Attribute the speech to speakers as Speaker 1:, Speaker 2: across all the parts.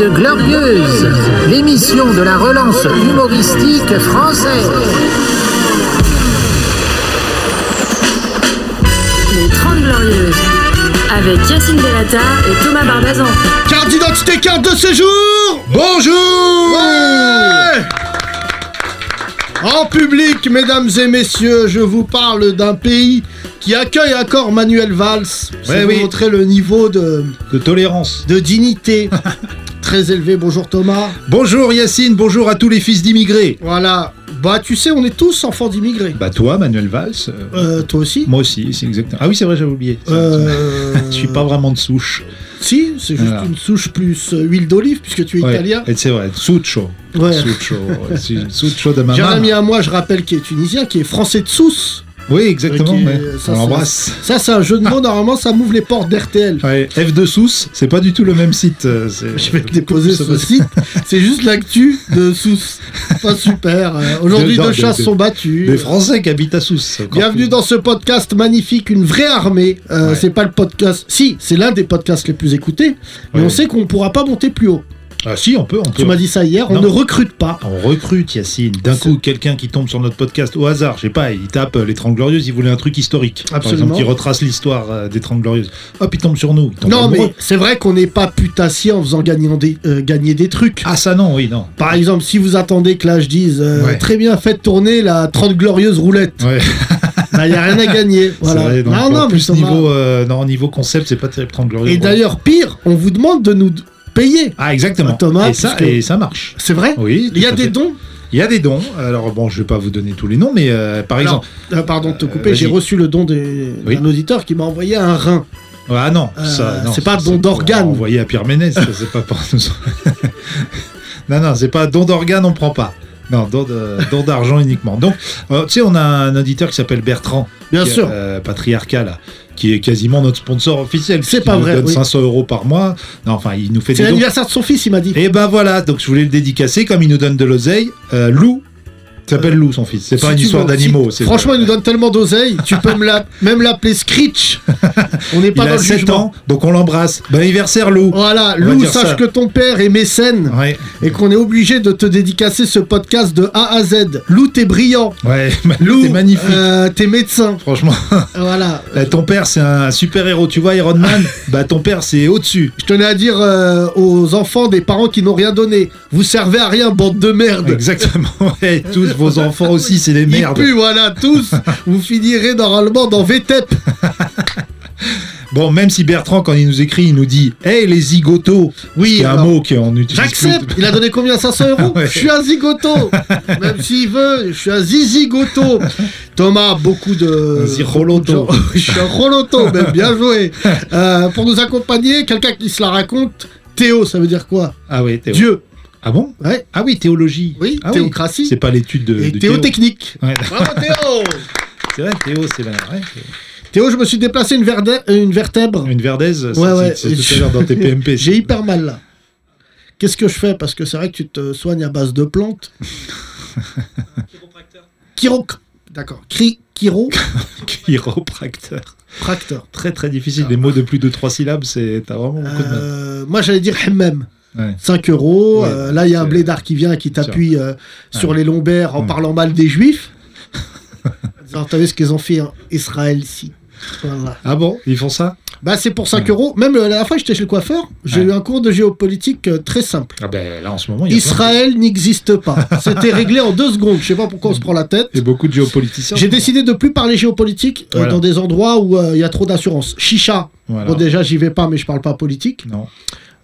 Speaker 1: Tête Glorieuse, l'émission de la relance humoristique française.
Speaker 2: Les 30 Glorieuses, avec Yacine Delata et Thomas Barbazan.
Speaker 3: Carte d'identité, carte de séjour Bonjour En public, mesdames et messieurs, je vous parle d'un pays qui accueille encore Manuel Valls. C'est
Speaker 4: Ouais,
Speaker 3: vous
Speaker 4: oui.
Speaker 3: montrer le niveau de,
Speaker 4: de tolérance.
Speaker 3: de dignité très élevé. Bonjour Thomas.
Speaker 4: Bonjour Yacine, bonjour à tous les fils d'immigrés.
Speaker 3: Voilà. Bah tu sais, on est tous enfants d'immigrés.
Speaker 4: Bah toi, Manuel Valls. euh,
Speaker 3: Euh, toi aussi
Speaker 4: Moi aussi, c'est exactement. Ah oui, c'est vrai, j'avais oublié.
Speaker 3: Euh,
Speaker 4: Je suis pas vraiment de souche.
Speaker 3: Si, c'est juste
Speaker 4: Voilà.
Speaker 3: une souche plus euh, huile d'olive puisque tu es
Speaker 4: Ouais,
Speaker 3: italien.
Speaker 4: et c'est vrai, Sucho.
Speaker 3: Ouais.
Speaker 4: Sucho. ouais, c'est Sucho de ma
Speaker 3: J'ai un ami
Speaker 4: maman.
Speaker 3: à moi, je rappelle, qui est tunisien, qui est français de Sousse.
Speaker 4: Oui, exactement.
Speaker 3: Ok,
Speaker 4: ouais.
Speaker 3: ça,
Speaker 4: On
Speaker 3: c'est-
Speaker 4: l'embrasse. Ah,
Speaker 3: Ça, c'est un jeu de mots. Normalement, ça m'ouvre les portes d'RTL.
Speaker 4: Ouais, F de Sousse, c'est pas du tout le même site. euh, c'est-
Speaker 3: Je vais le déposer ce site. C'est juste l'actu de Sousse. Pas super. Euh, Aujourd'hui,
Speaker 4: De- de-
Speaker 3: deux chasses
Speaker 4: de-
Speaker 3: sont battues.
Speaker 4: Des Français qui habitent à Sousse. encore
Speaker 3: Bienvenue
Speaker 4: plus.
Speaker 3: dans ce podcast magnifique, une vraie armée. Euh,
Speaker 4: Ouais.
Speaker 3: C'est pas le podcast. Si, c'est l'un des podcasts les plus écoutés. Mais
Speaker 4: Ouais.
Speaker 3: on sait qu'on pourra pas monter plus haut.
Speaker 4: Ah si, on peut, on
Speaker 3: Tu
Speaker 4: peut.
Speaker 3: m'as dit ça hier. On
Speaker 4: Non.
Speaker 3: ne recrute pas.
Speaker 4: On recrute Yacine. D'un coup, quelqu'un qui tombe sur notre podcast au hasard, je sais pas, il tape euh, les 30 Glorieuses, il voulait un truc historique. Par
Speaker 3: Absolument.
Speaker 4: exemple, qui retrace l'histoire euh, des 30 Glorieuses. Hop, il tombe sur nous. il tombe
Speaker 3: Non,
Speaker 4: amoureux.
Speaker 3: mais c'est vrai qu'on n'est pas putassier en faisant gagner des, euh, gagner des trucs.
Speaker 4: Ah, ça non, oui, non.
Speaker 3: Par exemple, si vous attendez que là je dise euh,
Speaker 4: Ouais.
Speaker 3: très bien, faites tourner la 30 glorieuse roulette.
Speaker 4: Ouais,
Speaker 3: Il n'y Ben, a rien à gagner. Voilà.
Speaker 4: c'est vrai, donc,
Speaker 3: non,
Speaker 4: en
Speaker 3: non, mais
Speaker 4: plus,
Speaker 3: ça va.
Speaker 4: niveau, euh, non, niveau concept, c'est pas terrible 30
Speaker 3: Et
Speaker 4: Glorieuses. Ouais.
Speaker 3: d'ailleurs, pire, on vous demande de nous payer.
Speaker 4: Ah, exactement.
Speaker 3: Thomas,
Speaker 4: et, ça,
Speaker 3: puisque-
Speaker 4: et ça marche.
Speaker 3: C'est vrai
Speaker 4: Oui,
Speaker 3: Il y a
Speaker 4: tout à
Speaker 3: des
Speaker 4: fait.
Speaker 3: dons
Speaker 4: Il y a des dons. Alors, bon, je vais pas vous donner tous les noms, mais euh, par
Speaker 3: Alors,
Speaker 4: exemple.
Speaker 3: euh, pardon de te couper,
Speaker 4: vas-y.
Speaker 3: j'ai reçu le don des- d'un
Speaker 4: Oui.
Speaker 3: auditeur qui m'a envoyé un rein.
Speaker 4: Ah non,
Speaker 3: Euh,
Speaker 4: ça, non,
Speaker 3: c'est pas
Speaker 4: ça,
Speaker 3: don
Speaker 4: ça,
Speaker 3: d'organe.
Speaker 4: on va Envoyer à Pierre Ménès, ça, c'est pas pour nous. non, non, c'est pas don d'organe, on prend pas. Non, don de- don d'argent uniquement. Donc, euh, tu sais, on a un auditeur qui s'appelle Bertrand,
Speaker 3: Bien
Speaker 4: qui est,
Speaker 3: sûr.
Speaker 4: euh, patriarcat là, qui est quasiment notre sponsor officiel.
Speaker 3: C'est
Speaker 4: puisqu'il
Speaker 3: pas
Speaker 4: nous
Speaker 3: vrai,
Speaker 4: Donne
Speaker 3: oui.
Speaker 4: 500 euros par mois. Non, enfin, il nous fait
Speaker 3: C'est
Speaker 4: des dons.
Speaker 3: l'anniversaire de son fils, il m'a dit.
Speaker 4: Et ben voilà, donc je voulais le dédicacer comme il nous donne de l'oseille. Euh, Lou, il s'appelle Lou son fils. C'est
Speaker 3: Si
Speaker 4: pas une
Speaker 3: tu
Speaker 4: histoire
Speaker 3: veux-
Speaker 4: d'animaux.
Speaker 3: si-
Speaker 4: c'est-
Speaker 3: Franchement, il nous donne tellement d'oseille, tu peux me la- même l'appeler Screech. On n'est
Speaker 4: il
Speaker 3: pas dans
Speaker 4: a
Speaker 3: le
Speaker 4: 7
Speaker 3: jugement. Oh.
Speaker 4: ans, donc on l'embrasse. Bon anniversaire Lou.
Speaker 3: Voilà,
Speaker 4: On va
Speaker 3: Lou,
Speaker 4: dire
Speaker 3: sache
Speaker 4: ça.
Speaker 3: que ton père est mécène
Speaker 4: Ouais,
Speaker 3: et qu'on est obligé de te dédicacer ce podcast de A à Z. Lou, t'es brillant.
Speaker 4: ouais,
Speaker 3: Lou,
Speaker 4: Lou, t'es magnifique.
Speaker 3: euh, t'es médecin.
Speaker 4: Franchement,
Speaker 3: Voilà.
Speaker 4: euh, ton père c'est un super héros, tu vois Iron Man, bah ton père c'est au-dessus.
Speaker 3: Je tenais à dire euh, aux enfants des parents qui n'ont rien donné, vous servez à rien, bande de merde.
Speaker 4: Exactement, ouais, tous vos enfants aussi c'est des
Speaker 3: Ils
Speaker 4: merdes.
Speaker 3: puent, voilà, tous. vous finirez normalement dans E VTEP.
Speaker 4: Bon, même si Bertrand quand il nous écrit, il nous dit "Hey les zigotos."
Speaker 3: Oui,
Speaker 4: c'est un
Speaker 3: alors,
Speaker 4: mot qu'on utilise.
Speaker 3: J'accepte.
Speaker 4: plus.
Speaker 3: Il a donné combien 500 euros
Speaker 4: Ah Ouais.
Speaker 3: Je suis un zigoto. Même s'il veut, je suis un zizigoto. Thomas, beaucoup de.
Speaker 4: Un ziroloto.
Speaker 3: beaucoup de gens- Je suis un roloto, même bien joué. Euh, pour nous accompagner, quelqu'un qui se la raconte. Théo, ça veut dire quoi
Speaker 4: Ah oui, Théo.
Speaker 3: Dieu.
Speaker 4: Ah bon
Speaker 3: Ouais.
Speaker 4: Ah oui, théologie.
Speaker 3: Oui,
Speaker 4: Ah
Speaker 3: théocratie.
Speaker 4: C'est pas l'étude de,
Speaker 3: Et
Speaker 4: de
Speaker 3: Théo
Speaker 4: Théo.
Speaker 3: technique.
Speaker 4: Ouais.
Speaker 3: Bravo Théo
Speaker 4: C'est vrai, Théo, c'est la... ouais,
Speaker 3: Théo, je me suis déplacé une, verde- euh, une vertèbre.
Speaker 4: une verdaise,
Speaker 3: Ouais,
Speaker 4: ça,
Speaker 3: ouais.
Speaker 4: c'est c'est tout à l'heure dans tes PMP.
Speaker 3: J'ai hyper mal là. Qu'est-ce que je fais Parce que c'est vrai que tu te soignes à base de plantes. Chiro. D'accord. Cri. Chiro.
Speaker 4: Chiropracteur. Ah.
Speaker 3: Tracteur.
Speaker 4: Très très difficile, les mots de plus de trois syllabes, c'est t'as vraiment beaucoup de mal.
Speaker 3: Euh, moi, j'allais dire hammam.
Speaker 4: Ouais.
Speaker 3: 5 euros.
Speaker 4: Ouais,
Speaker 3: Euh, là, il y a un
Speaker 4: c'est-
Speaker 3: blédard qui vient et qui t'appuie euh, sur les lombaires en
Speaker 4: Ouais.
Speaker 3: parlant mal des juifs. Alors, t'as vu ce qu'ils ont fait en Israël, si. Voilà.
Speaker 4: Ah bon, ils font ça
Speaker 3: Bah, c'est pour 5 euros. Même euh, la dernière fois, j'étais chez le coiffeur, j'ai
Speaker 4: Ouais.
Speaker 3: eu un cours de géopolitique euh, très simple.
Speaker 4: Ah ben là en ce moment, il y a
Speaker 3: Israël n'existe pas. C'était réglé en deux secondes. Je sais pas pourquoi on se prend la tête.
Speaker 4: plein de- et beaucoup de géopoliticiens.
Speaker 3: J'ai décidé de plus parler géopolitique euh,
Speaker 4: Voilà.
Speaker 3: dans des endroits où euh, il y a trop d'assurance. Chicha.
Speaker 4: Voilà.
Speaker 3: Bon, déjà, j'y vais pas, mais je parle pas politique.
Speaker 4: Non.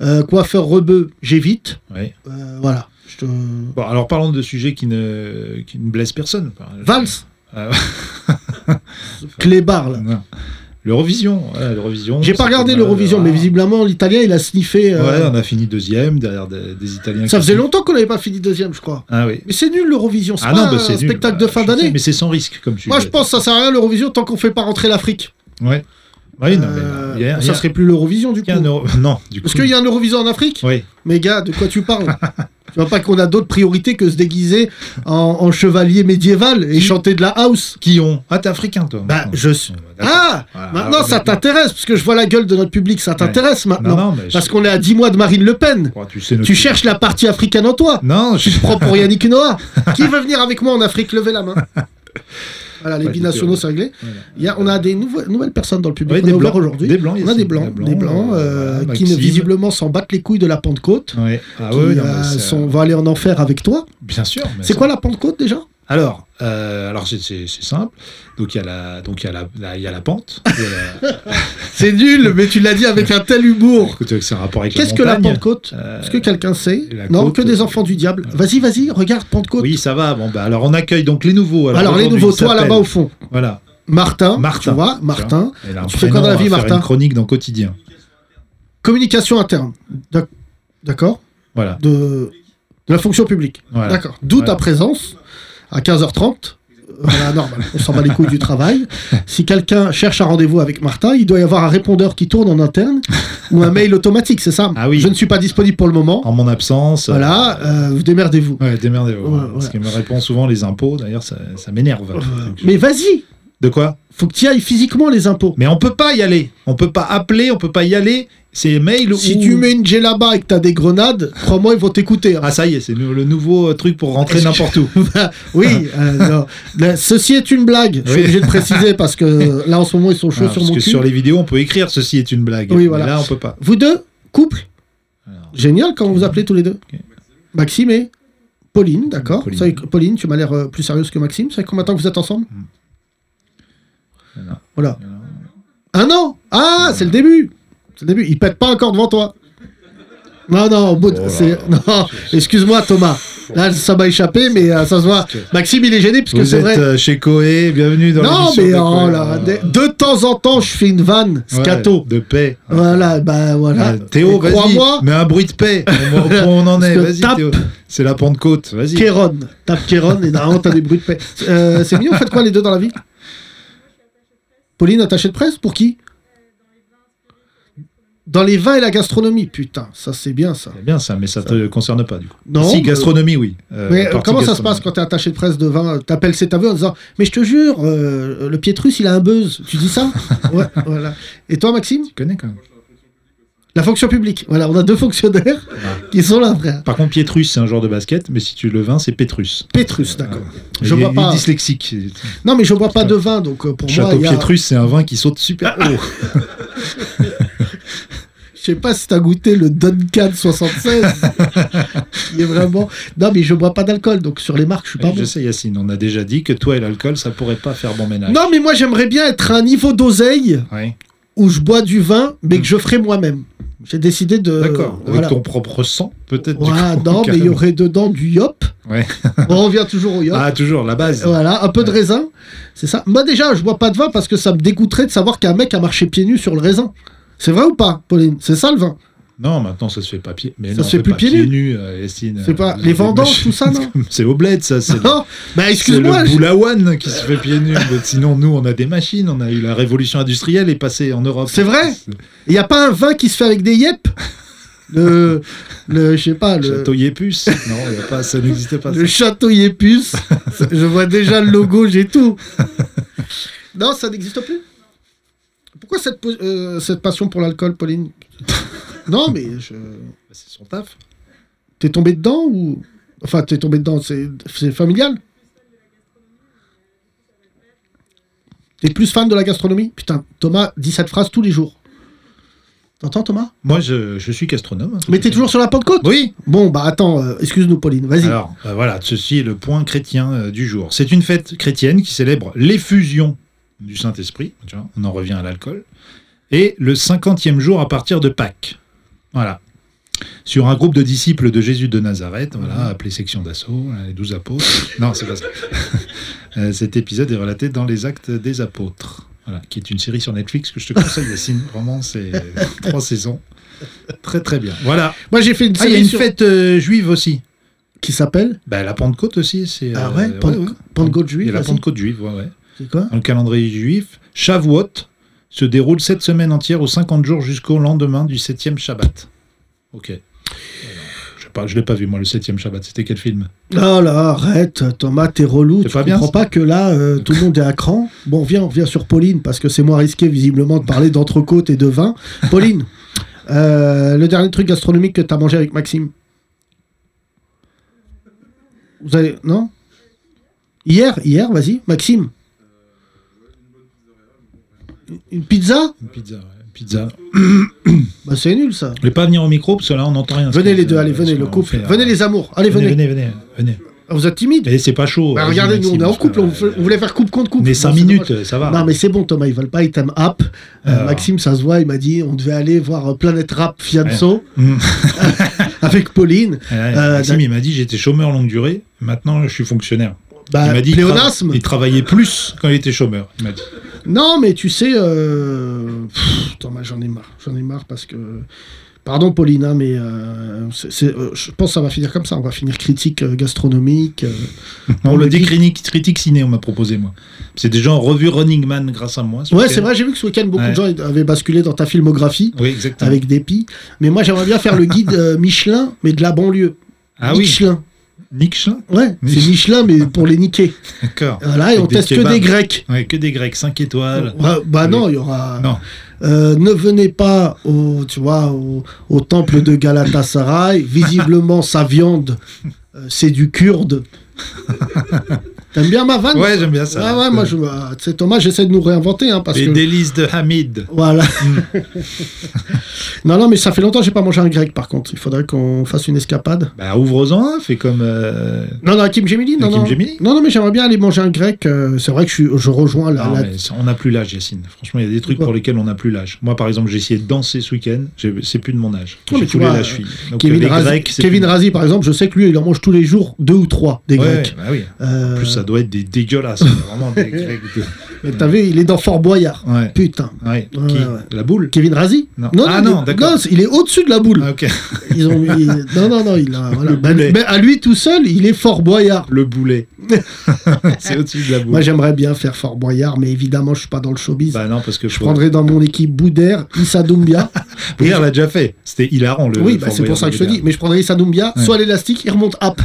Speaker 3: Euh, coiffeur rebeu, j'évite.
Speaker 4: Ouais.
Speaker 3: Euh, voilà. Je te-
Speaker 4: Bon, alors parlons de sujets qui ne qui ne blessent personne. Enfin, je-
Speaker 3: Valls,
Speaker 4: Ah,
Speaker 3: Clébar, là.
Speaker 4: non. L'Eurovision, voilà, l'Eurovision.
Speaker 3: J'ai pas
Speaker 4: ça
Speaker 3: regardé
Speaker 4: fait mal, euh,
Speaker 3: l'Eurovision, mais
Speaker 4: voilà.
Speaker 3: visiblement, l'Italien, il a sniffé. euh,
Speaker 4: Ouais, on a fini deuxième derrière des, des Italiens.
Speaker 3: Ça
Speaker 4: qui-
Speaker 3: faisait longtemps qu'on n'avait pas fini deuxième, je crois.
Speaker 4: Ah oui.
Speaker 3: Mais c'est nul l'Eurovision, c'est
Speaker 4: Ah
Speaker 3: pas
Speaker 4: non, bah,
Speaker 3: un
Speaker 4: c'est nul.
Speaker 3: spectacle
Speaker 4: Bah,
Speaker 3: de fin
Speaker 4: je sais,
Speaker 3: d'année.
Speaker 4: Mais c'est sans risque comme sujet.
Speaker 3: Moi, je pense que ça sert à rien l'Eurovision tant qu'on fait pas rentrer l'Afrique.
Speaker 4: Ouais. Oui, non, mais
Speaker 3: Euh,
Speaker 4: il y a- il y
Speaker 3: ça
Speaker 4: a-
Speaker 3: serait plus l'Eurovision du
Speaker 4: il y
Speaker 3: coup.
Speaker 4: a un euro- Non, du coup.
Speaker 3: Parce qu'il y a un Eurovision en Afrique
Speaker 4: Oui.
Speaker 3: Mais gars, de quoi tu parles Je vois pas qu'on a d'autres priorités que se déguiser en, en chevalier médiéval et chanter de la house.
Speaker 4: Qui ont Ah, t'es africain, toi
Speaker 3: Bah,
Speaker 4: maintenant.
Speaker 3: je suis.
Speaker 4: D'accord.
Speaker 3: Ah
Speaker 4: Voilà,
Speaker 3: Maintenant,
Speaker 4: alors,
Speaker 3: ça t'intéresse, parce que je vois la gueule de notre public, ça t'intéresse maintenant.
Speaker 4: Non, non, mais
Speaker 3: Ah, parce
Speaker 4: je-
Speaker 3: qu'on est à 10 mois de Marine Le Pen.
Speaker 4: Oh, tu sais, notre-
Speaker 3: Tu cherches la partie africaine en toi.
Speaker 4: Non, je...
Speaker 3: Prends pour Yannick Noah. Qui veut venir avec moi en Afrique Levez la main. Voilà, les
Speaker 4: Ouais,
Speaker 3: binationaux,
Speaker 4: c'est
Speaker 3: c'est réglé.
Speaker 4: Voilà.
Speaker 3: Il y a- on a des nouveaux- nouvelles personnes dans le public.
Speaker 4: Ouais,
Speaker 3: on
Speaker 4: des
Speaker 3: a ouvert
Speaker 4: blancs.
Speaker 3: aujourd'hui.
Speaker 4: Des blancs,
Speaker 3: on a des
Speaker 4: Yacine,
Speaker 3: blancs,
Speaker 4: des blancs,
Speaker 3: des blancs euh,
Speaker 4: voilà,
Speaker 3: qui ne,
Speaker 4: Maxime.
Speaker 3: visiblement s'en battent les couilles de la Pentecôte.
Speaker 4: Ouais. Ah
Speaker 3: qui,
Speaker 4: oui, non, mais
Speaker 3: euh,
Speaker 4: c'est-
Speaker 3: sont- vont aller en enfer avec toi.
Speaker 4: Bien sûr. mais
Speaker 3: C'est quoi la Pentecôte déjà
Speaker 4: Alors, euh, alors c'est- c'est c'est simple. Donc il y a la, donc il y a la, la- il y a la pente. Il y a la-
Speaker 3: C'est nul, mais tu l'as dit avec un tel humour.
Speaker 4: Écoute, c'est un rapport avec
Speaker 3: Qu'est-ce que la
Speaker 4: montagne.
Speaker 3: Pentecôte
Speaker 4: Euh,
Speaker 3: Est-ce que quelqu'un sait
Speaker 4: la
Speaker 3: Non,
Speaker 4: côte,
Speaker 3: que des
Speaker 4: euh,
Speaker 3: enfants du diable. Vas-y, vas-y, regarde Pentecôte.
Speaker 4: Oui, ça va. Bon, bah, alors on accueille donc les nouveaux.
Speaker 3: Alors les
Speaker 4: aujourd'hui,
Speaker 3: nouveaux,
Speaker 4: ils
Speaker 3: toi là-bas
Speaker 4: s'appellent-
Speaker 3: au fond.
Speaker 4: Voilà.
Speaker 3: Martin,
Speaker 4: Martin.
Speaker 3: tu vois, Martin.
Speaker 4: Elle a un
Speaker 3: Tu fais
Speaker 4: prénom,
Speaker 3: quoi dans la
Speaker 4: on va
Speaker 3: vie,
Speaker 4: faire
Speaker 3: Martin
Speaker 4: Une chronique dans quotidien.
Speaker 3: Communication interne. D'ac- D'accord
Speaker 4: Voilà.
Speaker 3: de... de la fonction publique.
Speaker 4: Voilà.
Speaker 3: D'accord. D'où
Speaker 4: Voilà.
Speaker 3: ta présence à 15h30. Euh, Voilà, normal. On s'en bat les couilles du travail. Si quelqu'un cherche un rendez-vous avec Martin, il doit y avoir un répondeur qui tourne en interne ou un mail automatique, c'est ça
Speaker 4: Ah oui.
Speaker 3: Je ne suis pas disponible pour le moment.
Speaker 4: En mon absence. euh,
Speaker 3: Voilà, euh, vous démerdez-vous.
Speaker 4: Ouais, démerdez-vous. hein,
Speaker 3: Ouais,
Speaker 4: Parce
Speaker 3: voilà.
Speaker 4: qu'ils me répondent souvent les impôts. D'ailleurs, ça, ça m'énerve.
Speaker 3: Mais vas-y,
Speaker 4: De quoi
Speaker 3: faut que tu y ailles physiquement les impôts.
Speaker 4: Mais on peut pas y aller. On peut pas appeler. On peut pas y aller. C'est mail
Speaker 3: Si
Speaker 4: ou.
Speaker 3: tu mets une là-bas et que t'as des grenades, crois-moi, ils vont t'écouter. hein.
Speaker 4: Ah ça y est, c'est le le nouveau euh, truc pour rentrer
Speaker 3: Est-ce que-
Speaker 4: n'importe où.
Speaker 3: Bah, oui, euh, non. Là, ceci est une blague. Je suis
Speaker 4: Ah, Oui.
Speaker 3: obligé de préciser parce que là, en ce moment, ils sont chauds
Speaker 4: Voilà,
Speaker 3: sur
Speaker 4: parce
Speaker 3: mon
Speaker 4: que
Speaker 3: cul.
Speaker 4: sur les vidéos, on peut écrire ceci est une blague.
Speaker 3: Oui,
Speaker 4: Mais
Speaker 3: voilà.
Speaker 4: Là, on peut pas.
Speaker 3: Vous deux, couple
Speaker 4: Alors.
Speaker 3: Génial, comment vous appelez tous les deux Maxime et Pauline, d'accord.
Speaker 4: Pauline.
Speaker 3: Pauline. Pauline, tu m'as l'air euh, plus sérieuse que Maxime. Ça fait combien de temps que vous êtes ensemble
Speaker 4: Hmm. Un an.
Speaker 3: Voilà. Un an Ah, c'est le début C'est le début. Il pète pas encore devant toi. Non, non, au bout de-
Speaker 4: Oh là
Speaker 3: c'est-
Speaker 4: là.
Speaker 3: Non, excuse-moi Thomas. Là, ça m'a échappé, mais euh, ça se voit. Maxime, il est gêné parce que
Speaker 4: Vous
Speaker 3: c'est
Speaker 4: êtes
Speaker 3: vrai.
Speaker 4: euh, chez Coé, bienvenue dans
Speaker 3: Non,
Speaker 4: l'émission
Speaker 3: mais
Speaker 4: de
Speaker 3: oh
Speaker 4: Coé.
Speaker 3: là,
Speaker 4: Voilà.
Speaker 3: de, de temps en temps, je fais une vanne,
Speaker 4: Ouais,
Speaker 3: scato.
Speaker 4: de paix.
Speaker 3: Voilà, bah voilà.
Speaker 4: Euh, Théo,
Speaker 3: Et Crois-moi,
Speaker 4: vas-y, mais un bruit de paix. On voit au point où on en
Speaker 3: Parce
Speaker 4: est,
Speaker 3: que
Speaker 4: vas-y
Speaker 3: tape.
Speaker 4: Théo. C'est la Pentecôte, vas-y.
Speaker 3: Kéron. Tape Kéron et normalement, t'as des bruits de paix. Euh, c'est mignon, vous faites quoi les deux dans la vie Pauline, attachée de presse Pour qui Dans les vins et la gastronomie, putain, ça c'est bien ça.
Speaker 4: C'est bien ça, mais ça te concerne pas du coup.
Speaker 3: Non,
Speaker 4: Si,
Speaker 3: mais-
Speaker 4: gastronomie, oui. Euh,
Speaker 3: Mais
Speaker 4: la
Speaker 3: euh,
Speaker 4: partie
Speaker 3: comment ça se
Speaker 4: gastronomie.
Speaker 3: passe quand t'es attaché de presse de vin euh, T'appelles cet aveu en disant Mais je te jure, euh, le Pietrus il a un buzz. Tu dis ça Ouais, voilà. Et toi, Maxime
Speaker 4: Tu connais quand même.
Speaker 3: La fonction publique. Voilà, on a deux fonctionnaires
Speaker 4: Ah.
Speaker 3: qui sont là, frère.
Speaker 4: Par contre, Pietrus, c'est un genre de basket, mais si tu le vin, c'est Pétrus.
Speaker 3: Pétrus, d'accord. Je
Speaker 4: Ah. il, est-
Speaker 3: bois
Speaker 4: il
Speaker 3: pas.
Speaker 4: est dyslexique.
Speaker 3: Non, mais je bois pas de vin, donc euh, pour
Speaker 4: Château
Speaker 3: moi, il y a- Ah,
Speaker 4: Pietrus, c'est un vin qui saute super haut.
Speaker 3: je sais pas si t'as goûté le Duncan 76. il est vraiment. Non, mais je bois pas d'alcool, donc sur les marques, je suis pas
Speaker 4: je
Speaker 3: bon.
Speaker 4: sais, Yacine, on a déjà dit que toi et l'alcool, ça pourrait pas faire bon ménage.
Speaker 3: Non, mais moi, j'aimerais bien être à un niveau d'oseille
Speaker 4: Ouais.
Speaker 3: où je bois du vin, mais que je ferai moi-même. J'ai décidé de.
Speaker 4: Hmm. D'accord. Euh, Avec
Speaker 3: Voilà.
Speaker 4: ton propre sang, peut-être. du
Speaker 3: Ouais,
Speaker 4: coup,
Speaker 3: non, mais il y
Speaker 4: carrément.
Speaker 3: aurait dedans du yop.
Speaker 4: Ouais.
Speaker 3: On revient toujours au yop.
Speaker 4: Ah, toujours, la base.
Speaker 3: Voilà, un peu de raisin, c'est ça. Moi déjà, je bois pas de vin parce que ça me dégoûterait de savoir qu'un mec a marché pieds nus sur le raisin. C'est vrai ou pas, Pauline C'est ça le vin
Speaker 4: Non, maintenant, ça se fait pas pied. Mais
Speaker 3: Ça
Speaker 4: non,
Speaker 3: se
Speaker 4: on
Speaker 3: fait plus
Speaker 4: pas
Speaker 3: pieds
Speaker 4: pieds nus, euh, Yacine.
Speaker 3: C'est pas
Speaker 4: Euh,
Speaker 3: les vendanges,
Speaker 4: machines.
Speaker 3: tout ça, non
Speaker 4: C'est au bled, ça. C'est le,
Speaker 3: Non, bah
Speaker 4: c'est le
Speaker 3: excuse-moi. je-
Speaker 4: boulaouane qui se fait pieds nus. Mais Sinon, nous, on a des machines. On a eu la révolution industrielle est passée en Europe.
Speaker 3: C'est vrai Il y a pas un vin qui se fait avec des yep Le, le, je sais pas, le
Speaker 4: Château Yépus. Non, il y a pas, ça n'existait pas.
Speaker 3: le
Speaker 4: ça.
Speaker 3: château Yépus. je vois déjà le logo, j'ai tout. non, ça n'existe plus. Pourquoi cette, po- euh, cette passion pour l'alcool, Pauline Non, mais je.
Speaker 4: C'est son taf.
Speaker 3: T'es tombé dedans ou Enfin, t'es tombé dedans, c'est c'est familial T'es plus fan de la gastronomie Putain, Thomas dit cette phrase tous les jours. T'entends, Thomas
Speaker 4: Moi, je, je suis gastronome. hein, tout
Speaker 3: Mais
Speaker 4: à
Speaker 3: t'es
Speaker 4: fait.
Speaker 3: toujours sur la Pentecôte
Speaker 4: Oui,
Speaker 3: Bon, bah attends, euh, excuse-nous, Pauline, vas-y.
Speaker 4: Alors, euh, voilà, ceci est le point chrétien euh, du jour. C'est une fête chrétienne qui célèbre l'effusion du Saint-Esprit, tu vois, on en revient à l'alcool, et le 50e jour à partir de Pâques. Voilà. Sur un groupe de disciples de Jésus de Nazareth, voilà, appelé section d'assaut, euh, les douze apôtres. non, c'est pas ça. Euh, Cet épisode est relaté dans les Actes des Apôtres, voilà, qui est une série sur Netflix que je te conseille, Yacine. Vraiment, c'est trois saisons. Très, très bien. Voilà.
Speaker 3: Moi, j'ai fait une
Speaker 4: Ah, il y a
Speaker 3: série
Speaker 4: une
Speaker 3: sur-
Speaker 4: fête euh, juive aussi.
Speaker 3: qui s'appelle
Speaker 4: Bah, la Pentecôte aussi, c'est.
Speaker 3: Ah
Speaker 4: euh,
Speaker 3: ouais, Pentecôte- Pentecôte
Speaker 4: Il y
Speaker 3: juive.
Speaker 4: a la
Speaker 3: vas-y.
Speaker 4: Pentecôte juive, ouais, ouais.
Speaker 3: C'est quoi
Speaker 4: Dans le calendrier juif, Shavuot se déroule cette semaine entière aux 50 jours jusqu'au lendemain du 7e Shabbat. Ok. Alors, Euh, je sais sais pas, je l'ai pas vu, moi, le septième Shabbat. C'était quel film
Speaker 3: Oh là, arrête, Thomas, t'es relou.
Speaker 4: C'est
Speaker 3: Tu
Speaker 4: pas bien,
Speaker 3: comprends
Speaker 4: ça.
Speaker 3: pas que là, euh, tout le monde est à cran. Bon, viens, on revient sur Pauline, parce que c'est moins risqué, visiblement, de parler d'entrecôte et de vin. Pauline, euh, le dernier truc gastronomique que t'as mangé avec Maxime Vous allez. Non Hier, hier, vas-y, Maxime. Une pizza
Speaker 4: Une pizza, ouais, une pizza.
Speaker 3: Bah, c'est nul, ça.
Speaker 4: Je vais pas venir au micro, parce que là, on n'entend rien.
Speaker 3: Venez les deux,
Speaker 4: Euh,
Speaker 3: allez, venez,
Speaker 4: parce
Speaker 3: le
Speaker 4: qu'on
Speaker 3: couple.
Speaker 4: fait, euh,
Speaker 3: Venez les amours, allez,
Speaker 4: venez,
Speaker 3: venez. Ah,
Speaker 4: venez, venez, venez.
Speaker 3: Vous êtes timide
Speaker 4: Et c'est pas chaud.
Speaker 3: Bah,
Speaker 4: Vas-y,
Speaker 3: regardez, nous,
Speaker 4: Maxime,
Speaker 3: on est en
Speaker 4: parce que,
Speaker 3: couple, on,
Speaker 4: euh,
Speaker 3: fait- on voulait faire couple contre couple.
Speaker 4: On est
Speaker 3: Bon,
Speaker 4: 5
Speaker 3: c'est
Speaker 4: minutes, euh,
Speaker 3: dommage.
Speaker 4: ça va.
Speaker 3: Non, mais c'est bon, Thomas, ils veulent pas, ils t'aiment app. Euh,
Speaker 4: Alors.
Speaker 3: Maxime, ça se voit, il m'a dit on devait aller voir euh, Planète Rap Fianso
Speaker 4: Mm.
Speaker 3: avec Pauline.
Speaker 4: Ouais,
Speaker 3: Euh,
Speaker 4: Maxime,
Speaker 3: d'ac-
Speaker 4: il m'a dit j'étais chômeur longue durée, maintenant je suis fonctionnaire.
Speaker 3: Bah,
Speaker 4: il m'a dit il tra-
Speaker 3: pléonasme.
Speaker 4: il travaillait plus quand il était chômeur. Il m'a dit.
Speaker 3: Non, mais tu sais, euh, pff, Thomas, j'en ai marre. J'en ai marre parce que. Pardon, Pauline, hein, mais euh, c'est- c'est- euh, je pense que ça va finir comme ça. On va finir critique euh, gastronomique. euh,
Speaker 4: On
Speaker 3: On
Speaker 4: le
Speaker 3: le
Speaker 4: dit
Speaker 3: dit.
Speaker 4: critique, critique ciné, on m'a proposé moi. C'est des gens revu Running Man grâce à moi. ce
Speaker 3: Ouais,
Speaker 4: week-end.
Speaker 3: c'est vrai, j'ai vu que ce week-end, beaucoup
Speaker 4: Ouais.
Speaker 3: de gens avaient basculé dans ta filmographie.
Speaker 4: Oui, exactement.
Speaker 3: Avec dépit. Mais moi, j'aimerais bien faire le guide euh, Michelin, mais de la banlieue.
Speaker 4: Ah oui,
Speaker 3: Michelin.
Speaker 4: Nick Schlin.
Speaker 3: Ouais, c'est Michelin, mais pour les niquer.
Speaker 4: D'accord.
Speaker 3: Voilà, et
Speaker 4: Avec
Speaker 3: on
Speaker 4: des
Speaker 3: teste que
Speaker 4: kebabs.
Speaker 3: des Grecs.
Speaker 4: Ouais, que des Grecs, 5 étoiles.
Speaker 3: Bah, bah
Speaker 4: Avec-
Speaker 3: non, il y aura.
Speaker 4: Non.
Speaker 3: Euh, ne venez pas au, tu vois, au, au temple de Galatasaray. Visiblement, sa viande, euh, c'est du kurde. T'aimes bien ma vanne
Speaker 4: Ouais, j'aime bien
Speaker 3: Ouais,
Speaker 4: ça.
Speaker 3: ouais, moi, je, euh, tu sais, Thomas, j'essaie de nous réinventer. Hein, parce
Speaker 4: Les
Speaker 3: que...
Speaker 4: délices de Hamid.
Speaker 3: Voilà. non, non, mais ça fait longtemps que j'ai pas mangé un grec, par contre. Il faudrait qu'on fasse une escapade.
Speaker 4: Bah, ouvre-en un, fais comme. euh,
Speaker 3: Non, non, Kim Gemini, non,
Speaker 4: Hakim
Speaker 3: non.
Speaker 4: Gemini
Speaker 3: Non, non, mais j'aimerais bien aller manger un grec. euh, c'est vrai que je, suis- je rejoins la,
Speaker 4: Non,
Speaker 3: Bah, la-
Speaker 4: Ah, mais ça, on n'a plus l'âge, Yacine. Franchement, il y a des trucs
Speaker 3: Pourquoi
Speaker 4: pour lesquels on n'a plus l'âge. Moi, par exemple, j'ai essayé de danser ce week-end. j'ai- C'est plus de mon âge.
Speaker 3: Non, mais
Speaker 4: J'ai
Speaker 3: tu
Speaker 4: foulé
Speaker 3: vois,
Speaker 4: la
Speaker 3: euh,
Speaker 4: cheville. Donc,
Speaker 3: Kevin,
Speaker 4: les
Speaker 3: Razi,
Speaker 4: Grecs, c'est
Speaker 3: Kevin
Speaker 4: plus-
Speaker 3: Razi, par exemple, je sais que lui, il en mange tous les jours deux ou trois des
Speaker 4: Ouais,
Speaker 3: Grecs.
Speaker 4: ouais, bah oui. En
Speaker 3: Euh,
Speaker 4: plus, ça doit être des dégueulasses. vraiment des Grecs. de-
Speaker 3: mais T'as vu, il est dans Fort Boyard.
Speaker 4: Ouais.
Speaker 3: Putain.
Speaker 4: Ouais.
Speaker 3: Ouais,
Speaker 4: Qui
Speaker 3: ouais, ouais.
Speaker 4: La boule
Speaker 3: Kevin Razi
Speaker 4: Non. Ah
Speaker 3: il est-
Speaker 4: non, d'accord.
Speaker 3: c'est- Il est au-dessus de la boule.
Speaker 4: Ah, ok.
Speaker 3: Ils ont mis- non, non, non, il a. voilà.
Speaker 4: Le
Speaker 3: Ben-
Speaker 4: boulet.
Speaker 3: ben, à lui tout seul, il est Fort Boyard.
Speaker 4: Le boulet. c'est au-dessus de la boule.
Speaker 3: Moi, j'aimerais bien faire Fort Boyard, mais évidemment, je suis pas dans le showbiz.
Speaker 4: Bah non, parce que
Speaker 3: je prendrais dans mon équipe Boudère, Issa Doumbia.
Speaker 4: Bouillard l'a déjà fait. C'était hilarant le.
Speaker 3: oui,
Speaker 4: le
Speaker 3: bah,
Speaker 4: Fort
Speaker 3: c'est pour
Speaker 4: Boyard
Speaker 3: ça que je te
Speaker 4: de
Speaker 3: dis. Mais je prendrais Issa Doumbia, soit l'élastique, il remonte hop.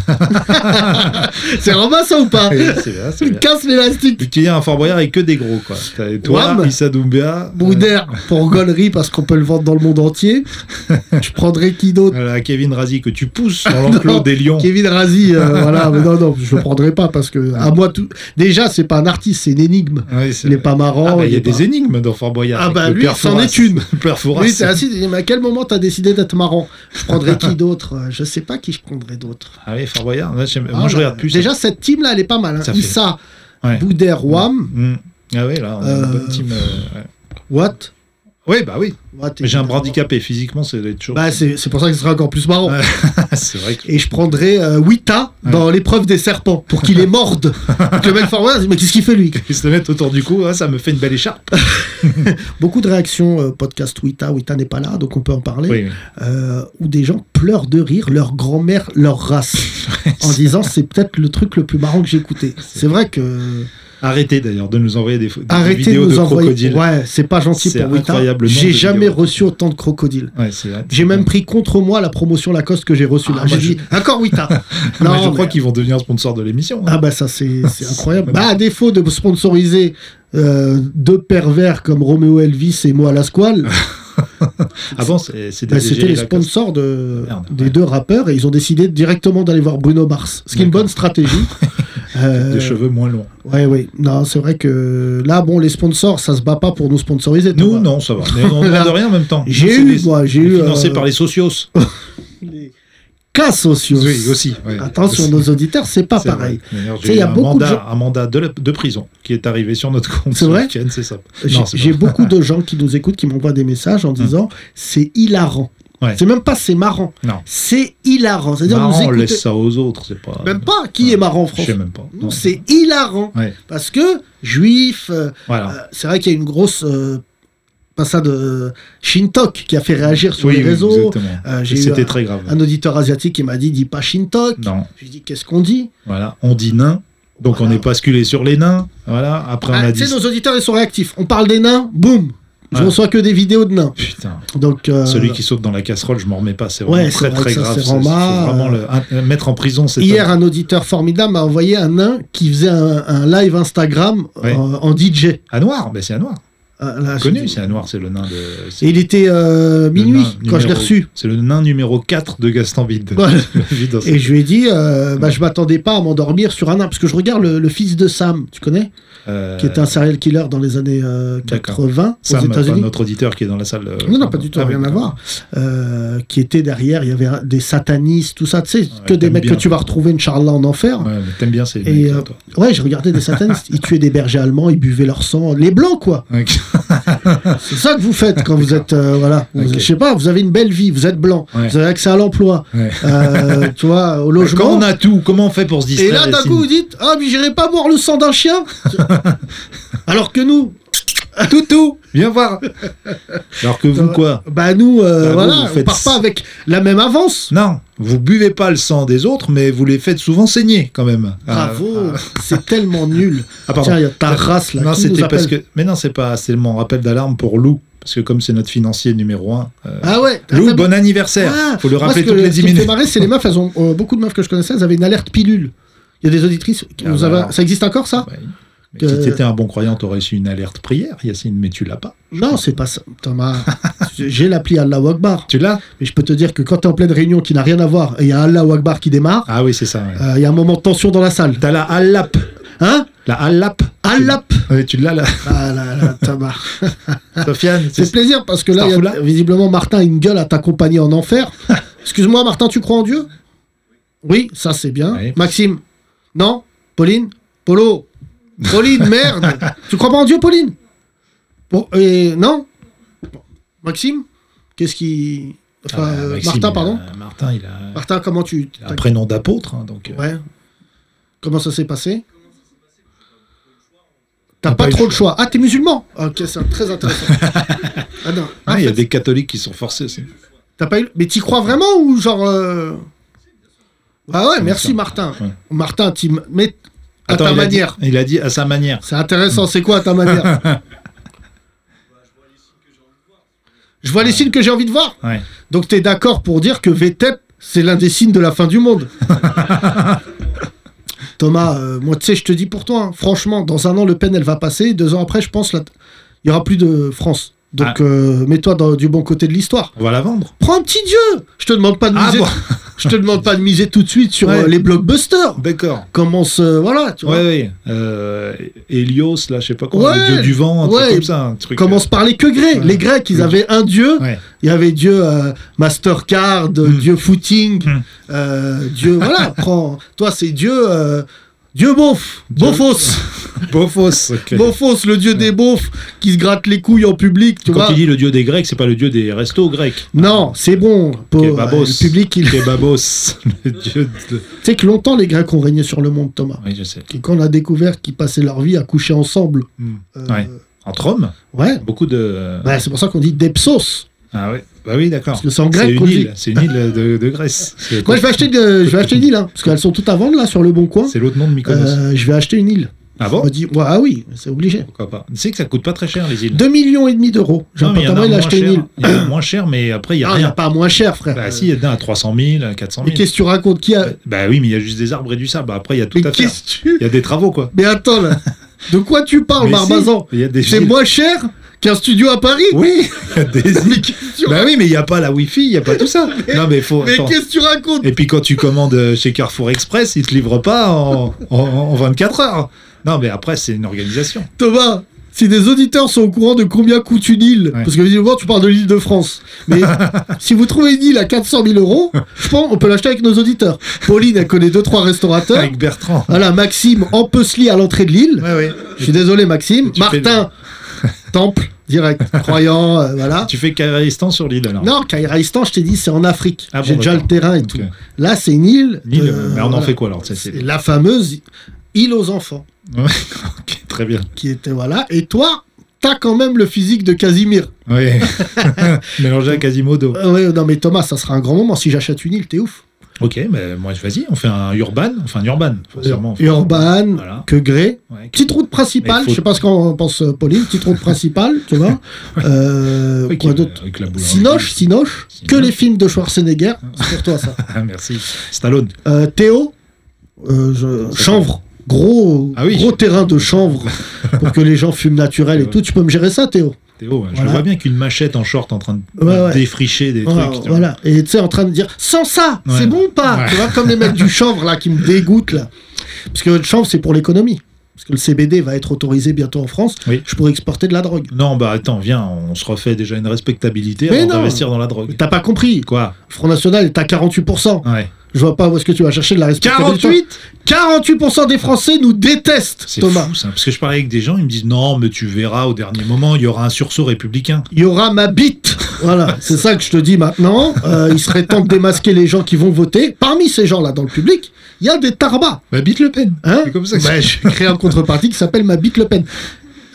Speaker 3: c'est Romain, ça ou pas
Speaker 4: Bouillard. Oui, c'est vrai, c'est
Speaker 3: Il
Speaker 4: vrai.
Speaker 3: casse l'élastique.
Speaker 4: Donc, il y a un Fort Boyard avec que des gros, quoi. T'as- Toi,
Speaker 3: Wham.
Speaker 4: Issa Doumbia. euh,
Speaker 3: Boudère pour Gollery parce qu'on peut le vendre dans le monde entier. Je prendrais qui d'autre
Speaker 4: voilà, Kevin Razi que tu pousses dans l'enclos
Speaker 3: Non,
Speaker 4: des lions.
Speaker 3: Kevin Razi, euh, voilà, mais non, non, je le prendrai pas parce que à moi tout. Déjà, c'est pas un artiste, c'est une énigme.
Speaker 4: Ouais, c'est
Speaker 3: Il est
Speaker 4: vrai.
Speaker 3: pas marrant.
Speaker 4: Ah, bah, il y a
Speaker 3: est pas-
Speaker 4: des énigmes dans Fort Boyard.
Speaker 3: Ah,
Speaker 4: avec
Speaker 3: bah,
Speaker 4: le
Speaker 3: lui,
Speaker 4: père
Speaker 3: c'en est
Speaker 4: Fouras.
Speaker 3: une.
Speaker 4: Le père Fouras.
Speaker 3: Oui, c'est assis. il dit, Mais à quel moment t'as décidé d'être marrant Je prendrais qui d'autre Euh, Je sais pas qui je prendrais d'autre.
Speaker 4: Ah oui, Fort Boyard. Moi, j'aime-
Speaker 3: Ah,
Speaker 4: moi, je
Speaker 3: bah,
Speaker 4: regarde plus. ça.
Speaker 3: Déjà, cette team là, elle est pas mal. hein.
Speaker 4: Ça fait-
Speaker 3: Issa,
Speaker 4: Ouais.
Speaker 3: Boudère, Wam,
Speaker 4: Mm. Ah oui, là, on a une
Speaker 3: Euh,
Speaker 4: bonne team. euh, ouais.
Speaker 3: What
Speaker 4: Oui, bah oui.
Speaker 3: What,
Speaker 4: Mais J'ai un bras
Speaker 3: évidemment.
Speaker 4: handicapé. Physiquement, c'est d'être chaud.
Speaker 3: Bah, c'est c'est pour ça que ce sera encore plus marrant.
Speaker 4: Ouais. c'est vrai que.
Speaker 3: Et je prendrais euh, Wita dans l'épreuve des serpents pour qu'il les morde. Donc le mec fait, Ouais, mais qu'est-ce qu'il fait lui
Speaker 4: Ils se le mettent autour du cou, hein, ça me fait une belle écharpe.
Speaker 3: Beaucoup de réactions euh, podcast Wita. Wita n'est pas là, donc on peut en parler.
Speaker 4: Oui, oui.
Speaker 3: Euh, où des gens pleurent de rire leur grand-mère, leur race, en disant c'est peut-être le truc le plus marrant que j'ai écouté. C'est vrai que
Speaker 4: Arrêtez d'ailleurs de nous envoyer des, fo- des
Speaker 3: arrêtez de
Speaker 4: vidéos
Speaker 3: nous
Speaker 4: de
Speaker 3: envoyer.
Speaker 4: crocodiles.
Speaker 3: Ouais, c'est pas gentil
Speaker 4: C'est
Speaker 3: pour Wita.
Speaker 4: incroyable le nombre
Speaker 3: J'ai
Speaker 4: de
Speaker 3: jamais
Speaker 4: vidéos.
Speaker 3: reçu autant de crocodiles.
Speaker 4: Ouais, c'est vrai.
Speaker 3: J'ai même pris contre moi la promotion Lacoste que j'ai reçue
Speaker 4: Ah,
Speaker 3: là.
Speaker 4: moi,
Speaker 3: J'ai
Speaker 4: je-
Speaker 3: dit encore Wita.
Speaker 4: Non, mais je
Speaker 3: Non,
Speaker 4: crois
Speaker 3: mais-
Speaker 4: qu'ils vont devenir sponsors de l'émission. hein.
Speaker 3: Ah bah ça c'est c'est incroyable. Bah à défaut de sponsoriser euh, deux pervers comme Roméo Elvis et moi à la squale,
Speaker 4: Avant, c'est- c'était
Speaker 3: bah,
Speaker 4: des
Speaker 3: c'était
Speaker 4: gérés
Speaker 3: les
Speaker 4: Ah, Lacoste.
Speaker 3: sponsors de,
Speaker 4: Merde,
Speaker 3: des
Speaker 4: ouais.
Speaker 3: deux rappeurs et ils ont décidé directement d'aller voir Bruno Mars, ce qui est une
Speaker 4: D'accord.
Speaker 3: bonne stratégie. Euh,
Speaker 4: Des cheveux moins longs.
Speaker 3: Ouais ouais. Non c'est vrai que là bon les sponsors ça se bat pas pour nous sponsoriser.
Speaker 4: Nous,
Speaker 3: Thomas.
Speaker 4: non, ça va. Mais on ne demande rien en même temps.
Speaker 3: J'ai
Speaker 4: C'est
Speaker 3: eu,
Speaker 4: des-
Speaker 3: moi, j'ai eu,
Speaker 4: Financé
Speaker 3: euh,
Speaker 4: par les socios.
Speaker 3: Cas sociaux.
Speaker 4: Oui, aussi. ouais.
Speaker 3: Attention
Speaker 4: Aussi.
Speaker 3: nos auditeurs c'est pas
Speaker 4: C'est vrai.
Speaker 3: Ah, pareil.
Speaker 4: D'ailleurs,
Speaker 3: Tu sais,
Speaker 4: J'ai
Speaker 3: il y
Speaker 4: eu
Speaker 3: a
Speaker 4: un
Speaker 3: beaucoup de
Speaker 4: mandat,
Speaker 3: gens-
Speaker 4: un mandat de, la- de prison qui est arrivé sur notre compte.
Speaker 3: C'est
Speaker 4: ce
Speaker 3: vrai
Speaker 4: week-end, C'est ça.
Speaker 3: J'ai
Speaker 4: Non, c'est
Speaker 3: j'ai
Speaker 4: pas- Mm.
Speaker 3: beaucoup de gens qui nous écoutent qui m'envoient des messages en disant c'est hilarant.
Speaker 4: Ouais.
Speaker 3: C'est même pas c'est marrant.
Speaker 4: Non.
Speaker 3: C'est hilarant. C'est-à-dire
Speaker 4: Marrant,
Speaker 3: nous
Speaker 4: on
Speaker 3: écoutez-
Speaker 4: laisse ça aux autres. C'est pas.
Speaker 3: Même pas qui
Speaker 4: Ouais.
Speaker 3: est marrant en
Speaker 4: Je
Speaker 3: France.
Speaker 4: sais même pas.
Speaker 3: Non, c'est hilarant.
Speaker 4: Ouais.
Speaker 3: Parce que juif, euh,
Speaker 4: Voilà.
Speaker 3: euh, c'est vrai qu'il y a une grosse euh, passade euh, Shintok qui a fait réagir sur
Speaker 4: Oui,
Speaker 3: les
Speaker 4: oui,
Speaker 3: réseaux.
Speaker 4: exactement.
Speaker 3: Euh,
Speaker 4: Et
Speaker 3: J'ai eu
Speaker 4: C'était
Speaker 3: un,
Speaker 4: très grave.
Speaker 3: un auditeur asiatique qui m'a dit dis pas Shintok.
Speaker 4: Non.
Speaker 3: Je lui dis qu'est-ce qu'on dit
Speaker 4: Voilà. On dit nain. Donc on
Speaker 3: Voilà.
Speaker 4: est basculé sur les nains. Voilà. Après on
Speaker 3: Ah,
Speaker 4: a
Speaker 3: Tu
Speaker 4: dit.
Speaker 3: sais, nos auditeurs ils sont réactifs. On parle des nains, boum Je
Speaker 4: Ouais.
Speaker 3: reçois que des vidéos de nains.
Speaker 4: Putain,
Speaker 3: Donc, euh,
Speaker 4: celui qui saute dans la casserole, je m'en remets pas. C'est
Speaker 3: Ouais,
Speaker 4: vraiment
Speaker 3: c'est
Speaker 4: très
Speaker 3: vrai
Speaker 4: très
Speaker 3: que ça,
Speaker 4: grave.
Speaker 3: c'est
Speaker 4: ça. Il faut
Speaker 3: vraiment,
Speaker 4: vraiment le- un- mettre en prison. cet
Speaker 3: Hier,
Speaker 4: homme.
Speaker 3: un auditeur formidable m'a envoyé un nain qui faisait un, un live Instagram
Speaker 4: Ouais.
Speaker 3: en, en DJ.
Speaker 4: à Ah, noir, mais c'est à noir.
Speaker 3: Euh, là,
Speaker 4: Connu,
Speaker 3: je-
Speaker 4: c'est à noir. C'est le nain de. c'est
Speaker 3: Et il était euh,
Speaker 4: le
Speaker 3: minuit
Speaker 4: nain
Speaker 3: quand je l'ai
Speaker 4: numéro-
Speaker 3: reçu.
Speaker 4: C'est le nain numéro 4 de Gaston Vide.
Speaker 3: Voilà.
Speaker 4: Vu dans
Speaker 3: Et je lui ai dit, euh, bah, je m'attendais pas à m'endormir sur un nain, parce que je regarde le, le fils de Sam, tu connais,
Speaker 4: Euh,
Speaker 3: qui était un serial killer dans les années euh,
Speaker 4: D'accord.
Speaker 3: 80 aux
Speaker 4: Sam, pas
Speaker 3: États-Unis.
Speaker 4: notre auditeur qui est dans la salle. euh,
Speaker 3: Non, non, pas du tout,
Speaker 4: ah oui,
Speaker 3: rien à voir. Euh, qui était derrière, il y avait des satanistes, tout ça, tu sais, que des
Speaker 4: t'aimes
Speaker 3: mecs
Speaker 4: bien.
Speaker 3: que tu vas retrouver, Inch'Allah, en enfer.
Speaker 4: Ouais, mais T'aimes bien ces
Speaker 3: Et,
Speaker 4: mecs,
Speaker 3: euh,
Speaker 4: toi.
Speaker 3: Ouais, je regardais des satanistes. Ils tuaient des bergers allemands, ils buvaient leur sang. Les blancs, quoi.
Speaker 4: Ok.
Speaker 3: C'est ça que vous faites quand vous êtes. euh, voilà. Vous-
Speaker 4: Ok.
Speaker 3: je sais pas, vous avez une belle vie, vous êtes blanc,
Speaker 4: Ouais.
Speaker 3: vous avez accès à l'emploi,
Speaker 4: Ouais.
Speaker 3: euh, tu vois, au
Speaker 4: Quand
Speaker 3: logement.
Speaker 4: on a tout, comment on fait pour se distraire
Speaker 3: Et là, d'un
Speaker 4: Yacine
Speaker 3: coup, vous dites Ah, mais j'irai pas boire le sang d'un chien Alors que nous. Toutou
Speaker 4: Viens voir Alors que vous, quoi
Speaker 3: Bah, nous, euh,
Speaker 4: Bah, vous,
Speaker 3: voilà,
Speaker 4: vous faites
Speaker 3: on part pas avec la même avance.
Speaker 4: Non, vous buvez pas le sang des autres, mais vous les faites souvent saigner, quand même. Ah,
Speaker 3: Bravo C'est tellement nul
Speaker 4: Ah, pardon.
Speaker 3: Tiens, il y a ta race là.
Speaker 4: non,
Speaker 3: qui nous
Speaker 4: c'était parce
Speaker 3: appelle.
Speaker 4: que. Mais non, c'est pas. C'est mon rappel d'alarme pour Lou. Parce que comme c'est notre financier numéro 1.
Speaker 3: Ah ouais
Speaker 4: Lou,
Speaker 3: Ah,
Speaker 4: bon anniversaire
Speaker 3: Ah,
Speaker 4: Faut le
Speaker 3: moi,
Speaker 4: rappeler
Speaker 3: ce que-
Speaker 4: toutes les
Speaker 3: ce qui
Speaker 4: 10
Speaker 3: me fait
Speaker 4: minutes.
Speaker 3: marrer, c'est les meufs, elles ont, euh, beaucoup de meufs que je connaissais, elles avaient une alerte pilule. Il y a des auditrices. qui
Speaker 4: Ah,
Speaker 3: nous
Speaker 4: bah
Speaker 3: avaient-
Speaker 4: alors.
Speaker 3: Ça existe encore ça
Speaker 4: Ouais. Mais
Speaker 3: Que-
Speaker 4: Si t'étais un bon croyant, t'aurais reçu une alerte prière, Yacine, mais tu l'as pas.
Speaker 3: Non, c'est pas ça. Thomas, j'ai l'appli Allah Akbar.
Speaker 4: Tu l'as
Speaker 3: Mais je peux te dire que quand t'es en pleine réunion qui n'a rien à voir et il y a Allah Akbar qui démarre,
Speaker 4: Ah oui, c'est ça. ouais.
Speaker 3: euh, il y a un moment de tension dans la salle.
Speaker 4: T'as la Allap.
Speaker 3: Hein
Speaker 4: La Allap.
Speaker 3: Allah
Speaker 4: Ouais, tu l'as là.
Speaker 3: Ah là là, Thomas.
Speaker 4: Sofiane,
Speaker 3: Ah. C'est plaisir parce que là, il y a-
Speaker 4: Starfoula
Speaker 3: visiblement, Martin a une gueule à t'accompagner en enfer. Excuse-moi, Martin, tu crois en Dieu Oui, ça c'est bien.
Speaker 4: Oui.
Speaker 3: Maxime Non Pauline Polo Pauline, merde Tu crois pas en Dieu, Pauline Bon, et non Maxime Qu'est-ce qui.
Speaker 4: Ah,
Speaker 3: Enfin, euh,
Speaker 4: Maxime,
Speaker 3: Martin,
Speaker 4: il
Speaker 3: pardon Ah.
Speaker 4: a- Martin, il a
Speaker 3: Martin, comment tu.
Speaker 4: il a un prénom d'apôtre, hein, donc. euh,
Speaker 3: Ouais. Comment ça s'est passé T'as
Speaker 4: T'as
Speaker 3: pas,
Speaker 4: pas eu
Speaker 3: trop
Speaker 4: le
Speaker 3: de choix. Ah, t'es musulman Ok, c'est très intéressant. ah non.
Speaker 4: ah,
Speaker 3: En
Speaker 4: il y a
Speaker 3: fait,
Speaker 4: des catholiques qui sont forcés. c'est-
Speaker 3: T'as pas eu... Mais t'y crois vraiment ou genre... euh, Ah ouais, merci Martin.
Speaker 4: Ouais.
Speaker 3: Martin, t'y m- mais à
Speaker 4: Attends,
Speaker 3: ta
Speaker 4: il a dit-
Speaker 3: manière.
Speaker 4: il a dit à sa manière.
Speaker 3: C'est intéressant, c'est quoi à ta manière Je vois les signes que j'ai envie de voir.
Speaker 4: Ouais.
Speaker 3: Donc t'es d'accord pour dire que VTEP, c'est l'un des signes de la fin du monde Thomas, euh, moi tu sais, je te dis pour toi, hein, franchement, dans un an, Le Pen, elle va passer. Deux ans après, je pense, là, il y aura plus de France. Donc
Speaker 4: Ah.
Speaker 3: euh, mets-toi dans- du bon côté de l'histoire.
Speaker 4: On va la vendre.
Speaker 3: Prends un petit dieu Je te demande pas de
Speaker 4: Ah
Speaker 3: miser.
Speaker 4: bon
Speaker 3: Je te demande pas de miser tout de suite sur
Speaker 4: Ouais.
Speaker 3: euh, les blockbusters.
Speaker 4: D'accord.
Speaker 3: Commence, euh, voilà, tu
Speaker 4: Ouais,
Speaker 3: vois.
Speaker 4: ouais. Euh, Helios, là, je sais pas quoi.
Speaker 3: Ouais.
Speaker 4: le dieu du vent, un
Speaker 3: Ouais.
Speaker 4: truc comme ça. Un truc,
Speaker 3: Commence par les que grés.
Speaker 4: Ouais.
Speaker 3: Les Grecs, ils
Speaker 4: Le
Speaker 3: avaient un dieu.
Speaker 4: Ouais.
Speaker 3: Il y avait dieu euh, Mastercard, euh,
Speaker 4: Mm.
Speaker 3: dieu Footing,
Speaker 4: Mm.
Speaker 3: euh, dieu, voilà, prends. Toi, c'est dieu. euh, Dieu beauf,
Speaker 4: Dieu-
Speaker 3: beaufos,
Speaker 4: Beaufos. ok.
Speaker 3: beaufos, le dieu des beaufs qui se gratte les couilles en public, tu
Speaker 4: Quand
Speaker 3: vois.
Speaker 4: il dit le dieu des Grecs, c'est pas le dieu des restos grecs.
Speaker 3: Non, c'est bon. Pour,
Speaker 4: Ok, bah, babos.
Speaker 3: euh, le public, il... tu
Speaker 4: Kebabos. le dieu de.
Speaker 3: sais que longtemps les Grecs ont régné sur le monde, Thomas.
Speaker 4: Oui, je sais.
Speaker 3: Et quand on a découvert qu'ils passaient leur vie à coucher ensemble,
Speaker 4: Hmm.
Speaker 3: euh,
Speaker 4: Ouais. Entre hommes,
Speaker 3: ouais,
Speaker 4: beaucoup de. euh,
Speaker 3: Bah, c'est pour ça qu'on dit Depsos.
Speaker 4: Ah ouais. Bah oui, d'accord.
Speaker 3: Parce que c'est en
Speaker 4: C'est
Speaker 3: grec qu'on
Speaker 4: une
Speaker 3: dit.
Speaker 4: île. C'est une île de, de Grèce. C'est-
Speaker 3: Moi, je vais acheter, de, je vais acheter une île, hein, parce qu'elles sont toutes à vendre là sur le bon coin.
Speaker 4: C'est l'autre nom de Mykonos.
Speaker 3: Euh, je vais acheter une île.
Speaker 4: ah
Speaker 3: On
Speaker 4: bon
Speaker 3: m'a dit, ouais, ah oui, c'est obligé.
Speaker 4: Pourquoi pas Tu sais que ça coûte pas très cher les îles.
Speaker 3: 2 millions et demi d'euros. J'ai
Speaker 4: Non,
Speaker 3: un
Speaker 4: mais Ah il y
Speaker 3: pote à
Speaker 4: en a
Speaker 3: moi, il a
Speaker 4: moins
Speaker 3: acheté une île.
Speaker 4: cher. Il y en a moins cher, mais après, il n'y a
Speaker 3: Ah, il y
Speaker 4: rien.
Speaker 3: a pas moins cher, frère.
Speaker 4: Bah si, il y en a à 300 000, à 400
Speaker 3: Mais
Speaker 4: 000.
Speaker 3: qu'est-ce que tu racontes qui a...
Speaker 4: Bah oui, mais il y a juste des arbres et du sable. Après, il y a tout
Speaker 3: Mais
Speaker 4: à faire.
Speaker 3: qu'est-ce que tu...
Speaker 4: Il y a des travaux, quoi.
Speaker 3: Mais attends, là. De quoi tu parles,
Speaker 4: Mais
Speaker 3: Barbazan
Speaker 4: si, Il y a des
Speaker 3: C'est
Speaker 4: îles.
Speaker 3: moins cher qu'un studio à Paris
Speaker 4: Oui, il y a des îles.
Speaker 3: tu
Speaker 4: Bah oui, mais il n'y a pas la Wi-Fi, il n'y a pas tout ça. non, mais faut.
Speaker 3: Mais
Speaker 4: attends.
Speaker 3: qu'est-ce que tu racontes
Speaker 4: Et puis quand tu commandes euh, chez Carrefour Express, ils te livrent pas en, en- en 24 heures. Non, mais après, c'est une organisation.
Speaker 3: Thomas, si des auditeurs sont au courant de combien coûte une île,
Speaker 4: Ouais.
Speaker 3: parce que visiblement tu parles de l'île de France, mais si vous trouvez une île à 400 000 euros, je pense qu'on peut l'acheter avec nos auditeurs. Pauline, elle connaît deux trois restaurateurs.
Speaker 4: Avec Bertrand.
Speaker 3: Voilà, Maxime, en Peucely à l'entrée de l'île.
Speaker 4: Ouais, ouais.
Speaker 3: Je suis désolé, Maxime.
Speaker 4: Tu fais
Speaker 3: Martin, temple, direct, croyant, euh, voilà.
Speaker 4: Tu fais Kazakhstan sur l'île alors
Speaker 3: Non, Kairaistan, je t'ai dit, c'est en Afrique.
Speaker 4: Ah bon,
Speaker 3: J'ai déjà le
Speaker 4: d'accord.
Speaker 3: terrain et
Speaker 4: Ok.
Speaker 3: tout. Là, c'est une île.
Speaker 4: L'île,
Speaker 3: euh,
Speaker 4: mais on en
Speaker 3: voilà.
Speaker 4: fait quoi alors ça, c'est-
Speaker 3: C'est La fameuse île aux enfants.
Speaker 4: Ok, Très bien.
Speaker 3: qui était voilà. Et toi, t'as quand même le physique de Casimir.
Speaker 4: Oui. Mélangé à Quasimodo.
Speaker 3: Euh, ouais, non mais Thomas, ça sera un grand moment. Si j'achète une île, t'es ouf.
Speaker 4: Ok, mais moi, vas-y, on fait un urban, enfin un urban, forcément. on fait-
Speaker 3: Euh, Urban,
Speaker 4: Voilà.
Speaker 3: que Grey.
Speaker 4: Ouais,
Speaker 3: Petite route principale,
Speaker 4: Mais faut-
Speaker 3: je sais pas ce qu'en pense euh, Pauline, petite route principale, tu vois. Euh,
Speaker 4: Ok,
Speaker 3: quoi d'autre
Speaker 4: avec la boule.
Speaker 3: Sinoche, Sinoche,
Speaker 4: hein. Sinoche.
Speaker 3: que les films de Schwarzenegger, c'est pour toi ça.
Speaker 4: Ah, merci. Stallone.
Speaker 3: Euh, Théo, euh, je- chanvre, gros,
Speaker 4: Ah oui.
Speaker 3: gros terrain de chanvre pour que les gens fument naturel et
Speaker 4: Ouais.
Speaker 3: tout. Tu peux me gérer ça, Théo
Speaker 4: Théo, ouais, je
Speaker 3: Voilà.
Speaker 4: vois bien qu'une machette en short en train de
Speaker 3: Ouais, ouais.
Speaker 4: défricher des
Speaker 3: Voilà,
Speaker 4: trucs. tu vois.
Speaker 3: voilà. Et tu sais, en train de dire sans ça,
Speaker 4: Ouais.
Speaker 3: c'est bon ou pas
Speaker 4: Ouais.
Speaker 3: Tu vois, comme les mecs du chanvre là qui me dégoûtent là. Parce que le chanvre, c'est pour l'économie. Parce que le CBD va être autorisé bientôt en France.
Speaker 4: Oui.
Speaker 3: Je pourrais exporter de la drogue.
Speaker 4: Non, bah attends, viens, on se refait déjà une respectabilité
Speaker 3: Mais
Speaker 4: avant
Speaker 3: non.
Speaker 4: d'investir dans la
Speaker 3: Mais
Speaker 4: drogue.
Speaker 3: T'as pas compris.
Speaker 4: Quoi
Speaker 3: Front National est à 48%.
Speaker 4: Ouais.
Speaker 3: Je vois pas où est-ce que tu vas chercher de la responsabilité.
Speaker 4: 48
Speaker 3: 48% des Français nous détestent,
Speaker 4: C'est
Speaker 3: Thomas.
Speaker 4: fou ça, parce que je parlais avec des gens, ils me disent non, mais tu verras au dernier moment, il y aura un sursaut républicain.
Speaker 3: Il y aura ma bite. Voilà, c'est ça que je te dis maintenant. Euh, il serait temps de démasquer les gens qui vont voter. Parmi ces gens-là dans le public, il y a des tarbas.
Speaker 4: Bah, bite Le Pen
Speaker 3: Hein
Speaker 4: C'est comme ça que
Speaker 3: Bah,
Speaker 4: c'est.
Speaker 3: J'ai créé un contreparti qui s'appelle ma bite Le Pen.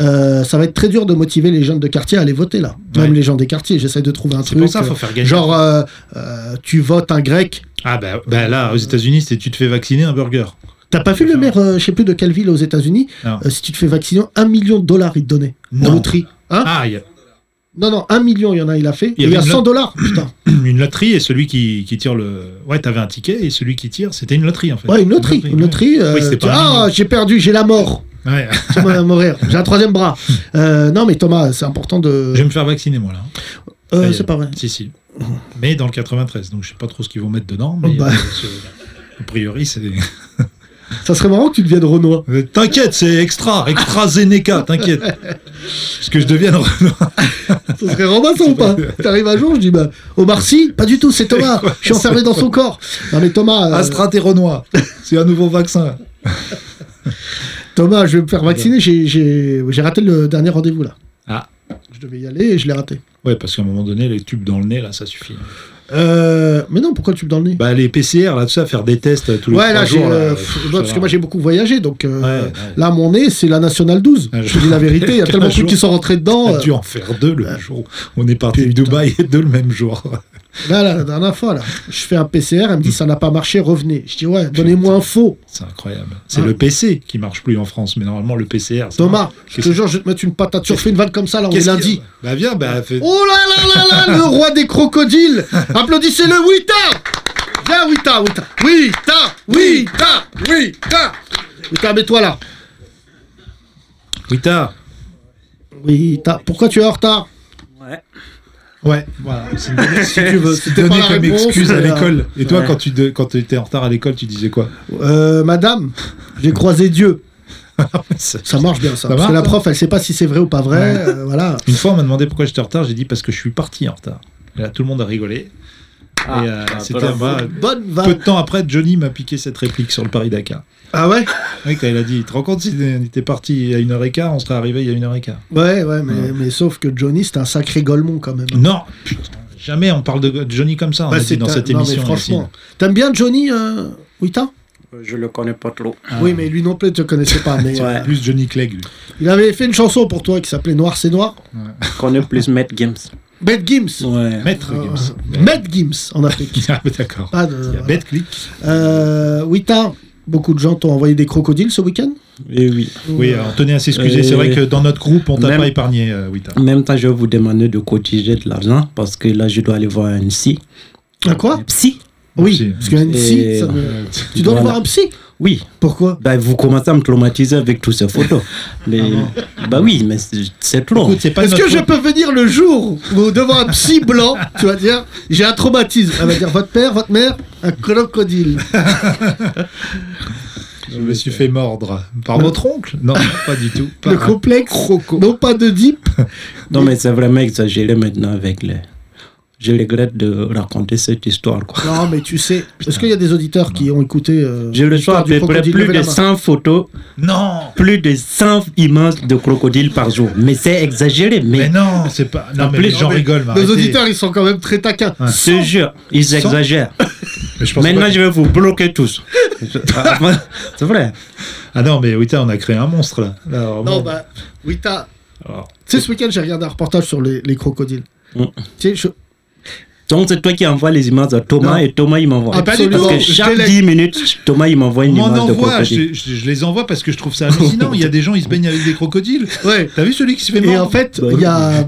Speaker 3: Euh, ça va être très dur de motiver les jeunes de quartier à aller voter là. Même
Speaker 4: Ouais.
Speaker 3: les gens des quartiers, j'essaie de trouver un
Speaker 4: C'est
Speaker 3: truc.
Speaker 4: pour ça,
Speaker 3: euh,
Speaker 4: faut faire gagner.
Speaker 3: Genre, euh, euh, tu votes un grec.
Speaker 4: Ah bah, bah là, aux États-Unis, c'est tu te fais vacciner un burger.
Speaker 3: T'as pas vu le maire, euh, je sais plus de quelle ville aux États-Unis
Speaker 4: Non.
Speaker 3: Euh, Si tu te fais vacciner, un million de dollars il te donnait en
Speaker 4: Non.
Speaker 3: loterie. Hein
Speaker 4: Ah, il y a
Speaker 3: Non, non, un million, il y en a, il a fait.
Speaker 4: Il y
Speaker 3: Et Il y,
Speaker 4: avait
Speaker 3: a
Speaker 4: une
Speaker 3: 100
Speaker 4: lot-
Speaker 3: dollars, putain.
Speaker 4: une loterie et celui qui, qui tire le. Ouais, t'avais un ticket et celui qui tire, c'était une loterie en fait.
Speaker 3: Ouais, une loterie. Une loterie. euh,
Speaker 4: Oui, c'était
Speaker 3: tu-
Speaker 4: pas un
Speaker 3: ah,
Speaker 4: million.
Speaker 3: j'ai perdu, j'ai la mort.
Speaker 4: Ouais.
Speaker 3: Tu vas mourir. J'ai un troisième bras. Euh, non, mais Thomas, c'est important de.
Speaker 4: Je vais me faire vacciner moi là.
Speaker 3: Euh,
Speaker 4: Ça y est.
Speaker 3: c'est pas vrai.
Speaker 4: Si, si. Mais dans le 93, donc je sais pas trop ce qu'ils vont mettre dedans, mais.
Speaker 3: Oh, bah.
Speaker 4: euh, ce- A priori, c'est.
Speaker 3: Ça serait marrant que tu deviennes Renoir.
Speaker 4: Euh, T'inquiète, c'est extra, extra Zeneca, t'inquiète. Parce que je deviens
Speaker 3: Euh. Ça serait Robinson ou pas T'arrives un jour, je dis, bah, Omar Sy Pas du tout, c'est Thomas. je suis enfermé dans son corps. Non, mais Thomas, euh,
Speaker 4: Astra Terrenois. C'est un nouveau vaccin.
Speaker 3: Thomas, je vais me faire vacciner. J'ai- J'ai j'ai raté le dernier rendez-vous là.
Speaker 4: Ah.
Speaker 3: Je devais y aller et je l'ai raté.
Speaker 4: Ouais, parce qu'à un moment donné, les tubes dans le nez, là, ça suffit. hein.
Speaker 3: Euh, mais non, pourquoi tu me dans le nez
Speaker 4: Bah, les PCR, là, tout ça, faire des tests euh, tous les
Speaker 3: Ouais,
Speaker 4: trois
Speaker 3: là, j'ai.
Speaker 4: jours. là,
Speaker 3: euh,
Speaker 4: euh,
Speaker 3: pff,
Speaker 4: faut
Speaker 3: ouais, parce
Speaker 4: savoir.
Speaker 3: que moi, j'ai beaucoup voyagé, donc. euh,
Speaker 4: Ouais, ouais.
Speaker 3: Là, mon nez, c'est la Nationale 12.
Speaker 4: Ah,
Speaker 3: Je
Speaker 4: je-
Speaker 3: te dis la vérité, il y a
Speaker 4: Quel
Speaker 3: tellement de
Speaker 4: jour.
Speaker 3: trucs qui sont rentrés dedans.
Speaker 4: On a
Speaker 3: euh,
Speaker 4: dû en faire deux le jour où on est parti de
Speaker 3: Putain.
Speaker 4: Dubaï et deux le même jour.
Speaker 3: Là, là, la dernière fois, là, je fais un PCR, elle me dit ça n'a pas marché, revenez. Je dis ouais, donnez-moi un faux.
Speaker 4: C'est incroyable. C'est
Speaker 3: Ah.
Speaker 4: le PC qui marche plus en France, mais normalement le PCR. ça marche.
Speaker 3: Thomas, je
Speaker 4: Qu'est-ce-
Speaker 3: te jure, je vais te mettre une patate. Tu refais une vanne comme ça, là, on est
Speaker 4: Qu'est-ce qu'il
Speaker 3: lundi.
Speaker 4: y a Bah viens, bah fais-
Speaker 3: Oh là là là là, le roi des crocodiles Applaudissez-le, Wita Viens, Wita, Wita Wita Wita Wita Wita, mets-toi là.
Speaker 4: oui tard.
Speaker 3: Wita, pourquoi tu es en retard
Speaker 4: Ouais, voilà. C'est une-
Speaker 3: Si tu veux,
Speaker 4: donné
Speaker 3: c'était pas la
Speaker 4: comme
Speaker 3: réponse,
Speaker 4: excuse à
Speaker 3: mais, euh,
Speaker 4: l'école. Et toi,
Speaker 5: Ouais.
Speaker 4: quand tu de- quand étais en retard à l'école, tu disais quoi
Speaker 3: Euh, madame, j'ai croisé Dieu.
Speaker 4: C'est-
Speaker 3: Ça marche bien ça.
Speaker 4: Ça
Speaker 3: parce que
Speaker 4: marche,
Speaker 3: la
Speaker 4: ça
Speaker 3: prof, elle sait pas si c'est vrai ou pas vrai.
Speaker 4: Ouais.
Speaker 3: euh, voilà.
Speaker 4: Une fois, on m'a demandé pourquoi j'étais en retard. J'ai dit parce que je suis parti en retard. Et là, tout le monde a rigolé.
Speaker 5: Ah,
Speaker 4: et euh,
Speaker 5: ah,
Speaker 4: c'était bah,
Speaker 5: voilà.
Speaker 3: Bonne
Speaker 4: peu
Speaker 3: vanne.
Speaker 4: de temps après, Johnny m'a piqué cette réplique sur le Paris Dakar.
Speaker 3: Ah ouais
Speaker 4: Oui, quand il a dit, tu te rends compte si on était parti à une heure et quart, on serait arrivé il y a une heure et quart.
Speaker 3: Ouais, ouais, mais,
Speaker 4: Ouais.
Speaker 3: mais sauf que Johnny, c'est un sacré golemon quand même.
Speaker 4: Non, putain, jamais on parle de Johnny comme ça. On
Speaker 3: Bah,
Speaker 4: a
Speaker 3: c'est
Speaker 4: dit dans
Speaker 3: un-
Speaker 4: cette
Speaker 3: non, mais
Speaker 4: émission.
Speaker 3: franchement.
Speaker 4: Yacine.
Speaker 3: T'aimes bien Johnny euh... Wita
Speaker 5: Euh, Je le connais pas trop.
Speaker 4: Ah.
Speaker 3: Oui, mais lui non plus, tu ne connaissais pas. Mais,
Speaker 5: Ouais.
Speaker 3: euh,
Speaker 4: Plus Johnny Clegg. lui.
Speaker 3: il avait fait une chanson pour toi qui s'appelait Noir c'est Noir.
Speaker 5: Je connais plus Matt Games.
Speaker 3: Beth Gims.
Speaker 5: Ouais.
Speaker 4: Maître
Speaker 3: Euh,
Speaker 4: Gims.
Speaker 3: Beth Gims en Afrique.
Speaker 4: Ah, mais d'accord.
Speaker 3: Pas de-
Speaker 4: Il y a
Speaker 3: voilà.
Speaker 4: Bête Click.
Speaker 3: Euh, Wita, beaucoup de gens t'ont envoyé des crocodiles ce week-end
Speaker 5: Et oui.
Speaker 4: Oui, alors, on tenait à s'excuser.
Speaker 5: Euh,
Speaker 4: C'est vrai que dans notre groupe, on t'a
Speaker 5: même-
Speaker 4: pas épargné, euh, Wita.
Speaker 5: En même temps, je vais vous demander de cotiser de l'argent parce que là, je dois aller voir un psy.
Speaker 4: euh,
Speaker 3: Un quoi
Speaker 5: Un psy
Speaker 3: Oui,
Speaker 4: psy.
Speaker 3: parce qu'un psy, ça me- tu dois
Speaker 5: Voilà.
Speaker 3: voir un psy.
Speaker 5: Oui.
Speaker 3: Pourquoi
Speaker 5: Bah, vous commencez à me traumatiser avec toutes ces photos. Mais, bah oui, mais c'est- c'est trop.
Speaker 4: Écoute, c'est pas
Speaker 3: Est-ce
Speaker 4: notre
Speaker 3: que je
Speaker 4: groupe.
Speaker 3: peux venir le jour où devant un psy blanc, tu vas dire, j'ai un traumatisme Elle va dire, votre père, votre mère, un crocodile.
Speaker 4: Je me suis fait mordre par votre oncle Non, pas du tout. Par
Speaker 3: Le
Speaker 4: un-
Speaker 3: complexe, non pas de deep.
Speaker 5: Non, mais c'est vraiment exagéré maintenant avec les. Je regrette de raconter cette histoire, quoi.
Speaker 3: Non, mais tu sais, est-ce qu'il y a des auditeurs qui ont écouté euh,
Speaker 5: Je reçois
Speaker 3: l'histoire
Speaker 5: à
Speaker 3: du
Speaker 5: peu près
Speaker 3: crocodile
Speaker 5: plus
Speaker 3: Levez la
Speaker 5: de
Speaker 3: main.
Speaker 5: 100 photos,
Speaker 4: Non
Speaker 5: plus de 100 images de crocodiles par jour. Mais c'est exagéré,
Speaker 4: Mais
Speaker 5: mais
Speaker 4: non, c'est pas. Non,
Speaker 5: En
Speaker 4: mais
Speaker 5: plus,
Speaker 4: j'en
Speaker 5: non, mais
Speaker 4: rigole, mais
Speaker 3: Nos
Speaker 4: arrêtez.
Speaker 3: auditeurs, ils sont quand même très taquins.
Speaker 4: Ouais.
Speaker 5: ce jeu, ils exagèrent.
Speaker 4: Mais je pense
Speaker 5: Maintenant,
Speaker 4: pas-
Speaker 5: je vais vous bloquer tous. Ah, moi, c'est vrai.
Speaker 4: Ah non, mais Wita, on a créé un monstre, là. Là,
Speaker 3: Non,
Speaker 4: vraiment.
Speaker 3: bah, oui, t'as-
Speaker 4: Alors,
Speaker 3: Oh. Tu sais, ce week-end, j'ai regardé un reportage sur les, les crocodiles.
Speaker 5: Mm.
Speaker 3: Tu sais, je-
Speaker 5: Donc c'est toi qui envoies les images à Thomas
Speaker 4: Non.
Speaker 5: et Thomas il m'envoie.
Speaker 3: Ah, pas du
Speaker 5: Parce
Speaker 3: tout.
Speaker 5: que
Speaker 3: Je
Speaker 5: chaque
Speaker 3: t'ai-
Speaker 5: 10 minutes, Thomas il m'envoie
Speaker 4: On
Speaker 5: une
Speaker 4: m'en
Speaker 5: image de
Speaker 4: envoie,
Speaker 5: crocodile.
Speaker 4: je, je- je les envoie parce que je trouve ça hallucinant. Il y a des gens, ils se baignent avec des crocodiles.
Speaker 3: Ouais.
Speaker 4: T'as vu celui qui se fait
Speaker 3: Et
Speaker 4: mordre Bah,
Speaker 3: en fait, il y a.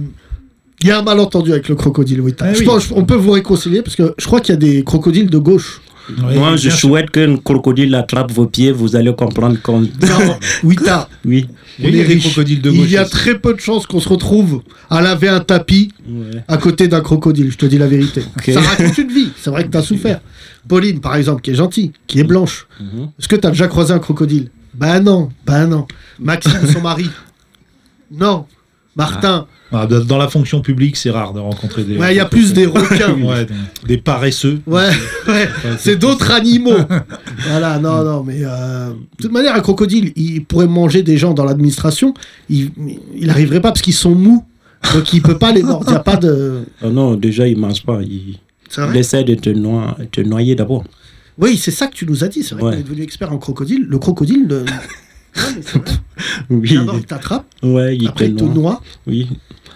Speaker 3: Il y a un malentendu avec le crocodile, Wita.
Speaker 4: Ah
Speaker 3: je
Speaker 4: oui.
Speaker 3: pense on peut vous réconcilier parce que je crois qu'il y a des crocodiles de gauche.
Speaker 4: Ouais,
Speaker 5: Moi je
Speaker 4: bien sûr.
Speaker 5: souhaite qu'un crocodile attrape vos pieds, vous allez comprendre quand.
Speaker 3: Non, Wita,
Speaker 5: Oui.
Speaker 4: Et Il y a des crocodiles de gauche.
Speaker 3: Il y a
Speaker 4: aussi.
Speaker 3: très peu de chances qu'on se retrouve à laver un tapis
Speaker 5: Ouais.
Speaker 3: à côté d'un crocodile, je te dis la vérité.
Speaker 5: Ok.
Speaker 3: Ça raconte une vie, c'est vrai que t'as souffert. Pauline, par exemple, qui est gentille, qui est blanche,
Speaker 5: Mhm.
Speaker 3: est-ce que t'as déjà croisé un crocodile Bah non, bah non. Maxime, son mari Non. Martin,
Speaker 4: Ah, dans- Dans la fonction publique, c'est rare de rencontrer des.
Speaker 3: ouais, il y a plus des requins.
Speaker 4: Ouais, des- des paresseux.
Speaker 3: Ouais, ouais, c'est d'autres animaux. Voilà, non, non, mais euh, de toute manière, un crocodile, il pourrait manger des gens dans l'administration, il, il arriverait pas parce qu'ils sont mous, donc il peut pas les mordre. Il y a pas de.
Speaker 5: Oh non, déjà il mange pas. Il,
Speaker 3: C'est vrai
Speaker 5: il essaie de te, noie- te noyer d'abord.
Speaker 3: Oui, c'est ça que tu nous as dit. C'est vrai
Speaker 5: Ouais.
Speaker 3: qu'on est devenu expert en crocodile. Le crocodile, le... Non, mais c'est vrai.
Speaker 5: Oui.
Speaker 3: d'abord il t'attrape,
Speaker 5: Ouais, il
Speaker 3: Ah après
Speaker 5: te
Speaker 3: il te
Speaker 5: noie.
Speaker 3: noie,
Speaker 5: Oui.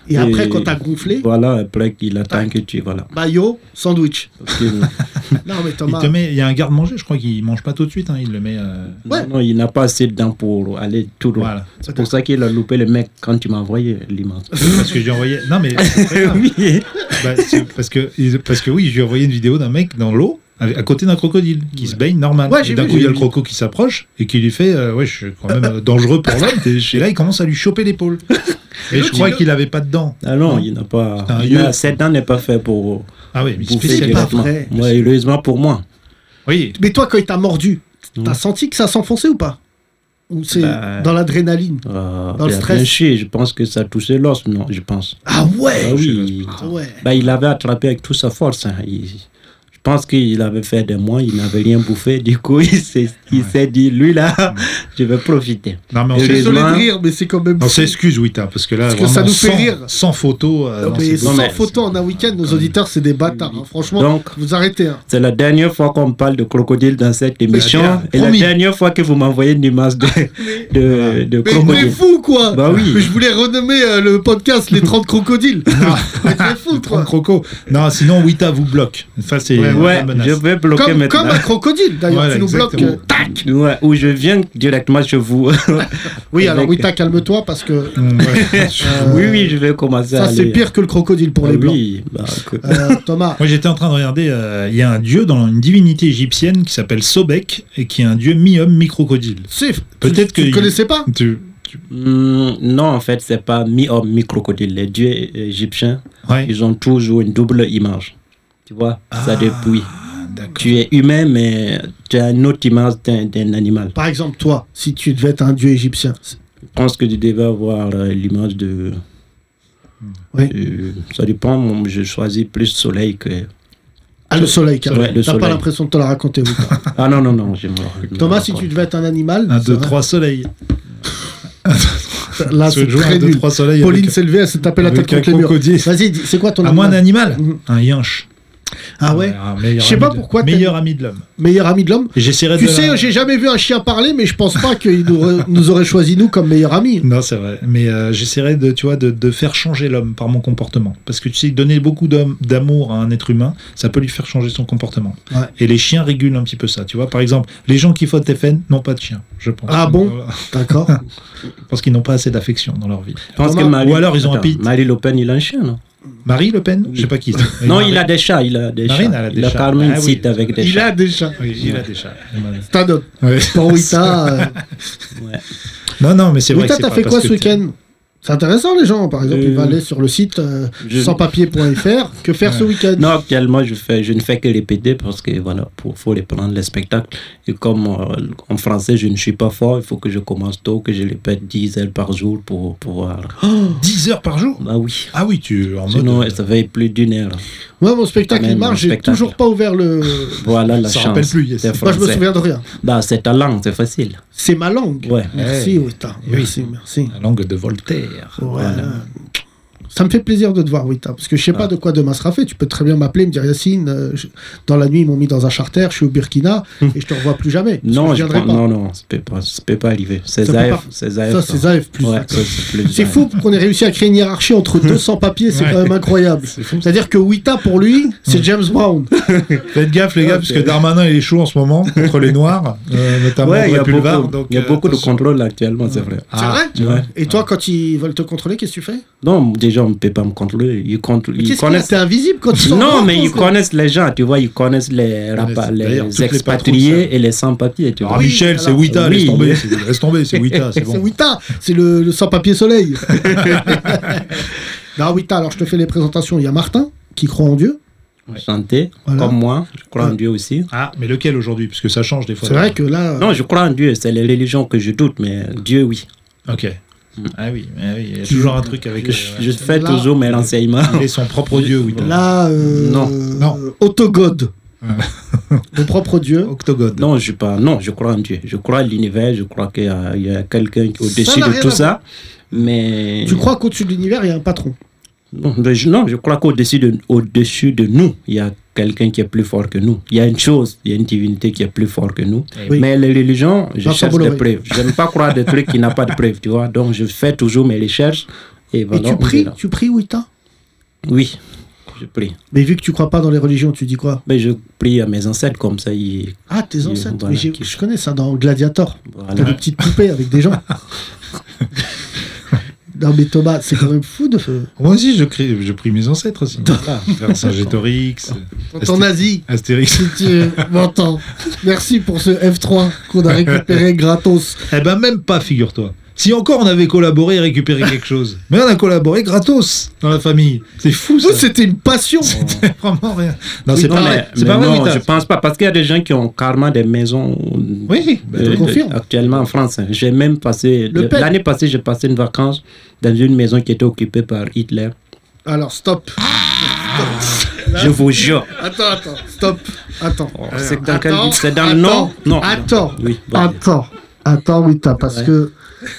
Speaker 3: et, après
Speaker 5: Et-
Speaker 3: quand t'as gonflé,
Speaker 5: Voilà, après qu'il attend que tu. Voilà.
Speaker 3: maillot, sandwich.
Speaker 5: Parce que-
Speaker 3: Non mais
Speaker 4: Il
Speaker 3: Thomas,
Speaker 4: te met, il y a un garde-manger, je crois qu'il mange pas tout de suite, hein, il le met. euh,
Speaker 3: Ouais.
Speaker 5: non, non, il n'a pas assez de dents pour aller tout droit.
Speaker 4: Voilà.
Speaker 5: C'est pour ça qu'il a loupé le mec quand tu m'as envoyé l'image.
Speaker 4: Parce que j'ai envoyé. Non mais c'est très grave.
Speaker 5: oui.
Speaker 4: Bah, c'est parce que ils- parce que oui, j'ai envoyé une vidéo d'un mec dans l'eau avec- à côté d'un crocodile qui se baigne normal.
Speaker 3: Ouais,
Speaker 4: et
Speaker 3: j'ai
Speaker 4: d'un
Speaker 3: vu,
Speaker 4: coup, il y
Speaker 3: j'ai
Speaker 4: a le
Speaker 3: vu.
Speaker 4: croco qui s'approche et qui lui fait euh, ouais, je suis quand même euh, dangereux pour l'homme. Et chez là, il commence à lui choper l'épaule. Et je
Speaker 3: l'autre,
Speaker 4: crois
Speaker 3: il-
Speaker 4: qu'il avait pas de dents.
Speaker 5: Ah non, il n'a pas.
Speaker 4: C'est un
Speaker 5: il a-
Speaker 4: lieu.
Speaker 5: Cette dent n'est pas faite pour
Speaker 4: Ah oui, mais il se fait
Speaker 5: bouffer
Speaker 3: c'est
Speaker 4: des-
Speaker 3: pas
Speaker 5: directement.
Speaker 3: vrai.
Speaker 5: Ouais, heureusement pour moi.
Speaker 4: Oui.
Speaker 3: mais toi quand il t'a mordu, t'as
Speaker 5: Mm.
Speaker 3: senti que ça s'enfonçait ou pas Ou c'est
Speaker 5: Bah,
Speaker 3: dans l'adrénaline
Speaker 5: Euh,
Speaker 3: Dans le
Speaker 5: il a
Speaker 3: stress.
Speaker 5: bien chié, je pense que ça touchait l'os, non, je pense.
Speaker 3: Ah ouais
Speaker 5: Ah oui.
Speaker 3: Ah ouais.
Speaker 5: Bah, il avait attrapé avec toute sa force. hein. Il- je pense qu'il avait fait des mois, il n'avait rien bouffé. Du coup, il s'est il s'est dit, lui là, je vais profiter.
Speaker 4: Non mais on
Speaker 5: Et
Speaker 4: s'est-
Speaker 5: les-
Speaker 3: Désolé de
Speaker 5: mains-
Speaker 3: rire, mais c'est quand même.
Speaker 4: on s'excuse, Wita, parce que là,
Speaker 3: Parce que
Speaker 4: vraiment,
Speaker 3: ça nous fait
Speaker 4: sans,
Speaker 3: rire.
Speaker 4: sans photo. euh,
Speaker 3: Non,
Speaker 4: non,
Speaker 3: mais
Speaker 4: c'est
Speaker 3: sans
Speaker 4: dommage.
Speaker 3: photo en un week-end, nos auditeurs, c'est des bâtards. hein. Franchement,
Speaker 5: Donc-
Speaker 3: vous arrêtez. hein.
Speaker 5: C'est la dernière fois qu'on parle de crocodile dans cette émission.
Speaker 4: bien,
Speaker 5: Et la
Speaker 4: promis.
Speaker 5: dernière fois que vous m'envoyez une image de, de, de
Speaker 3: Mais t'es
Speaker 5: crocodile.
Speaker 3: fou, quoi
Speaker 5: Bah oui.
Speaker 3: Mais je voulais renommer euh, le podcast Les 30 crocodiles.
Speaker 5: Ah.
Speaker 3: Mais t'es fou,
Speaker 4: Prends
Speaker 3: toi
Speaker 4: le croco. Non, sinon Wita vous bloque. Ça c'est
Speaker 3: Ouais,
Speaker 5: Ouais,
Speaker 4: la menace.
Speaker 5: je vais bloquer
Speaker 3: Comme,
Speaker 5: maintenant.
Speaker 3: comme un crocodile, d'ailleurs,
Speaker 4: Voilà,
Speaker 3: tu nous bloques.
Speaker 4: exactement.
Speaker 3: euh, tac Euh,
Speaker 5: Ouais, ou je viens directement chez vous.
Speaker 3: Oui,
Speaker 5: Avec- Mm,
Speaker 3: alors Wita, calme-toi, parce que Euh,
Speaker 4: Mmh, ouais.
Speaker 5: oui, oui, je vais commencer à
Speaker 3: ça, c'est
Speaker 5: aller-
Speaker 3: pire que le crocodile pour
Speaker 5: Ah
Speaker 3: les blancs.
Speaker 5: Oui, bah, que-
Speaker 3: Euh, Thomas,
Speaker 4: Moi j'étais en train de regarder, euh, il y a un dieu dans une divinité égyptienne qui s'appelle Sobek et qui est un dieu mi-homme, mi-crocodile.
Speaker 3: c'est- tu-
Speaker 4: Peut-être
Speaker 3: tu
Speaker 4: que
Speaker 3: ne
Speaker 4: il-
Speaker 3: connaissais pas
Speaker 4: Tu- tu-
Speaker 5: Hmm, non, en fait, c'est pas mi-homme, mi-crocodile. Les dieux égyptiens,
Speaker 4: Ouais.
Speaker 5: ils ont toujours une double image. Tu vois,
Speaker 3: Ah,
Speaker 5: ça dépouille.
Speaker 4: D'accord.
Speaker 5: Tu es humain, mais tu as une autre image d'un d'un animal.
Speaker 3: Par exemple, toi, si tu devais être un dieu égyptien,
Speaker 5: Je pense que tu devais avoir euh, l'image de.
Speaker 3: Oui.
Speaker 5: Euh, ça dépend, moi, je choisis plus soleil que.
Speaker 3: ah, le soleil, quand
Speaker 5: Ouais,
Speaker 3: même.
Speaker 5: le
Speaker 3: T'as pas
Speaker 5: soleil.
Speaker 3: l'impression de te la raconter, Wita.
Speaker 5: Ah non, non, non, je me- je me
Speaker 3: Thomas, si tu
Speaker 5: raconte.
Speaker 3: devais être un animal,
Speaker 4: Un,
Speaker 3: ça
Speaker 4: deux,
Speaker 3: va.
Speaker 4: trois soleils.
Speaker 3: là,
Speaker 4: Tu veux
Speaker 3: c'est
Speaker 4: jouer un,
Speaker 3: très
Speaker 4: deux,
Speaker 3: nul.
Speaker 4: trois soleils
Speaker 3: Pauline
Speaker 4: avec-
Speaker 3: s'est levée, elle s'est tapée la tête
Speaker 4: avec un
Speaker 3: contre les murs.
Speaker 4: crocodile.
Speaker 3: Vas-y, dis- c'est quoi ton
Speaker 4: À moi, un
Speaker 3: animal
Speaker 4: animal
Speaker 3: Mhm.
Speaker 4: Un yinche.
Speaker 3: Ah ouais
Speaker 4: un meilleur
Speaker 3: Je sais pas
Speaker 4: ami de-
Speaker 3: pourquoi t'as-
Speaker 4: Meilleur ami de l'homme.
Speaker 3: Meilleur ami de l'homme
Speaker 4: Et J'essaierai Ah, de.
Speaker 3: Tu sais,
Speaker 4: la-
Speaker 3: j'ai jamais vu un chien parler, mais je pense pas qu'il nous, re- nous aurait choisi nous comme meilleur ami.
Speaker 4: Non, c'est vrai. Mais euh, j'essaierai de, tu vois, de, de faire changer l'homme par mon comportement. Parce que tu sais, donner beaucoup d'hom- d'amour à un être humain, ça peut lui faire changer son comportement.
Speaker 3: Ouais.
Speaker 4: Et les chiens régulent un petit peu ça. Tu vois, par exemple, les gens qui font FN n'ont pas de chien, je pense.
Speaker 3: Ah bon
Speaker 4: Voilà.
Speaker 3: D'accord.
Speaker 4: Parce qu'ils n'ont pas assez d'affection dans leur vie.
Speaker 5: Je pense que
Speaker 3: Thomas-
Speaker 5: Marie-
Speaker 4: Ou alors ils ont un
Speaker 5: Attends,
Speaker 4: pit.
Speaker 5: Marie Le Pen, il a un chien, non
Speaker 4: Marie Le Pen Je sais pas qui. c'est.
Speaker 5: Non,
Speaker 4: Marie-
Speaker 5: il a des chats, il a des
Speaker 4: Marine,
Speaker 5: chats.
Speaker 4: elle a des
Speaker 5: il a
Speaker 4: chats.
Speaker 5: carrément
Speaker 4: Ah
Speaker 5: une
Speaker 4: oui.
Speaker 5: site avec des
Speaker 3: Il
Speaker 5: chats.
Speaker 3: a des chats.
Speaker 4: Oui, il a des chats.
Speaker 3: T'as d'autres.
Speaker 4: Ouais.
Speaker 3: Pour Wita. euh,
Speaker 4: Non, non, mais c'est vrai.
Speaker 3: Wita,
Speaker 4: que c'est
Speaker 3: t'as
Speaker 4: pas
Speaker 3: fait quoi
Speaker 4: parce
Speaker 3: ce
Speaker 4: que t'es-
Speaker 3: week-end C'est intéressant, les gens. Par exemple,
Speaker 5: Euh,
Speaker 3: ils vont aller sur le site euh,
Speaker 5: je-
Speaker 3: sanspapier.fr. Que faire ce week-end
Speaker 5: Non, actuellement, je, fais, je ne fais que répéter parce que voilà, pour, faut les prendre les spectacles. Et comme euh, en français, je ne suis pas fort, il faut que je commence tôt, que je répète 10 heures par jour pour pouvoir.
Speaker 4: 10 heures par jour
Speaker 5: Bah oui.
Speaker 4: Ah oui, tu en mode.
Speaker 5: Sinon,
Speaker 4: euh,
Speaker 5: ça fait plus d'une heure.
Speaker 3: Moi, mon spectacle,
Speaker 5: Même
Speaker 3: il marche.
Speaker 5: un
Speaker 3: J'ai
Speaker 5: spectacle.
Speaker 3: toujours pas ouvert le.
Speaker 5: Voilà la
Speaker 4: Ça
Speaker 5: chance.
Speaker 4: rappelle plus, yes.
Speaker 5: des
Speaker 3: Moi, je me
Speaker 5: Français.
Speaker 3: souviens de rien.
Speaker 5: Bah, c'est ta langue, c'est facile.
Speaker 3: C'est ma langue.
Speaker 5: Ouais.
Speaker 3: Merci, Wita.
Speaker 4: Oui.
Speaker 3: Merci, merci.
Speaker 4: La langue de Voltaire.
Speaker 3: Voilà. Ça me fait plaisir de te voir, Wita, parce que je sais pas
Speaker 5: Ah.
Speaker 3: de quoi demain sera fait. Tu peux très bien m'appeler, me dire Yacine, euh, je- dans la nuit, ils m'ont mis dans un charter, je suis au Burkina et je te revois plus jamais. Parce
Speaker 5: Hum. Non,
Speaker 3: que
Speaker 5: je
Speaker 3: viendrai
Speaker 5: prends-
Speaker 3: pas.
Speaker 5: non, non, ça peut pas, ça peut pas arriver. C'est
Speaker 3: Ça peut
Speaker 5: ZAF,
Speaker 3: pas-
Speaker 5: c'est ZAF.
Speaker 3: Ça, c'est
Speaker 5: hein.
Speaker 3: ZAF plus.
Speaker 5: Ouais,
Speaker 3: d'accord.
Speaker 5: ça, c'est plus
Speaker 3: C'est
Speaker 5: ZAF.
Speaker 3: fou qu'on ait réussi à créer une hiérarchie entre
Speaker 5: Hum.
Speaker 3: 200 papiers, c'est
Speaker 4: Ouais.
Speaker 3: quand même incroyable.
Speaker 4: C'est fou.
Speaker 3: C'est-à-dire que Wita, pour lui, c'est James Brown.
Speaker 4: Faites gaffe, les gars, parce que Darmanin, il est chaud en ce moment, contre les Noirs, euh, notamment
Speaker 5: Ouais, il y a
Speaker 4: Ray
Speaker 5: beaucoup,
Speaker 4: Pulvar, donc,
Speaker 5: il y a
Speaker 4: euh,
Speaker 5: beaucoup de
Speaker 4: attention.
Speaker 5: contrôle actuellement, c'est vrai.
Speaker 4: Ah,
Speaker 3: c'est vrai
Speaker 5: ouais.
Speaker 3: Et toi, quand ils veulent te contrôler, qu'est-ce que tu fais
Speaker 5: Non, déjà, on ne peut pas me contrôler. Ils, contr- ils
Speaker 3: Qu'est-ce qu'il y a
Speaker 5: connaissent.
Speaker 3: T'es invisible quand ils sont
Speaker 5: Non,
Speaker 3: en
Speaker 5: mais ils
Speaker 3: vacances,
Speaker 5: connaissent les gens, tu vois, ils connaissent les, rapa-
Speaker 4: connaissent, d'ailleurs,
Speaker 5: les
Speaker 4: toutes les patrouilles,
Speaker 5: expatriés et les sans-papiers, tu
Speaker 4: Ah,
Speaker 5: vois.
Speaker 3: oui,
Speaker 4: Michel, c'est
Speaker 3: alors-
Speaker 4: Wita, laisse
Speaker 5: Oui.
Speaker 4: tomber, c'est- laisse tomber, c'est Wita, c'est
Speaker 3: C'est
Speaker 4: bon.
Speaker 3: Wita, c'est le, le sans-papier soleil. non, Wita, alors je te fais les présentations. Il y a Martin, qui croit en Dieu.
Speaker 5: Santé,
Speaker 3: Voilà.
Speaker 5: comme moi, je crois en
Speaker 3: Ouais.
Speaker 5: Dieu aussi.
Speaker 4: Ah, mais lequel aujourd'hui Parce que ça change des fois.
Speaker 3: C'est vrai que là,
Speaker 5: Non, je crois en Dieu, c'est les religions que je doute, mais Dieu, oui.
Speaker 4: Ok. Ah oui, ah oui, il y a toujours un truc avec.
Speaker 5: Je,
Speaker 4: euh,
Speaker 5: je fais
Speaker 3: Là-
Speaker 5: toujours mes renseignements.
Speaker 4: Il est son propre dieu, Wita.
Speaker 3: là euh,
Speaker 5: Non.
Speaker 4: Non.
Speaker 3: Autogod,
Speaker 4: Ouais.
Speaker 3: le propre Dieu.
Speaker 4: Octogone.
Speaker 5: Non, je pas. Non, je crois en Dieu. Je crois à l'univers. Je crois qu'il y a, il y a quelqu'un qui est
Speaker 3: Ça
Speaker 5: au-dessus
Speaker 3: n'a rien
Speaker 5: de tout
Speaker 3: à
Speaker 5: ça. Mais
Speaker 3: Tu crois qu'au-dessus de l'univers, il y a un patron
Speaker 5: non, mais ben, je, non, je crois qu'au-dessus de, au-dessus de nous, il y a quelqu'un qui est plus fort que nous. Il y a une chose, il y a une divinité qui est plus fort que nous.
Speaker 3: Oui.
Speaker 5: Mais les religions, je
Speaker 3: Vincent
Speaker 5: cherche
Speaker 3: Bolloré.
Speaker 5: des preuves. Je n'aime pas croire des trucs qui n'ont pas de preuves, tu vois. Donc, je fais toujours mes recherches. Et, voilà,
Speaker 3: Et tu
Speaker 5: on Bah est
Speaker 3: pries,
Speaker 5: là.
Speaker 3: tu pries Wita
Speaker 5: Oui, je prie.
Speaker 3: Mais vu que tu crois pas dans les religions, tu dis quoi
Speaker 5: Mais je prie à mes ancêtres comme ça. Ils,
Speaker 3: Ah, tes
Speaker 5: Et
Speaker 3: ancêtres.
Speaker 5: voilà,
Speaker 3: Mais j'ai-
Speaker 5: qui-
Speaker 3: je connais ça dans Gladiator. T'as
Speaker 5: voilà.
Speaker 3: des petites poupées avec des gens. non, mais Thomas, c'est quand même fou de.
Speaker 4: Moi aussi, je, crie, je prie mes ancêtres aussi. Vers Saint-Gétorix,
Speaker 3: Ton Asie,
Speaker 4: Astérix.
Speaker 3: si tu m'entends. Merci pour ce F3 qu'on a récupéré gratos.
Speaker 4: Eh ben, même pas, figure-toi. Si encore on avait collaboré et récupéré quelque chose. Mais on a collaboré gratos dans la famille. C'est fou, ça.
Speaker 3: Nous, c'était une passion.
Speaker 4: C'était vraiment rien. Non,
Speaker 5: Oui,
Speaker 4: c'est
Speaker 5: non,
Speaker 4: pas
Speaker 5: mais-
Speaker 4: vrai. C'est
Speaker 5: mais
Speaker 4: pas vrai,
Speaker 5: non,
Speaker 4: Wita.
Speaker 5: je pense pas. Parce qu'il y a des gens qui ont carrément des maisons.
Speaker 4: Oui, bah,
Speaker 5: euh,
Speaker 3: te confirme.
Speaker 5: actuellement en France. hein. J'ai même passé.
Speaker 3: Le Pen.
Speaker 5: L'année passée, j'ai passé une vacance dans une maison qui était occupée par Hitler.
Speaker 3: Alors, stop.
Speaker 5: Je vous jure.
Speaker 3: Attends, attends, stop. Attends.
Speaker 5: Oh, c'est dans quel.
Speaker 3: Euh, Attends,
Speaker 5: C'est dans.
Speaker 3: attends, Ah,
Speaker 5: Non, non.
Speaker 3: Attends.
Speaker 5: Oui, bah,
Speaker 3: Attends. Attends, Wita, parce
Speaker 5: Ouais.
Speaker 3: que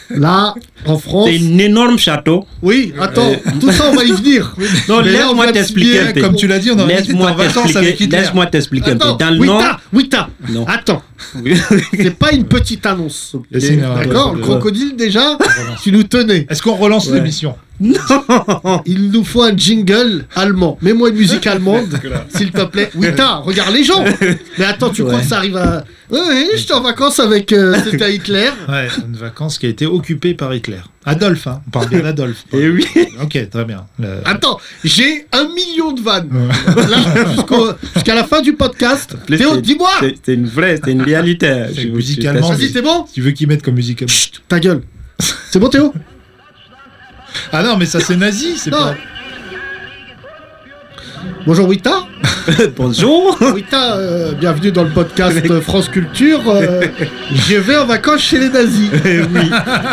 Speaker 3: là, en France.
Speaker 5: c'est un énorme château.
Speaker 3: Oui,
Speaker 5: Euh,
Speaker 3: attends, tout ça, on va y venir.
Speaker 5: Non,
Speaker 3: Mais là, on va
Speaker 5: laisse-moi t'expliquer
Speaker 3: bien,
Speaker 5: un peu.
Speaker 4: Comme tu l'as dit, on aurait été
Speaker 5: Laisse-moi
Speaker 4: en vacances avec
Speaker 5: t'expliquer.
Speaker 4: Hitler.
Speaker 5: Laisse-moi t'expliquer un peu.
Speaker 3: Attends,
Speaker 5: Dans le
Speaker 3: Wita,
Speaker 5: nord.
Speaker 3: Wita,
Speaker 5: Non.
Speaker 3: attends,
Speaker 5: Oui.
Speaker 3: c'est pas une petite annonce.
Speaker 4: Et c'est une erreur.
Speaker 3: D'accord, le crocodile déjà, tu nous tenais.
Speaker 4: Est-ce qu'on relance
Speaker 5: Ouais.
Speaker 4: l'émission
Speaker 3: Il nous faut un jingle allemand. Mets-moi une musique allemande, s'il te plaît. Wita, regarde les gens. Mais attends, tu crois
Speaker 5: Ouais.
Speaker 3: que ça arrive à. Oui, oui, j'étais en vacances avec. euh, C'était à Hitler.
Speaker 4: Ouais, une vacance qui a été occupée par Hitler. Adolphe, hein, on parle bien d'Adolphe.
Speaker 5: Eh oui.
Speaker 4: Ok, très bien. Le-
Speaker 3: Attends, j'ai un million de vannes. Là, jusqu'au- Jusqu'à la fin du podcast.
Speaker 5: Laisse-
Speaker 3: Théo, dis-moi
Speaker 5: C'est- C'est une vraie, c'est une réalité.
Speaker 4: C'est
Speaker 5: Je vous-
Speaker 4: musicalement-
Speaker 3: Vas-y, c'est bon
Speaker 4: Tu veux qu'il mette comme musique à-
Speaker 3: Chut, ta gueule. C'est bon, Théo
Speaker 4: Ah non, mais ça c'est nazi, c'est
Speaker 3: Non.
Speaker 4: pas.
Speaker 3: Bonjour, Wita.
Speaker 5: Bonjour.
Speaker 3: Wita, euh, bienvenue dans le podcast euh, France Culture. Euh, je vais en vacances chez les nazis.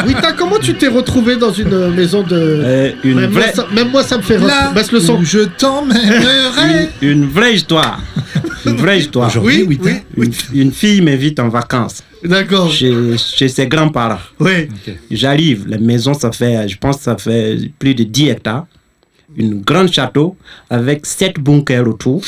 Speaker 3: Wita, comment tu t'es retrouvé dans une maison de...
Speaker 5: Euh, Une
Speaker 3: même,
Speaker 5: vraie.
Speaker 3: moi, ça, même moi, ça me fait... rire. Baisse le son.
Speaker 4: où je t'emmènerai.
Speaker 5: une, une vraie histoire. Une vraie histoire.
Speaker 4: Aujourd'hui,
Speaker 3: Oui, hein.
Speaker 4: Wita.
Speaker 3: oui.
Speaker 5: Une, une fille m'invite en vacances
Speaker 3: D'accord.
Speaker 5: chez, chez ses grands-parents.
Speaker 3: Ouais.
Speaker 5: J'arrive, la maison, ça fait, je pense, que ça fait plus de 10 hectares. Une grande château avec sept bunkers autour.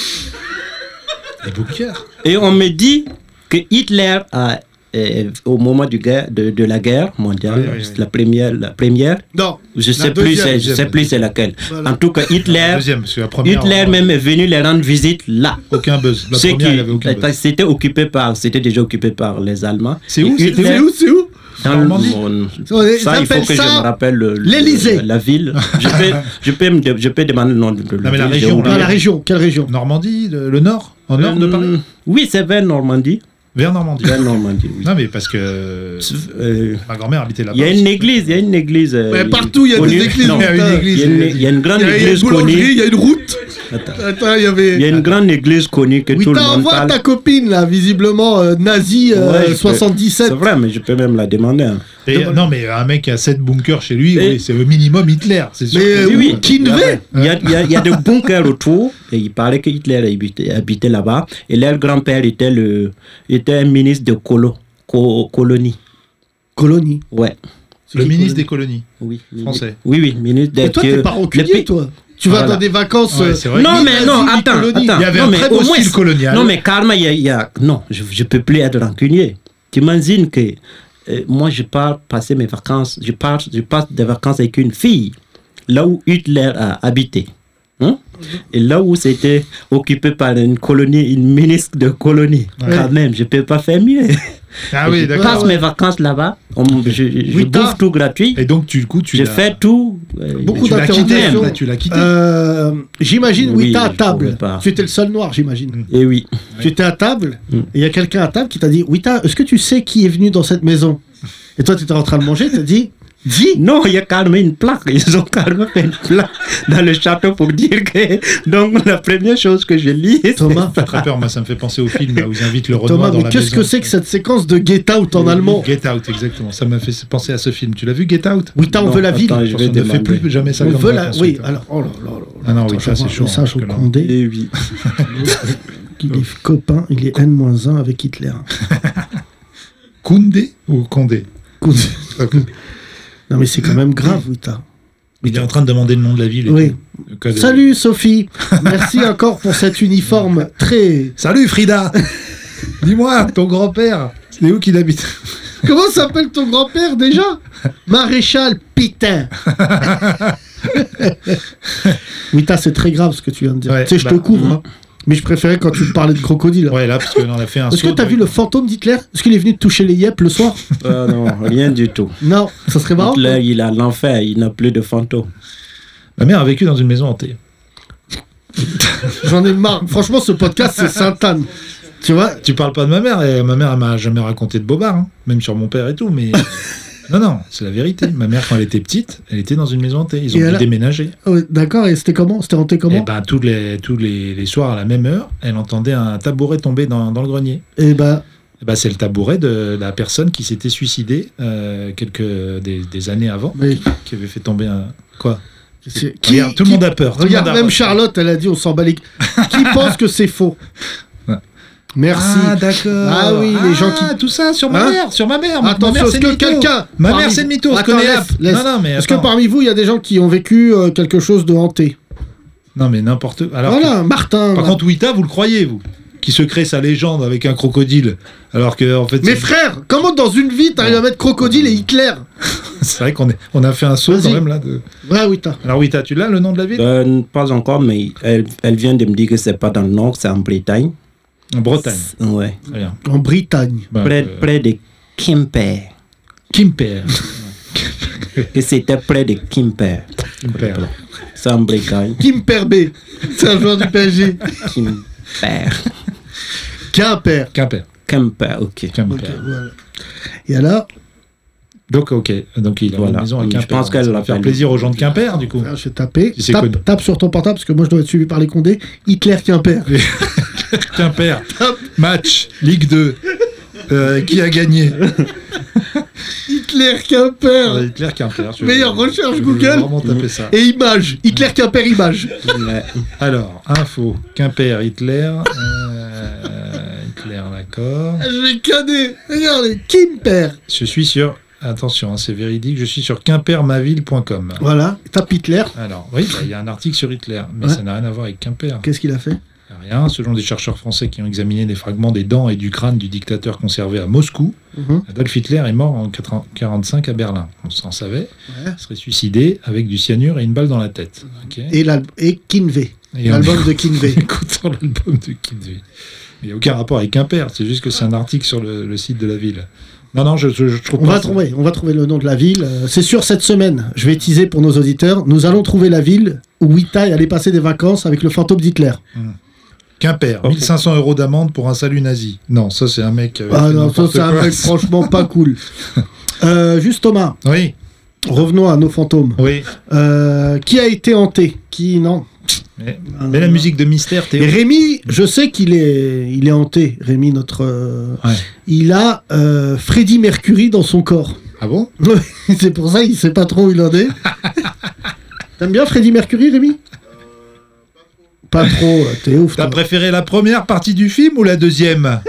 Speaker 4: Les bookers.
Speaker 5: Et on me dit que Hitler a, euh, au moment du guerre- de, de la guerre mondiale,
Speaker 4: Oui, oui, oui.
Speaker 5: la première, la première,
Speaker 3: Non.
Speaker 5: je sais
Speaker 3: deuxième,
Speaker 5: plus, c'est- je
Speaker 4: deuxième.
Speaker 5: sais plus c'est laquelle.
Speaker 3: Voilà.
Speaker 5: En tout cas,
Speaker 4: La
Speaker 5: Hitler,
Speaker 4: deuxième, parce que la première.
Speaker 5: Hitler
Speaker 4: on-
Speaker 5: même est venu les rendre visite là.
Speaker 4: Aucun buzz. La
Speaker 5: C'est
Speaker 4: première, il
Speaker 5: qui
Speaker 4: avait aucun buzz.
Speaker 5: c'était occupé par, c'était déjà occupé par les Allemands.
Speaker 4: C'est où,
Speaker 5: Et
Speaker 4: c'était
Speaker 5: Hitler-
Speaker 3: C'est où, c'est où
Speaker 5: dans le
Speaker 4: Normandie
Speaker 5: monde.
Speaker 3: Ils
Speaker 5: Ça, il faut
Speaker 3: appellent
Speaker 5: que je
Speaker 3: ça
Speaker 5: me rappelle le- le-
Speaker 3: l'Élysée.
Speaker 5: la ville. Je peux, je peux, me de- je peux demander le nom de
Speaker 4: Non, mais la
Speaker 5: ville,
Speaker 4: région,
Speaker 5: j'ai oublié.
Speaker 3: Dans la région. Quelle région
Speaker 4: Normandie, le, le nord En nord de Paris
Speaker 5: Euh, Oui, c'est vers Normandie.
Speaker 4: Vers Normandie.
Speaker 5: Vers Normandie, oui.
Speaker 4: Non, mais parce que
Speaker 5: Euh,
Speaker 4: ma grand-mère habitait là-bas.
Speaker 5: Il y a une église, il y a une église. euh,
Speaker 3: Mais partout, il y a
Speaker 5: connue.
Speaker 3: des églises.
Speaker 5: Non,
Speaker 4: Il y a une
Speaker 3: putain.
Speaker 4: église.
Speaker 5: Il y a une, il y a une grande
Speaker 3: Il y a- il y a une
Speaker 5: église
Speaker 3: boulangerie, il
Speaker 5: connue.
Speaker 3: y a une route.
Speaker 5: Attends.
Speaker 3: Attends, il y
Speaker 5: Il y a
Speaker 3: avait...
Speaker 5: une grande église connue que tout le
Speaker 3: Wita,
Speaker 5: monde
Speaker 3: envoie
Speaker 5: parle.
Speaker 3: ta copine, là, visiblement euh, nazie euh,
Speaker 5: Ouais, je peux- C'est
Speaker 3: 77.
Speaker 5: vrai, mais je peux même la demander. hein.
Speaker 4: Et, euh, non, mais un mec qui a 7 bunkers chez lui,
Speaker 5: Et-
Speaker 4: oui, c'est le minimum Hitler. C'est sûr.
Speaker 3: Mais
Speaker 4: que-
Speaker 3: euh,
Speaker 5: Oui, oui.
Speaker 3: qui ne veut
Speaker 5: Il y a, il y a- il y a des bunkers autour, et il paraît que Hitler habitait, habitait là-bas, et leur grand-père était, le, était un ministre de colo, co- colonie.
Speaker 3: Colonie.
Speaker 5: Ouais.
Speaker 4: Le
Speaker 5: Oui,
Speaker 4: ministre
Speaker 5: colonie.
Speaker 4: des colonies
Speaker 5: Oui, mini-
Speaker 4: français.
Speaker 5: Oui, oui, ministre des
Speaker 3: Et toi, t'es
Speaker 5: Dieux.
Speaker 3: pas
Speaker 5: Le
Speaker 3: enculé,
Speaker 5: pays-
Speaker 3: toi. Tu vas
Speaker 5: Voilà.
Speaker 3: dans des vacances.
Speaker 4: Ouais,
Speaker 3: euh,
Speaker 4: c'est vrai.
Speaker 5: Non,
Speaker 3: ni
Speaker 5: mais
Speaker 3: nazi,
Speaker 5: non, ah,
Speaker 3: ni
Speaker 5: attends,
Speaker 3: colonie.
Speaker 5: attends.
Speaker 4: Il y avait
Speaker 5: non,
Speaker 4: un
Speaker 5: mais
Speaker 4: très
Speaker 5: au
Speaker 4: beau
Speaker 5: moins-
Speaker 4: style colonial.
Speaker 5: Non, mais karma, il y a, il y a- Non, je ne peux plus être rancunier. Tu imagines que euh, moi, je pars passer mes vacances, je, pars, je passe des vacances avec une fille, là où Hitler a habité. Hein? Et là où c'était occupé par une colonie, une ministre de colonie.
Speaker 4: Ouais.
Speaker 5: Quand même, je ne peux pas faire mieux.
Speaker 4: Ah oui,
Speaker 5: je
Speaker 4: d'accord.
Speaker 5: passe mes vacances là-bas, on- je, je- je
Speaker 3: Oui, t'as-
Speaker 5: bouffe tout gratuit,
Speaker 4: Et donc, tu, du coup, tu
Speaker 5: je
Speaker 4: l'as-
Speaker 5: fais tout. euh,
Speaker 3: Beaucoup
Speaker 4: tu l'as quitté.
Speaker 3: d'interrogations.
Speaker 4: là, Tu l'as quitté.
Speaker 3: Euh, j'imagine,
Speaker 5: Oui,
Speaker 3: oui, t'es à
Speaker 5: je pouvais
Speaker 3: table.
Speaker 5: pas.
Speaker 3: Tu étais le seul noir, j'imagine.
Speaker 5: Et oui.
Speaker 3: Tu étais à table,
Speaker 5: Mm.
Speaker 3: et il y a quelqu'un à table qui t'a dit Wita, est-ce que tu sais qui est venu dans cette maison Et toi, tu étais en train de manger, t'as dit Dis
Speaker 5: Non, il a calmé une plaque. Ils ont calmé une plaque dans le château pour dire que. Donc, la première chose que je lis, c'est-
Speaker 3: Thomas,
Speaker 4: Pas très peur, moi, ça me fait penser au film là, où ils invitent le Renoir
Speaker 3: Thomas,
Speaker 4: dans
Speaker 3: mais
Speaker 4: la
Speaker 3: qu'est-ce que c'est que cette séquence de Get Out en allemand
Speaker 4: Get Out, exactement. Ça m'a fait penser à ce film. Tu l'as vu, Get Out
Speaker 3: Wita, on
Speaker 5: Non,
Speaker 3: veut la
Speaker 5: attends,
Speaker 3: ville.
Speaker 5: je vais
Speaker 4: On ne fait
Speaker 5: demander.
Speaker 4: plus jamais ça.
Speaker 3: On
Speaker 4: comme
Speaker 3: veut la.
Speaker 4: réponse,
Speaker 3: Oui,
Speaker 4: putain.
Speaker 3: alors, oh là là là là.
Speaker 4: Ah non,
Speaker 3: Attends,
Speaker 4: oui,
Speaker 3: je
Speaker 4: ça,
Speaker 3: vois
Speaker 4: c'est
Speaker 3: un
Speaker 4: chaud,
Speaker 3: message
Speaker 4: hein,
Speaker 3: au
Speaker 4: que là.
Speaker 3: Condé,
Speaker 5: Eh oui.
Speaker 3: il est copain, il est N-1 avec Hitler.
Speaker 4: Koundé ou Condé
Speaker 3: Écoute, non, mais c'est quand même grave, Wita.
Speaker 4: Il est en train de demander le nom de la ville. et
Speaker 3: Oui.
Speaker 4: tout. Le code-
Speaker 3: Salut Sophie, merci encore pour cet uniforme très.
Speaker 4: Salut Frida Dis-moi, ton grand-père, c'est où qu'il habite
Speaker 3: Comment s'appelle ton grand-père déjà Maréchal Pitain. oui, t'as, c'est très grave ce que tu viens de dire.
Speaker 4: Ouais,
Speaker 3: tu sais, je
Speaker 4: bah,
Speaker 3: te couvre, hein. mais je préférais quand tu me parlais de crocodile.
Speaker 4: Ouais, là, parce qu'on en a fait un
Speaker 3: Est-ce que
Speaker 4: saut
Speaker 3: t'as
Speaker 4: de-
Speaker 3: vu le fantôme d'Hitler Est-ce qu'il est venu te toucher les yeux le soir
Speaker 5: Ah non, rien du tout.
Speaker 3: Non, ça serait marrant.
Speaker 5: Hitler, il a l'enfer, il n'a plus de fantôme.
Speaker 4: Ma mère a vécu dans une maison hantée.
Speaker 3: J'en ai marre. Franchement, ce podcast, c'est Sainte-Anne. Tu vois
Speaker 4: Tu parles pas de ma mère, et ma mère, elle m'a jamais raconté de bobard, hein. même sur mon père et tout, mais. Non, non, c'est la vérité. Ma mère, quand elle était petite, elle était dans une maison hantée. Ils ont
Speaker 3: Et
Speaker 4: dû
Speaker 3: elle a-
Speaker 4: déménager.
Speaker 3: Ouais, D'accord, et c'était comment C'était hanté
Speaker 4: Et
Speaker 3: comment
Speaker 4: ben, tous les, tous les, les soirs, à la même heure, elle entendait un tabouret tomber dans, dans le grenier.
Speaker 3: Eh ben,
Speaker 4: Eh ben, c'est le tabouret de la personne qui s'était suicidée euh, quelques des, des années avant,
Speaker 3: mais
Speaker 4: qui avait fait tomber un. Quoi
Speaker 3: c'est-
Speaker 4: Regarde, tout le
Speaker 3: qui-
Speaker 4: monde a peur. tout le
Speaker 3: Regarde,
Speaker 4: monde a
Speaker 3: même
Speaker 4: peur.
Speaker 3: Charlotte, elle a dit on s'en bat les... Qui pense que c'est faux
Speaker 4: Ouais.
Speaker 3: Merci.
Speaker 4: Ah, d'accord.
Speaker 3: Ah oui, les gens
Speaker 4: Ah, Tout ça sur ma
Speaker 3: Hein
Speaker 4: mère, sur ma mère. Ma- ma
Speaker 3: Attention,
Speaker 4: mère,
Speaker 3: est-ce
Speaker 4: c'est
Speaker 3: que
Speaker 4: mytho.
Speaker 3: quelqu'un.
Speaker 4: Ma
Speaker 3: parmi-
Speaker 4: mère, c'est mytho, on se
Speaker 3: Attends,
Speaker 4: connaît.
Speaker 3: laisse,
Speaker 4: hop.
Speaker 3: laisse.
Speaker 4: Non, non, mais.
Speaker 3: Est-ce que
Speaker 4: attends.
Speaker 3: parmi vous, il y a des gens qui ont vécu euh, quelque chose de hanté
Speaker 4: Non, mais n'importe. Alors,
Speaker 3: Voilà, Martin.
Speaker 4: par
Speaker 3: là.
Speaker 4: contre, Wita, vous le croyez, vous Qui se crée sa légende avec un crocodile. Alors que, en fait.
Speaker 3: Mes
Speaker 4: c'est-
Speaker 3: frères, comment dans une vie t'arrives à mettre crocodile et Hitler
Speaker 4: C'est vrai qu'on est... on a fait un saut
Speaker 3: Vas-y.
Speaker 4: quand même, là. de-
Speaker 3: Ouais, oui, t'as.
Speaker 4: Alors, Wita, tu l'as, le nom de la ville
Speaker 5: Euh, pas encore, mais elle, elle vient de me dire que c'est pas dans le nord, c'est en Bretagne.
Speaker 3: Euh,
Speaker 4: En Bretagne.
Speaker 5: Ouais.
Speaker 4: Très bien.
Speaker 3: En Bretagne.
Speaker 4: Bah,
Speaker 5: Près,
Speaker 4: euh,
Speaker 5: près de Quimper.
Speaker 4: Quimper.
Speaker 5: Et c'était près de Quimper.
Speaker 4: Quimper.
Speaker 5: C'est en Bretagne.
Speaker 3: Kim Perbé, c'est un joueur du PSG.
Speaker 5: Quimper.
Speaker 3: Quimper.
Speaker 4: Quimper.
Speaker 5: Quimper, ok.
Speaker 4: Quimper.
Speaker 3: Ok, voilà. Et alors
Speaker 4: Donc, ok. Donc, il a
Speaker 5: Voilà.
Speaker 4: une maison à
Speaker 5: Je
Speaker 4: Quimper.
Speaker 5: pense qu'elle
Speaker 4: Ça
Speaker 5: l'a
Speaker 4: va faire
Speaker 5: fait.
Speaker 4: plaisir aux gens de Quimper, du coup.
Speaker 3: Là, je vais taper.
Speaker 4: Si c'est connu.
Speaker 3: Tape, tape sur ton portable parce que moi je dois être suivi par les condés. Hitler Quimper.
Speaker 4: Quimper. Match. Ligue 2. Euh, qui a gagné
Speaker 3: Hitler Quimper.
Speaker 4: Hitler Quimper. je-
Speaker 3: Meilleure recherche
Speaker 4: je vais
Speaker 3: Google. Mm.
Speaker 4: vraiment taper ça.
Speaker 3: Et image. Hitler Quimper image.
Speaker 5: Ouais.
Speaker 4: Alors, info, Quimper, Hitler. euh, Hitler, d'accord.
Speaker 3: Je l'ai cané. Regardez, Kimper.
Speaker 4: Je suis sur. Attention, hein, c'est véridique. Je suis sur quimpermaville.com.
Speaker 3: Voilà, tape Hitler.
Speaker 4: Alors, oui, bah, il y a un article sur Hitler, mais
Speaker 3: Ouais.
Speaker 4: ça n'a rien à voir avec Quimper.
Speaker 3: Qu'est-ce qu'il a fait
Speaker 4: Rien. Selon des chercheurs français qui ont examiné des fragments des dents et du crâne du dictateur conservé à Moscou,
Speaker 3: Mhm.
Speaker 4: Adolf Hitler est mort en 1945 à Berlin. On s'en savait.
Speaker 3: Ouais.
Speaker 4: Il serait suicidé avec du cyanure et une balle dans la tête. Ok.
Speaker 3: Et, l'al- et Kinvey.
Speaker 4: Et on-
Speaker 3: L'album de Kinvey.
Speaker 4: écoutant l'album de Kid V. Il n'y a aucun rapport avec Quimper, c'est juste que c'est un article sur le, le site de la ville. Non, non, je, je, je trouve
Speaker 3: On
Speaker 4: pas.
Speaker 3: va trouver, on va trouver le nom de la ville. Euh, C'est sûr, cette semaine, je vais teaser pour nos auditeurs, nous allons trouver la ville où Wita est allé passer des vacances avec le fantôme d'Hitler.
Speaker 4: Quimper, 1500 euros d'amende pour un salut nazi. Non, ça c'est un mec. euh,
Speaker 3: Ah
Speaker 4: fait
Speaker 3: non, ça
Speaker 4: n'importe
Speaker 3: c'est un
Speaker 4: quoi.
Speaker 3: mec franchement pas cool. Euh, juste Thomas,
Speaker 4: Oui,
Speaker 3: revenons à nos fantômes.
Speaker 4: oui.
Speaker 3: Euh, qui a été hanté Qui non
Speaker 4: Mais,
Speaker 3: Ah, non,
Speaker 4: mais la
Speaker 3: non.
Speaker 4: musique de mystère,
Speaker 3: Et
Speaker 4: Théo.
Speaker 3: Rémi, je sais qu'il est, il est hanté. Rémi, notre, euh,
Speaker 4: Ouais.
Speaker 3: il a euh, Freddie Mercury dans son corps.
Speaker 4: Ah bon
Speaker 3: C'est pour ça, il sait pas trop où il en est. T'aimes bien Freddie Mercury, Rémi Pas trop, euh, t'es ouf.
Speaker 4: T'as
Speaker 3: toi.
Speaker 4: préféré la première partie du film ou la deuxième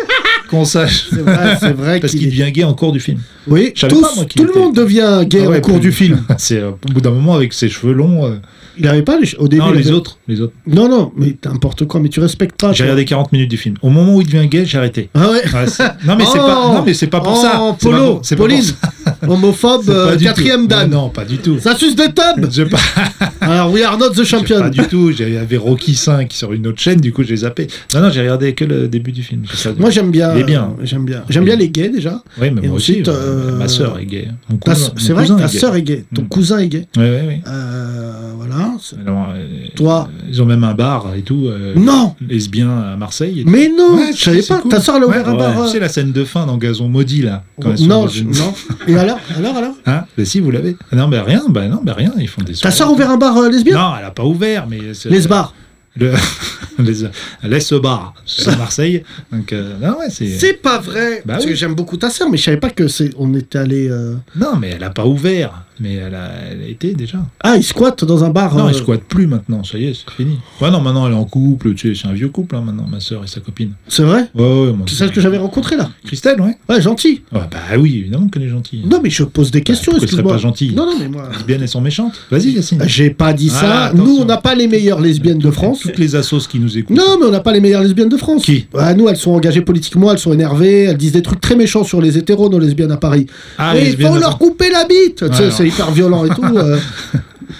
Speaker 4: qu'on sache.
Speaker 3: C'est vrai, c'est vrai
Speaker 4: Parce
Speaker 3: qu'il
Speaker 4: qu'il
Speaker 3: est-
Speaker 4: devient gay en cours du film.
Speaker 3: Oui,
Speaker 4: Je savais
Speaker 3: tous-
Speaker 4: pas, moi, qu'il
Speaker 3: tout le
Speaker 4: était-
Speaker 3: monde devient gay
Speaker 4: Ah ouais,
Speaker 3: au cours
Speaker 4: plus-
Speaker 3: du film.
Speaker 4: C'est euh, au bout d'un moment avec ses cheveux longs. euh,
Speaker 3: Il n'avait pas les... au début.
Speaker 4: Non,
Speaker 3: il
Speaker 4: les
Speaker 3: avait-
Speaker 4: autres, les autres.
Speaker 3: Non, non, mais n'importe quoi, mais tu respectes pas.
Speaker 4: J'ai
Speaker 3: toi.
Speaker 4: regardé 40 minutes du film. Au moment où il devient gay, j'ai arrêté.
Speaker 3: Ah ouais.
Speaker 4: Ouais, c'est- non mais c'est
Speaker 3: Oh
Speaker 4: pas, non mais c'est pas pour
Speaker 3: Oh,
Speaker 4: ça. C'est pas
Speaker 3: Polo,
Speaker 4: pour- c'est pas pour
Speaker 3: Pauline,
Speaker 4: ça.
Speaker 3: homophobe,
Speaker 4: C'est pas
Speaker 3: euh,
Speaker 4: du tout.
Speaker 3: quatrième
Speaker 4: Mais
Speaker 3: dame.
Speaker 4: Non, pas du tout.
Speaker 3: Ça suce des tubs
Speaker 4: Je pas,
Speaker 3: Alors, we are not the champion.
Speaker 4: pas du tout. J'avais Rocky 5 sur une autre chaîne, du coup j'ai zappé. Non non, j'ai regardé que le début du film. J'ai ça-
Speaker 3: Moi, j'aime bien.
Speaker 4: Il est bien.
Speaker 3: euh, J'aime bien. J'aime bien les gays déjà.
Speaker 4: oui, mais
Speaker 3: et
Speaker 4: moi
Speaker 3: ensuite,
Speaker 4: aussi.
Speaker 3: euh,
Speaker 4: Ma sœur est gay. Mon
Speaker 3: Ta-
Speaker 4: cousin-
Speaker 3: C'est
Speaker 4: mon
Speaker 3: vrai que
Speaker 4: cousin
Speaker 3: ta
Speaker 4: est gay.
Speaker 3: sœur est gay. Ton
Speaker 4: Mm.
Speaker 3: cousin est gay.
Speaker 4: Oui, oui, oui.
Speaker 3: Euh, voilà. c'est-
Speaker 4: Alors, euh,
Speaker 3: Toi.
Speaker 4: Ils ont même un bar et tout. euh,
Speaker 3: Non
Speaker 4: Lesbien à Marseille. et tout.
Speaker 3: Mais non,
Speaker 4: Ouais,
Speaker 3: je savais
Speaker 4: c'est
Speaker 3: pas.
Speaker 4: cool.
Speaker 3: Ta soeur, elle a
Speaker 4: Ouais,
Speaker 3: ouvert un
Speaker 4: ouais,
Speaker 3: bar.
Speaker 4: Tu
Speaker 3: euh,
Speaker 4: sais la scène de fin dans Gazon maudit là. quand elles sont
Speaker 3: Non,
Speaker 4: dans
Speaker 3: je-
Speaker 4: une-
Speaker 3: non. Et alors, alors, alors
Speaker 4: Hein Mais si vous l'avez. Non, ben rien, ben non, ben rien, ils font des
Speaker 3: Ta
Speaker 4: soirées.
Speaker 3: soeur a ouvert un bar euh, lesbien
Speaker 4: Non, elle a pas ouvert, mais. c'est-
Speaker 3: Les bars.
Speaker 4: Le... les... euh, Laisse bar, c'est à Marseille. Donc, euh, non, ouais, c'est.
Speaker 3: C'est pas vrai.
Speaker 4: Bah
Speaker 3: parce
Speaker 4: oui.
Speaker 3: que j'aime beaucoup ta soeur, mais je savais pas que c'est. On était allé. euh,
Speaker 4: Non, mais elle a pas ouvert, mais elle a, elle a été déjà.
Speaker 3: Ah, il squatte dans un bar.
Speaker 4: Non,
Speaker 3: euh,
Speaker 4: elle squatte plus maintenant, ça y est, c'est fini. Ouais, non, maintenant elle est en couple, tu sais, c'est un vieux couple, hein, maintenant, ma soeur et sa copine.
Speaker 3: C'est vrai
Speaker 4: Ouais, ouais, mon
Speaker 3: C'est
Speaker 4: Dieu.
Speaker 3: celle que j'avais rencontrée là.
Speaker 4: Christelle, ouais.
Speaker 3: Ouais, gentil.
Speaker 4: Ouais, bah oui, évidemment qu'elle est gentille.
Speaker 3: Non, mais je pose des questions,
Speaker 4: pourquoi elle serait
Speaker 3: excuse-moi.
Speaker 4: pas gentille
Speaker 3: Non, non, mais moi. euh,
Speaker 4: Bien, elles sont méchantes. Vas-y, Yacine.
Speaker 3: J'ai pas dit
Speaker 4: Ah,
Speaker 3: ça.
Speaker 4: attention.
Speaker 3: Nous, on n'a pas les meilleures lesbiennes de France.
Speaker 4: Toutes les assos qui nous écoutent.
Speaker 3: Non, mais on n'a pas les meilleures lesbiennes de France.
Speaker 4: Qui
Speaker 3: Bah, Nous, elles sont engagées politiquement, elles sont énervées, elles disent des trucs très méchants sur les hétéros, nos lesbiennes à Paris.
Speaker 4: Ah,
Speaker 3: et il
Speaker 4: lesbiennes
Speaker 3: faut
Speaker 4: de-
Speaker 3: leur couper la bite Tu sais,
Speaker 4: alors.
Speaker 3: C'est hyper violent et tout. euh.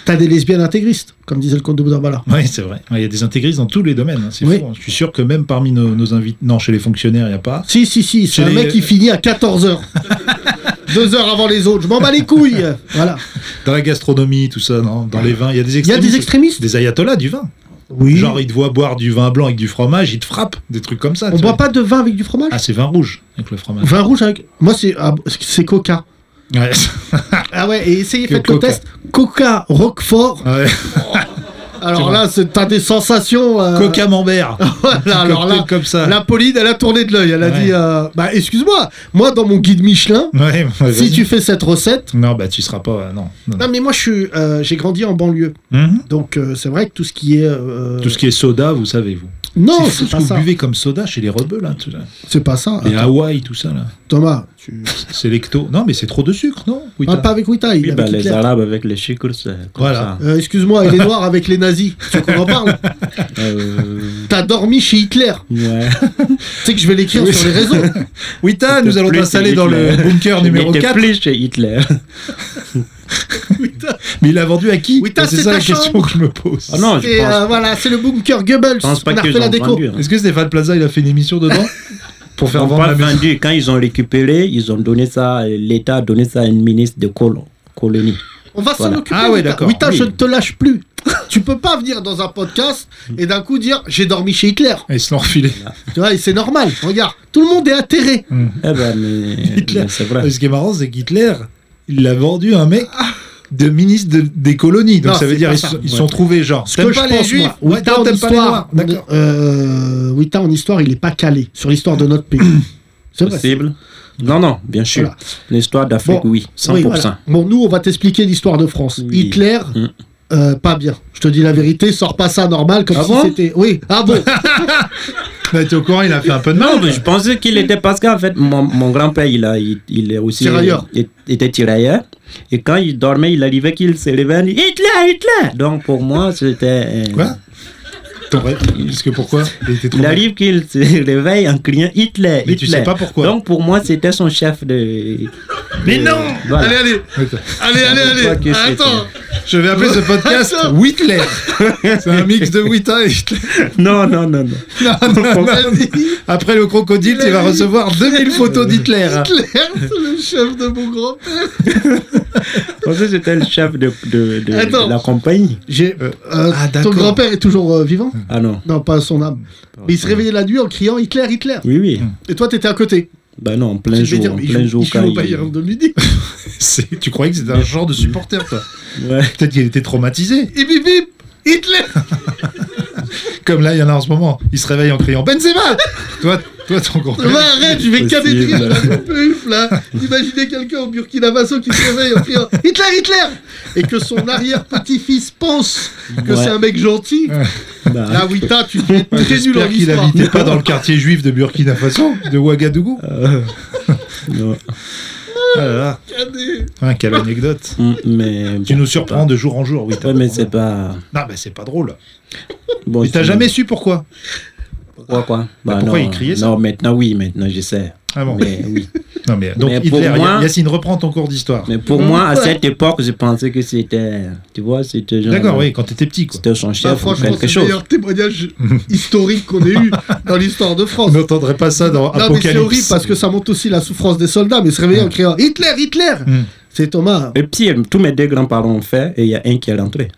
Speaker 3: T'as des lesbiennes intégristes, comme disait le comte de Boudinbala.
Speaker 4: Oui, c'est vrai. Ouais, Il y a des intégristes dans tous les domaines. hein, C'est
Speaker 3: Oui.
Speaker 4: fou, hein. Je suis sûr que même parmi nos, nos invités. Non, chez les fonctionnaires, il n'y a pas.
Speaker 3: Si, si, si, c'est
Speaker 4: Chez
Speaker 3: un
Speaker 4: les-
Speaker 3: mec qui finit à 14h. Deux heures avant les autres, je m'en bats les couilles Voilà.
Speaker 4: Dans la gastronomie, tout ça, non Dans les vins, il y a des
Speaker 3: Il y a
Speaker 4: extrémistes.
Speaker 3: des extrémistes
Speaker 4: Des ayatollahs du vin.
Speaker 3: Oui.
Speaker 4: Genre, ils te voient boire du vin blanc avec du fromage, ils te frappent, des trucs comme ça.
Speaker 3: on
Speaker 4: tu
Speaker 3: boit
Speaker 4: vois.
Speaker 3: pas de vin avec du fromage
Speaker 4: Ah, c'est vin rouge avec le fromage.
Speaker 3: Vin rouge avec. Moi, c'est ah, c'est coca.
Speaker 4: Ouais.
Speaker 3: Ah ouais, et essayez,
Speaker 4: Que
Speaker 3: faites le
Speaker 4: Coca.
Speaker 3: test. Coca Roquefort.
Speaker 4: Ouais.
Speaker 3: Alors
Speaker 4: vrai.
Speaker 3: là, c'est- t'as des sensations. euh,
Speaker 4: Coca Mambert.
Speaker 3: Voilà, alors là,
Speaker 4: comme ça.
Speaker 3: la Pauline, elle a tourné de l'œil. Elle a
Speaker 4: Ouais.
Speaker 3: dit euh, Bah, excuse-moi, moi, dans mon guide Michelin,
Speaker 4: Ouais, bah, vas-y.
Speaker 3: si tu fais cette recette.
Speaker 4: Non, bah tu seras pas. euh, Non. non, non.
Speaker 3: Non, mais moi, je suis, euh, j'ai grandi en banlieue.
Speaker 4: Mhm.
Speaker 3: Donc, euh, c'est vrai que tout ce qui est. euh,
Speaker 4: Tout ce qui est soda, vous savez, vous.
Speaker 3: Non,
Speaker 4: fou
Speaker 3: c'est
Speaker 4: ce que
Speaker 3: pas
Speaker 4: vous
Speaker 3: ça.
Speaker 4: buvez comme soda chez les rebeux, là. tout là.
Speaker 3: C'est pas ça.
Speaker 4: Les
Speaker 3: Attends,
Speaker 4: Hawaï, tout ça, là.
Speaker 3: Thomas, tu.
Speaker 4: C'est lecto. Non, mais c'est trop de sucre, non Oui,
Speaker 3: Parle pas avec Wita, il
Speaker 5: Oui,
Speaker 3: est
Speaker 5: bah,
Speaker 3: avec
Speaker 5: les
Speaker 3: Hitler.
Speaker 5: Arabes avec les chikurs, c'est comme
Speaker 4: Voilà.
Speaker 3: Euh, excuse-moi, il est noir avec les nazis. Tu comprends parle
Speaker 5: ça. Euh,
Speaker 3: T'as dormi chez Hitler.
Speaker 5: ouais.
Speaker 3: Tu sais que je vais l'écrire
Speaker 4: Oui, Ah
Speaker 3: sur les réseaux.
Speaker 4: Wita, nous allons
Speaker 5: Plus
Speaker 4: t'installer
Speaker 5: c'est
Speaker 4: dans le
Speaker 5: Hitler.
Speaker 4: bunker numéro
Speaker 5: J'étais
Speaker 4: 4.
Speaker 5: plus chez Hitler.
Speaker 4: Mais il l'a vendu à qui
Speaker 3: Wita,
Speaker 4: Bah,
Speaker 3: c'est
Speaker 4: C'est ça
Speaker 3: ta
Speaker 4: la question
Speaker 3: chambre.
Speaker 4: que je me pose.
Speaker 5: Ah non, je
Speaker 3: C'est,
Speaker 5: pense,
Speaker 3: euh, voilà, c'est le bunker Goebbels.
Speaker 5: je pense pas
Speaker 3: on a
Speaker 5: qu'ils
Speaker 3: refait la
Speaker 5: ont
Speaker 3: déco.
Speaker 5: vendu. hein.
Speaker 4: Est-ce que Stéphane Plaza, il a fait une émission dedans Pour
Speaker 5: Ils
Speaker 4: faire
Speaker 5: ont
Speaker 4: vendre
Speaker 5: pas
Speaker 4: la maison
Speaker 5: vendu. Quand ils ont récupéré, ils ont donné ça, l'État a donné ça à une ministre de colo- colonie.
Speaker 3: On va
Speaker 5: Voilà.
Speaker 3: s'en occuper.
Speaker 4: Ah ouais,
Speaker 3: Wita.
Speaker 4: d'accord,
Speaker 3: Wita,
Speaker 5: oui.
Speaker 3: je ne te lâche plus. tu peux pas venir dans un podcast et d'un coup dire j'ai dormi chez Hitler.
Speaker 4: Et ils se l'ont refilé.
Speaker 3: Tu vois, et c'est normal. Regarde, tout le monde est atterré.
Speaker 5: Eh ben, mais,
Speaker 4: Hitler.
Speaker 5: mais c'est vrai.
Speaker 4: Et Ce qui est marrant, c'est qu'Hitler, il l'a vendu à un mec de ministre de- des colonies. Donc
Speaker 3: Non,
Speaker 4: ça veut
Speaker 3: c'est
Speaker 4: dire
Speaker 3: pas
Speaker 4: ils
Speaker 3: ça.
Speaker 4: se- ils
Speaker 3: Ouais.
Speaker 4: sont trouvés genre.
Speaker 3: Ce
Speaker 4: T'aimes
Speaker 3: que je
Speaker 4: pas les
Speaker 3: pense,
Speaker 4: juifs
Speaker 3: moi,
Speaker 4: Ouais,
Speaker 3: Wita
Speaker 4: non,
Speaker 3: en
Speaker 4: t'aimes pas les
Speaker 3: histoire.
Speaker 4: noirs. D'accord.
Speaker 3: on est- euh, Wita en histoire, il est pas calé sur l'histoire de notre pays. C'est vrai.
Speaker 5: Possible. Non, non, bien sûr.
Speaker 3: Voilà.
Speaker 5: L'histoire d'Afrique,
Speaker 3: Bon,
Speaker 5: oui, 100%.
Speaker 3: Oui, voilà. Bon, nous, on va t'expliquer l'histoire de France.
Speaker 5: Oui.
Speaker 3: Hitler.
Speaker 5: Mm.
Speaker 3: euh, pas bien. Je te dis la vérité, sors pas ça normal comme
Speaker 5: Ah
Speaker 3: si
Speaker 5: bon
Speaker 3: c'était. Oui, ah bon
Speaker 4: Bah, t'es au courant, il a fait un peu de mal.
Speaker 5: Non, mais je pensais qu'il était parce qu'en fait, mon, mon grand-père, il, a- il, il est aussi.
Speaker 3: Tirailleur.
Speaker 5: il était tirailleur. Et quand il dormait, il arrivait qu'il se réveille. il dit, Hitler, Hitler Donc pour moi, c'était. euh,
Speaker 4: Quoi T'aurais- Parce que pourquoi Il était trop.
Speaker 5: Il arrive qu'il se réveille en criant Hitler,
Speaker 4: Mais
Speaker 5: Hitler.
Speaker 4: tu sais pas pourquoi.
Speaker 5: Donc pour moi, c'était son chef de.
Speaker 4: Mais euh, non
Speaker 5: Voilà.
Speaker 3: Allez, allez
Speaker 4: Attends.
Speaker 3: Allez, allez, allez
Speaker 5: Quoi que c'était.
Speaker 3: Attends
Speaker 4: Je vais appeler ce podcast
Speaker 3: Attends.
Speaker 4: Whitler. C'est un mix de Wita et Hitler.
Speaker 5: Non, non, non, non.
Speaker 4: Non, non, non. Après le crocodile, tu vas recevoir 2000 photos d'Hitler.
Speaker 3: Hitler, c'est le chef de mon grand-père
Speaker 5: Je pensais que c'était le chef de, de, de-
Speaker 3: Attends.
Speaker 5: de la compagnie.
Speaker 3: J'ai.
Speaker 4: Euh,
Speaker 3: euh,
Speaker 4: ah,
Speaker 3: ton
Speaker 4: d'accord. Hum.
Speaker 3: grand-père est toujours euh, vivant
Speaker 5: Ah non.
Speaker 3: Non, pas son âme. Mais il se réveillait la nuit en criant Hitler, Hitler
Speaker 5: Oui, oui.
Speaker 3: Et toi, t'étais à côté
Speaker 5: Bah non, en plein
Speaker 3: Je vais
Speaker 5: jour.
Speaker 3: dire,
Speaker 5: en
Speaker 3: mais il
Speaker 5: plein
Speaker 3: joue-
Speaker 5: jour,
Speaker 3: il joue
Speaker 5: quand
Speaker 3: au
Speaker 5: il-
Speaker 3: Bayern de Munich
Speaker 4: C'est- Tu croyais que c'était un genre de supporter, toi
Speaker 5: Ouais.
Speaker 4: Peut-être qu'il était traumatisé.
Speaker 3: Et bip bip Hitler
Speaker 4: Comme là, il y en a en ce moment. Il se réveille en criant Benzema Toi, Toi, ton compère.
Speaker 3: Mais arrête, je vais
Speaker 5: Possible.
Speaker 3: cader des rires, j'en peux plus, là. Imaginez quelqu'un au Burkina Faso qui se réveille en criant Hitler, Hitler Et que son arrière-petit-fils pense que
Speaker 5: Ouais.
Speaker 3: c'est un mec gentil.
Speaker 5: Bah,
Speaker 3: Là, Wita, tu es
Speaker 4: Ouais,
Speaker 3: très nul en
Speaker 4: J'espère qu'il
Speaker 3: histoire. Bah,
Speaker 4: n'habitait pas dans le quartier juif de Burkina Faso, de Ouagadougou.
Speaker 5: euh, non.
Speaker 4: Ah là là.
Speaker 3: Cadet.
Speaker 4: Ah, quelle anecdote.
Speaker 5: Mm, Mais
Speaker 4: Tu nous surprends de jour en jour, oui. t'as
Speaker 5: Ouais, mais
Speaker 4: raison.
Speaker 5: c'est pas.
Speaker 4: Non, mais c'est pas drôle.
Speaker 5: Bon,
Speaker 4: Mais t'as
Speaker 5: c'est-
Speaker 4: jamais su pourquoi
Speaker 5: Pourquoi quoi
Speaker 4: Mais
Speaker 5: Bah
Speaker 4: pourquoi
Speaker 5: non,
Speaker 4: il criait ça
Speaker 5: Non, maintenant oui, maintenant je sais.
Speaker 4: Ah bon
Speaker 5: Mais oui.
Speaker 4: Non, mais donc
Speaker 5: Mais pour
Speaker 4: Hitler,
Speaker 5: moi-
Speaker 4: Yacine, reprends ton cours d'histoire.
Speaker 5: Mais pour moi, à cette époque, je pensais que c'était. Tu vois, c'était genre.
Speaker 4: D'accord, oui, quand t'étais petit, quoi.
Speaker 5: C'était son
Speaker 3: Bah,
Speaker 5: chef ou
Speaker 3: franchement,
Speaker 5: quelque
Speaker 3: c'est le
Speaker 5: chose.
Speaker 3: meilleur témoignage historique qu'on ait eu dans l'histoire de France.
Speaker 4: On n'entendrait pas ça dans
Speaker 3: Non, mais
Speaker 4: Apocalypse.
Speaker 3: c'est horrible parce que ça montre aussi la souffrance des soldats, mais se réveiller en criant Hitler, Hitler
Speaker 4: Mm.
Speaker 3: C'est Thomas.
Speaker 5: Et puis, euh, tous mes deux grands-parents ont fait et il y a un qui est rentré.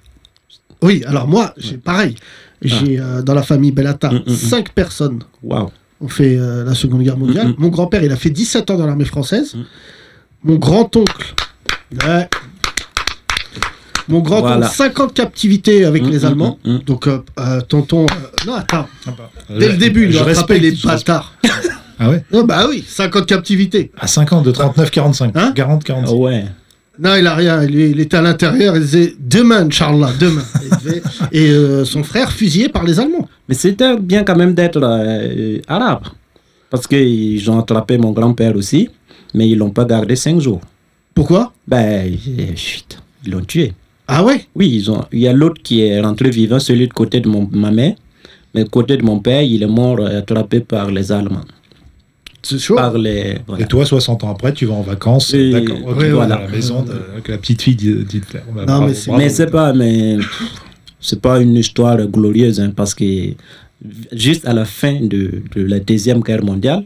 Speaker 3: Oui, alors moi, j'ai pareil. J'ai euh, dans la famille Bellata
Speaker 5: Ah. Mm, mm, mm.
Speaker 3: cinq personnes
Speaker 5: Waouh.
Speaker 3: ont fait euh, la Seconde Guerre mondiale.
Speaker 5: Mm, mm.
Speaker 3: Mon grand-père, il a fait 17 ans dans l'armée française.
Speaker 5: Mm.
Speaker 3: Mon grand-oncle. Ouais. Mon grand-oncle,
Speaker 5: Voilà.
Speaker 3: 50 captivités avec
Speaker 5: Mm,
Speaker 3: les
Speaker 5: mm,
Speaker 3: Allemands.
Speaker 5: mm, mm.
Speaker 3: Donc, euh, euh, tonton. euh, non, attends.
Speaker 4: Ah bah.
Speaker 3: Dès le
Speaker 4: Je-
Speaker 3: début, il
Speaker 4: je
Speaker 3: a attrapé
Speaker 4: respecte
Speaker 3: les
Speaker 4: ce-
Speaker 3: bâtards.
Speaker 4: Ah ouais
Speaker 3: non, bah oui, 50 captivités.
Speaker 4: À 50, de 39, 45.
Speaker 3: Hein
Speaker 4: 40, 45.
Speaker 5: Ah ouais.
Speaker 3: Non, il a rien. Il, il était à l'intérieur. Il disait Demain, Inch'Allah, demain. Et il devait- Et euh, son frère fusillé par les Allemands.
Speaker 5: Mais c'était bien quand même d'être euh, euh, arabe. Parce qu'ils ont attrapé mon grand-père aussi, mais ils l'ont pas gardé cinq jours.
Speaker 3: Pourquoi
Speaker 5: Ben, euh, chut, ils l'ont tué.
Speaker 3: Ah ouais
Speaker 5: Oui, ils ont. Il y a l'autre qui est rentré vivant, celui de côté de mon, ma mère. Mais côté de mon père, il est mort euh, attrapé par les Allemands.
Speaker 3: C'est chaud.
Speaker 5: Par les. voilà.
Speaker 4: Et toi, 60 ans après, tu vas en vacances.
Speaker 5: Et-
Speaker 4: D'accord. Ok,
Speaker 5: Ouais,
Speaker 4: voilà.
Speaker 5: voilà.
Speaker 4: la maison de, avec la petite fille d'Hi- d'Hitler. Bah,
Speaker 3: Non,
Speaker 4: bravo,
Speaker 3: mais c'est-
Speaker 4: bravo.
Speaker 5: Mais c'est pas, mais pff, c'est pas une histoire glorieuse hein, parce que juste à la fin de, de la deuxième guerre mondiale,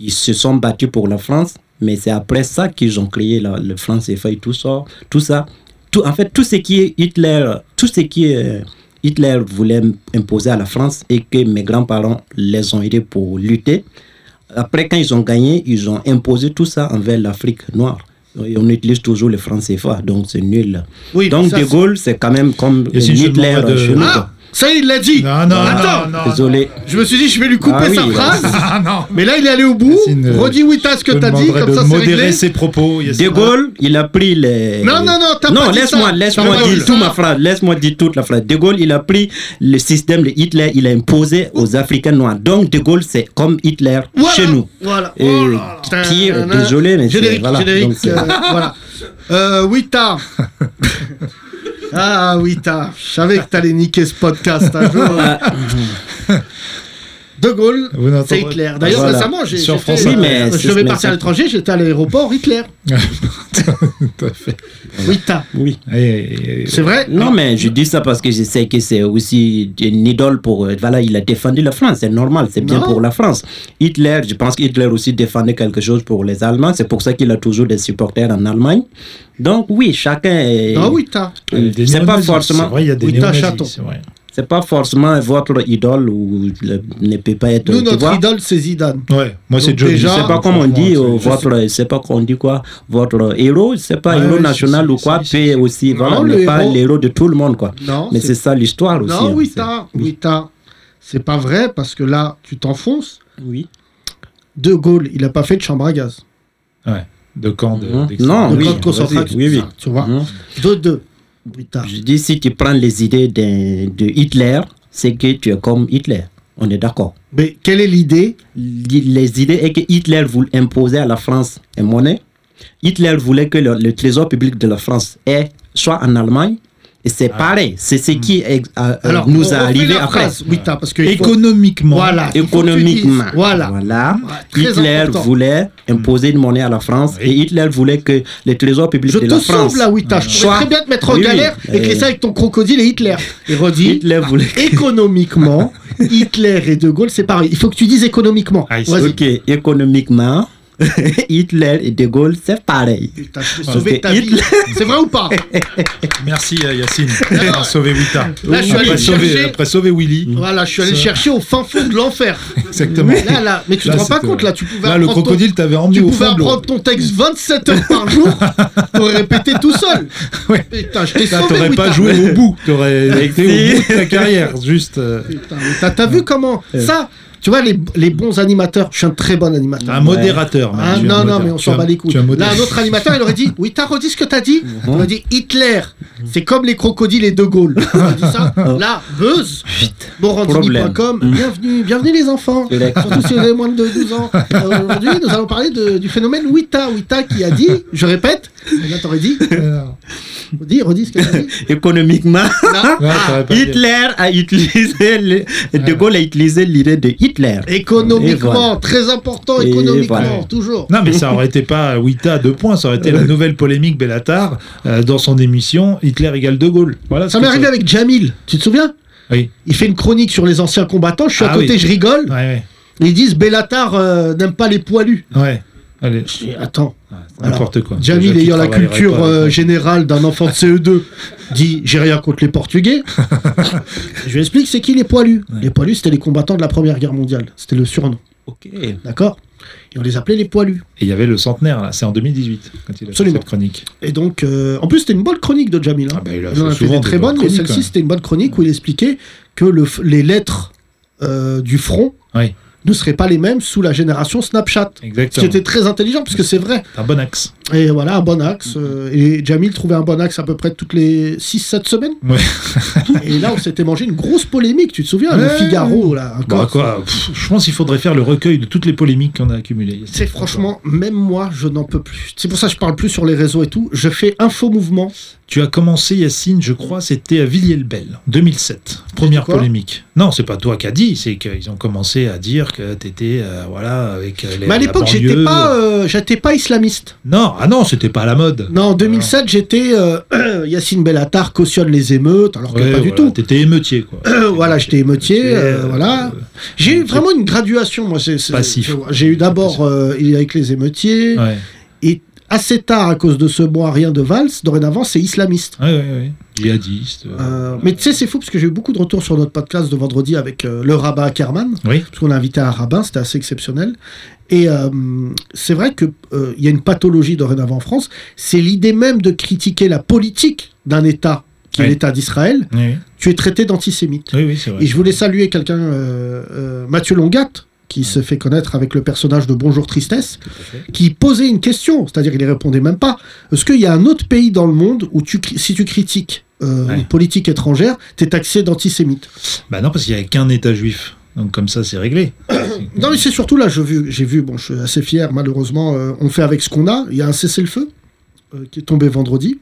Speaker 5: ils se sont battus pour la France, mais c'est après ça qu'ils ont créé la, le France et tout ça, tout ça, tout en fait tout ce qui est Hitler, tout ce qui est euh, Hitler voulait imposer à la France et que mes grands-parents les ont aidés pour lutter. Après, quand ils ont gagné, ils ont imposé tout ça envers l'Afrique noire. Et on utilise toujours le franc CFA, donc c'est nul.
Speaker 3: Oui,
Speaker 5: donc
Speaker 3: ça,
Speaker 5: De
Speaker 3: c'est-
Speaker 5: Gaulle, c'est quand même comme
Speaker 4: Et si je
Speaker 5: Hitler
Speaker 4: demandais de-
Speaker 5: chez nous.
Speaker 3: Ah
Speaker 5: quoi.
Speaker 3: Ça y est, il l'a dit
Speaker 4: Non, non,
Speaker 3: Attends
Speaker 4: non, non.
Speaker 5: Désolé.
Speaker 3: Je me suis dit, je vais lui couper
Speaker 5: Ah oui,
Speaker 3: sa
Speaker 5: ouais.
Speaker 3: phrase.
Speaker 4: Ah non
Speaker 3: Mais là, il est allé au bout.
Speaker 4: Yacine, euh,
Speaker 3: Redis oui, t'as ce que
Speaker 4: Je te
Speaker 3: t'as dit,
Speaker 4: demanderai
Speaker 3: comme
Speaker 4: de
Speaker 3: ça, c'est
Speaker 4: modérer
Speaker 3: réglé.
Speaker 4: ses propos. Yacine.
Speaker 5: De Gaulle, il a pris les.
Speaker 3: Non, non, non, t'as pas dit
Speaker 5: laisse-moi,
Speaker 3: ça.
Speaker 5: laisse-moi
Speaker 3: T'as pas dit
Speaker 5: dire tout
Speaker 3: ça.
Speaker 5: ma phrase. Laisse-moi dire toute la phrase. De Gaulle, il a pris le système de Hitler, il a imposé aux Africains noirs. Donc, De Gaulle, c'est comme Hitler
Speaker 3: Voilà,
Speaker 5: chez nous.
Speaker 3: Voilà.
Speaker 5: Et
Speaker 3: Oh là là.
Speaker 5: pire,
Speaker 3: Tadana.
Speaker 5: désolé, mais c'est-
Speaker 3: Générique,
Speaker 5: voilà,
Speaker 3: générique,
Speaker 5: donc c'est-
Speaker 3: euh, voilà. Euh, Wita. Ah, Wita. Je savais que t'allais niquer ce podcast un jour. De Gaulle,
Speaker 4: Vous n'entendrez-
Speaker 3: c'est Hitler. D'ailleurs,
Speaker 5: Voilà.
Speaker 3: récemment, j'ai.
Speaker 4: Sur
Speaker 3: j'étais-
Speaker 4: France
Speaker 5: Oui, mais
Speaker 3: je
Speaker 5: c'est-
Speaker 3: devais
Speaker 5: mais
Speaker 3: partir à
Speaker 5: c'est-
Speaker 3: l'étranger, j'étais à l'aéroport, Hitler.
Speaker 4: Tout à fait.
Speaker 3: Wita.
Speaker 5: Oui.
Speaker 4: Et- et- et-
Speaker 3: C'est vrai
Speaker 5: Non, mais je dis ça parce que je sais que c'est aussi une idole pour. euh, Voilà, il a défendu la France, c'est normal, c'est bien
Speaker 3: Non.
Speaker 5: pour la France. Hitler, je pense qu'Hitler aussi défendait quelque chose pour les Allemands, c'est pour ça qu'il a toujours des supporters en Allemagne. Donc, oui, chacun est. euh,
Speaker 3: Non, Wita.
Speaker 4: Il y a des
Speaker 5: C'est pas
Speaker 4: néonazis,
Speaker 5: forcément-
Speaker 4: C'est vrai, il y a des
Speaker 3: Oui, t'as
Speaker 4: néonazis,
Speaker 3: chaton.
Speaker 4: c'est vrai.
Speaker 5: C'est pas forcément votre idole ou le- ne peut pas être.
Speaker 3: Nous,
Speaker 5: tu
Speaker 3: notre
Speaker 5: vois.
Speaker 3: idole, ah, c'est Zidane.
Speaker 4: Ouais, moi c'est
Speaker 3: Donc
Speaker 4: Johnny.
Speaker 3: déjà-
Speaker 5: Je sais pas comment on dit euh, votre, je sais pas qu'on dit quoi, votre héros, je sais pas
Speaker 3: Ah
Speaker 4: Ouais,
Speaker 5: héros
Speaker 4: ouais,
Speaker 5: national
Speaker 4: si,
Speaker 5: ou
Speaker 4: si,
Speaker 5: quoi,
Speaker 4: si,
Speaker 5: peut aussi,
Speaker 3: Non,
Speaker 5: voilà,
Speaker 3: le
Speaker 5: n'est pas
Speaker 3: héros-
Speaker 5: l'héros de tout le monde quoi.
Speaker 3: Non,
Speaker 5: Mais c'est ça l'histoire aussi.
Speaker 3: Non,
Speaker 5: hein,
Speaker 3: oui,
Speaker 5: c'est-
Speaker 3: t'as, oui, t'as. C'est pas vrai parce que là, tu t'enfonces.
Speaker 5: Oui.
Speaker 3: De Gaulle, il a pas fait de chambre à gaz.
Speaker 4: De camp de-
Speaker 3: Hein
Speaker 5: Mhm.
Speaker 4: d'extrême-
Speaker 5: Non,
Speaker 3: de
Speaker 5: oui,
Speaker 3: camp de concentration.
Speaker 5: vas-y, oui, oui.
Speaker 3: ça, Tu vois.
Speaker 5: Mhm.
Speaker 3: De deux. Oui, t'as.
Speaker 5: Je dis, si tu prends les idées de, de Hitler, c'est que tu es comme Hitler. On est d'accord.
Speaker 3: Mais quelle est l'idée
Speaker 5: Li- Les idées est que Hitler voulait imposer à la France une monnaie. Hitler voulait que le, le trésor public de la France ait, soit en Allemagne. Et c'est pareil. C'est ce qui est- a- a-
Speaker 3: Ah. Alors, on
Speaker 5: Euh, nous a
Speaker 3: refait
Speaker 5: arrivé
Speaker 3: la
Speaker 5: après.
Speaker 3: phrase, Oui, t'as, parce que. il faut-
Speaker 4: Économiquement.
Speaker 3: Voilà. il faut que tu dises.
Speaker 5: Économiquement.
Speaker 3: Voilà. très
Speaker 5: Hitler
Speaker 3: important. Hmm.
Speaker 5: voulait imposer une monnaie à la France. Et Hitler voulait que le trésor public
Speaker 3: Je
Speaker 5: de
Speaker 3: te
Speaker 5: la
Speaker 3: sauve
Speaker 5: France.
Speaker 3: là, oui, t'as. Je pourrais
Speaker 5: Soit-
Speaker 3: très bien te mettre en
Speaker 5: Oui, oui.
Speaker 3: galère et te
Speaker 5: Euh,
Speaker 3: laisser avec ton crocodile et Hitler. Et redis.
Speaker 5: Hitler voulait
Speaker 3: Économiquement, Hitler et De Gaulle, c'est pareil. Il faut que tu dises économiquement.
Speaker 4: Ah, ils sont-
Speaker 3: Vas-y.
Speaker 5: Ok, économiquement, Hitler et De Gaulle, c'est pareil.
Speaker 3: Putain, je t'ai sauvé
Speaker 5: C'était
Speaker 3: ta vie.
Speaker 5: Hitler.
Speaker 3: C'est vrai ou pas
Speaker 4: Merci euh, Yacine d'avoir sauvé Wita.
Speaker 3: Là, je suis allé
Speaker 4: Après sauver-
Speaker 3: chercher.
Speaker 4: après sauver Willy.
Speaker 3: Voilà, je suis allé
Speaker 4: Ça-
Speaker 3: chercher au fin fond de l'enfer.
Speaker 4: Exactement.
Speaker 3: Là, là, mais tu
Speaker 4: Là,
Speaker 3: te rends pas
Speaker 4: c'était-
Speaker 3: compte, là, tu pouvais
Speaker 4: Là, le
Speaker 3: apprendre ton-
Speaker 4: crocodile t'avait emmené
Speaker 3: Tu
Speaker 4: au
Speaker 3: pouvais
Speaker 4: fond de l'eau.
Speaker 3: apprendre ton texte 27 heures par jour, t'aurais répété tout seul.
Speaker 4: Ouais.
Speaker 3: Putain, je t'ai
Speaker 4: Là,
Speaker 3: sauvé.
Speaker 4: t'aurais pas
Speaker 3: Wita.
Speaker 4: joué au bout. T'aurais été
Speaker 5: Merci.
Speaker 4: au bout de ta carrière. Juste. euh,
Speaker 3: Putain, Wita, T'as vu comment ça Tu vois, les, les bons animateurs, je suis un très bon animateur.
Speaker 4: Un modérateur,
Speaker 3: Ah,
Speaker 4: Manu, tu
Speaker 3: non,
Speaker 4: es un
Speaker 3: non,
Speaker 4: modérateur.
Speaker 3: mais on
Speaker 4: Tu
Speaker 3: s'en
Speaker 4: as-
Speaker 3: bat les
Speaker 4: tu
Speaker 3: couilles.
Speaker 4: as un
Speaker 3: Là,
Speaker 4: modérateur.
Speaker 3: un autre animateur, il aurait dit Oui, t'as redit ce que t'as dit Il aurait dit Hitler, c'est comme les crocodiles et De Gaulle. Il aurait dit ça. Là, buzz, morandini.com, bienvenue, bienvenue les enfants,
Speaker 5: Direct.
Speaker 3: surtout si vous avez moins de 12 ans. Euh, Aujourd'hui, nous allons parler de- du phénomène Wita. Wita qui a dit, je répète, et là, t'aurais dit
Speaker 5: Euh.
Speaker 3: Redis, redis ce que t'as dit.
Speaker 5: Économiquement,
Speaker 3: Là,
Speaker 4: Ouais, t'aurais Ah, pas dit.
Speaker 5: Hitler a utilisé, le- De Gaulle a utilisé l'idée de Hitler.
Speaker 3: économiquement,
Speaker 5: Et voilà.
Speaker 3: très important,
Speaker 5: Et
Speaker 3: économiquement,
Speaker 5: voilà.
Speaker 3: toujours.
Speaker 4: Non, mais ça aurait été pas Wita à deux points, ça aurait été la nouvelle polémique Bellatar euh, dans son émission Hitler égale De Gaulle. Voilà,
Speaker 3: Ça m'est arrivé avec Jamil, tu te souviens
Speaker 4: Oui.
Speaker 3: Il fait une chronique sur les anciens combattants, je suis à
Speaker 4: Ah
Speaker 3: côté,
Speaker 4: oui.
Speaker 3: je rigole.
Speaker 4: Ouais,
Speaker 3: Ils disent Bellatar euh, n'aime pas les poilus.
Speaker 4: ouais. ouais. Allez,
Speaker 3: Je dis, attends,
Speaker 4: Ah, n'importe quoi.
Speaker 3: Jamil
Speaker 4: Déjà, tu
Speaker 3: ayant la
Speaker 4: travaillerais
Speaker 3: culture
Speaker 4: pas.
Speaker 3: euh, générale d'un enfant de CE2 dit j'ai rien contre les Portugais. je lui explique c'est qui les poilus. Les poilus c'était les combattants de la Première Guerre mondiale, c'était le surnom,
Speaker 5: Ok.
Speaker 3: d'accord Et on les appelait les poilus.
Speaker 4: Et il y avait le centenaire, là, c'est en 2018, quand il a
Speaker 3: Absolument.
Speaker 4: fait cette chronique.
Speaker 3: Et donc, euh, en plus, c'était une bonne chronique de Jamil. hein.
Speaker 4: Ah bah, il a
Speaker 3: Il en
Speaker 4: fait
Speaker 3: a fait
Speaker 4: souvent
Speaker 3: des hein.
Speaker 4: des
Speaker 3: très
Speaker 4: bonnes
Speaker 3: bonnes, mais
Speaker 4: chroniques,
Speaker 3: celle-ci,
Speaker 4: ouais.
Speaker 3: c'était une bonne chronique où il expliquait que le f- les lettres euh, du front
Speaker 4: Oui.
Speaker 3: ne seraient pas les mêmes sous la génération Snapchat. Ce qui
Speaker 4: Exactement.
Speaker 3: était très intelligent, puisque c'est vrai.
Speaker 4: Un bon axe.
Speaker 3: Et voilà, un bon axe. euh, et Jamil trouvait un bon axe à peu près toutes les 6-7 semaines.
Speaker 4: Ouais.
Speaker 3: et là, on s'était mangé une grosse polémique, tu te souviens Le
Speaker 4: Ouais.
Speaker 3: Figaro, là, encore.
Speaker 4: Bon, à Bah, quoi pff, Je pense qu'il faudrait faire le recueil de toutes les polémiques qu'on a accumulées.
Speaker 3: c'est franchement, même moi, je n'en peux plus. C'est pour ça que je parle plus sur les réseaux et tout. Je fais un faux mouvement.
Speaker 4: Tu as commencé, Yacine, je crois, c'était à Villiers-le-Bel, 2007. Première
Speaker 3: quoi
Speaker 4: polémique. Non, c'est pas toi qui as dit, c'est qu'ils ont commencé à dire que t'étais, euh, voilà, avec euh, les.
Speaker 3: Mais à
Speaker 4: la
Speaker 3: l'époque, j'étais
Speaker 4: banlieue.
Speaker 3: pas, euh, j'étais pas islamiste.
Speaker 4: Non, ah non, c'était pas à la mode.
Speaker 3: Non, en 2007, j'étais euh, Yacine Bellatar cautionne les émeutes, alors que
Speaker 4: Ouais,
Speaker 3: pas du
Speaker 4: voilà,
Speaker 3: tout.
Speaker 4: T'étais émeutier, quoi.
Speaker 3: voilà, j'étais émeutier, euh,
Speaker 4: euh,
Speaker 3: voilà. J'ai eu vraiment une graduation, moi. c'est- c'est-
Speaker 4: Passif.
Speaker 3: J'ai eu d'abord euh, avec les émeutiers,
Speaker 4: Ouais, ouais,
Speaker 3: et assez tard, à cause de ce mois rien de Valls, dorénavant, c'est islamiste.
Speaker 4: ouais. ouais. Djihadiste. euh,
Speaker 3: Euh,
Speaker 4: voilà.
Speaker 3: mais tu sais, c'est fou parce que j'ai eu beaucoup de retours sur notre podcast de vendredi avec euh, le rabbin Ackerman,
Speaker 4: Oui.
Speaker 3: parce qu'on a invité un rabbin, c'était assez exceptionnel. Et euh, c'est vrai qu'il il y a une pathologie dorénavant en France, c'est l'idée même de critiquer la politique d'un État, qui est
Speaker 4: Oui.
Speaker 3: l'État d'Israël,
Speaker 4: Oui,
Speaker 3: tu es traité d'antisémite.
Speaker 4: oui, oui, c'est vrai.
Speaker 3: Et je voulais saluer quelqu'un, euh, euh, Mathieu Longat, qui se fait connaître avec le personnage de Bonjour Tristesse, qui posait une question, c'est-à-dire il ne répondait même pas. Est-ce qu'il y a un autre pays dans le monde où tu, cri- si tu critiques euh,
Speaker 4: Ouais.
Speaker 3: une politique étrangère, tu es taxé d'antisémite
Speaker 4: Bah non, parce qu'il n'y avait qu'un État juif. Donc comme ça, c'est réglé.
Speaker 3: Non, mais c'est surtout là, je vu- j'ai vu, bon, je suis assez fier, malheureusement, euh, on fait avec ce qu'on a. Il y a un cessez-le-feu euh, qui est tombé vendredi.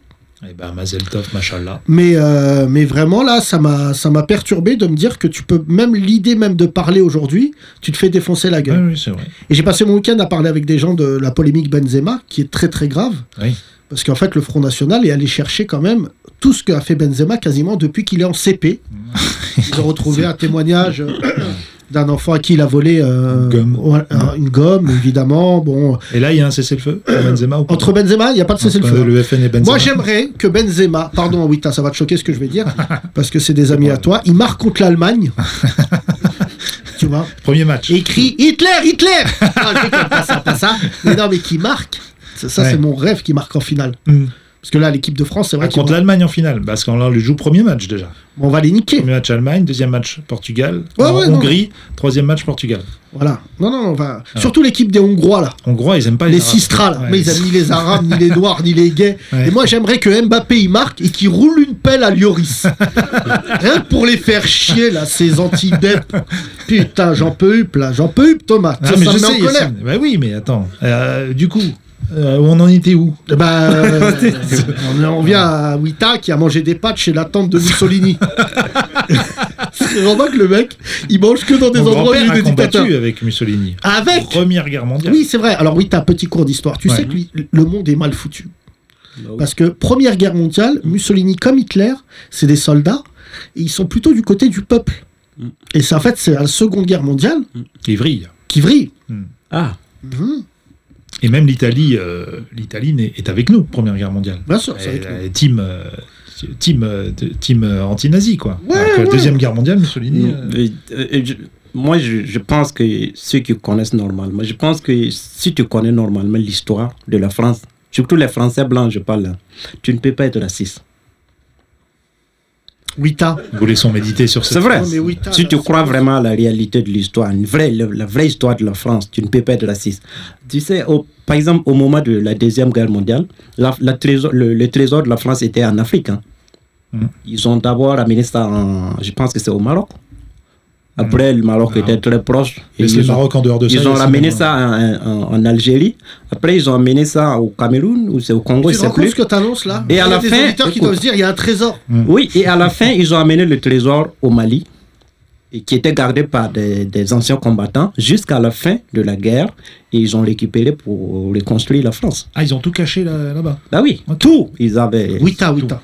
Speaker 4: Eh ben, Mazel Tov, machallah.
Speaker 3: Mais, euh, mais vraiment, là, ça m'a ça m'a perturbé de me dire que tu peux, même l'idée même de parler aujourd'hui, tu te fais défoncer la
Speaker 4: Oui,
Speaker 3: gueule.
Speaker 4: oui, c'est vrai.
Speaker 3: Et j'ai passé mon week-end à parler avec des gens de la polémique Benzema, qui est très très grave.
Speaker 4: Oui.
Speaker 3: Parce qu'en fait, le Front National est allé chercher quand même tout ce qu'a fait Benzema quasiment depuis qu'il est en CP. Ils ont retrouvé un témoignage euh, d'un enfant à qui il a volé euh,
Speaker 4: Une gomme.
Speaker 3: ouais, euh, une gomme, évidemment. Bon,
Speaker 4: Et là, il y a un cessez-le-feu pour Benzema ou pas
Speaker 3: entre Benzema, il n'y a pas de
Speaker 4: Entre
Speaker 3: cessez-le-feu. hein.
Speaker 4: le FN et Benzema.
Speaker 3: Moi, j'aimerais que Benzema, pardon, oui, ça va te choquer ce que je vais dire, parce que c'est des amis à toi, il marque contre l'Allemagne. tu vois
Speaker 4: Premier match.
Speaker 3: Et il crie Hitler, Hitler Ah, je déconne, pas ça, pas ça. Mais non, mais qui marque. Ça, ça,
Speaker 4: Ouais.
Speaker 3: c'est mon rêve qui marque en finale.
Speaker 4: Mm.
Speaker 3: Parce que là, l'équipe de France, c'est vrai
Speaker 4: Ah,
Speaker 3: qu'on
Speaker 4: Contre l'Allemagne en finale, parce qu'on leur joue premier match déjà.
Speaker 3: on va les niquer.
Speaker 4: Premier match Allemagne, deuxième match Portugal,
Speaker 3: Ouais,
Speaker 4: en
Speaker 3: ouais, non.
Speaker 4: Hongrie, troisième match Portugal.
Speaker 3: Voilà. Non, non, on va. Surtout l'équipe des Hongrois, là.
Speaker 4: Hongrois, ils aiment pas les,
Speaker 3: Les
Speaker 4: Arabes.
Speaker 3: Sistras, là.
Speaker 4: Ah Ouais,
Speaker 3: Mais ils aiment ni les Arabes, ni les Noirs, ni les gays.
Speaker 4: Ouais.
Speaker 3: Et moi, j'aimerais que Mbappé y marque et qu'il roule une pelle à Lloris. Rien que pour les faire chier, là, ces anti Putain, j'en peux up, là. J'en peux up, Thomas.
Speaker 4: Ah,
Speaker 3: ça
Speaker 4: mais
Speaker 3: ça
Speaker 4: je
Speaker 3: me met
Speaker 4: sais,
Speaker 3: en colère.
Speaker 4: Yassine. Bah oui, mais attends. Euh, du coup, euh, on en était où
Speaker 3: Bah, euh, on en revient à Wita qui a mangé des pâtes chez la tante de Mussolini. C'est vraiment que le mec, il mange que dans des
Speaker 4: Mon
Speaker 3: endroits où il
Speaker 4: grand-père
Speaker 3: y a
Speaker 4: a
Speaker 3: des dictateurs.
Speaker 4: combattu euh, avec Mussolini.
Speaker 3: Avec
Speaker 4: Première guerre mondiale.
Speaker 3: Oui, c'est vrai. Alors oui, t'as un petit cours d'histoire. Tu
Speaker 4: Ouais.
Speaker 3: sais que lui, le monde est mal foutu.
Speaker 5: Bah
Speaker 3: Parce que Première Guerre mondiale, Mussolini comme Hitler, c'est des soldats, et ils sont plutôt du côté du peuple. Et c'est en fait, c'est la Seconde Guerre mondiale
Speaker 4: Les vrilles.
Speaker 3: qui vrille.
Speaker 5: Ah,
Speaker 3: Mhm,
Speaker 4: Et même l'Italie, euh, l'Italie n'est- est avec nous, Première Guerre mondiale.
Speaker 3: bien sûr. Oh, c'est
Speaker 4: Et
Speaker 3: avec
Speaker 4: la
Speaker 3: nous.
Speaker 4: team, euh, team, euh, de- team euh, anti-nazi, quoi.
Speaker 3: Ouais,
Speaker 4: Alors que
Speaker 3: ouais.
Speaker 4: Deuxième guerre mondiale, Mussolini. euh,
Speaker 5: Euh, euh, je- moi, je, je pense que ceux qui connaissent normalement, je pense que si tu connais normalement l'histoire de la France, surtout les Français blancs, je parle, hein, tu ne peux pas être raciste.
Speaker 3: Wita.
Speaker 4: Vous laissons méditer sur
Speaker 5: C'est
Speaker 4: cette
Speaker 5: vrai.
Speaker 3: Ouais, mais oui, t'as
Speaker 5: si tu
Speaker 3: la-
Speaker 5: crois vraiment à la réalité de l'histoire, une vraie, la, la vraie histoire de la France, tu ne peux pas être raciste. Tu sais, au- par exemple, au moment de la Deuxième Guerre mondiale, la- la trésor- le, le trésor de la France était en Afrique. hein.
Speaker 3: Mm.
Speaker 4: Mhm.
Speaker 5: Ils ont d'abord amené ça, en- je pense que c'est au Maroc. Après, le Maroc
Speaker 4: Ah.
Speaker 5: était très proche. Et
Speaker 4: Laisse
Speaker 5: ils
Speaker 4: le
Speaker 5: ont-
Speaker 4: Maroc en dehors de ça.
Speaker 5: ils ont
Speaker 4: laisse-
Speaker 5: ramené ça en, en- en Algérie. Après, ils ont amené ça au Cameroun ou c'est au Congo,
Speaker 3: Tu
Speaker 5: je
Speaker 3: te
Speaker 5: sais
Speaker 3: rends compte
Speaker 5: plus.
Speaker 3: ce que t'annonces là
Speaker 5: Et
Speaker 3: Il y
Speaker 5: à
Speaker 3: a
Speaker 5: la
Speaker 3: des
Speaker 5: fin,
Speaker 3: auditeurs qui
Speaker 5: écoute.
Speaker 3: doivent se dire il y a un trésor.
Speaker 5: Oui, et à la fin, ils ont amené le trésor au Mali, et qui était gardé par des, des anciens combattants jusqu'à la fin de la guerre, et ils ont récupéré pour reconstruire la France.
Speaker 4: Ah, ils ont tout caché là- là-bas.
Speaker 5: Bah oui,
Speaker 4: Ok.
Speaker 5: tout, ils avaient...
Speaker 3: Wita, Wita.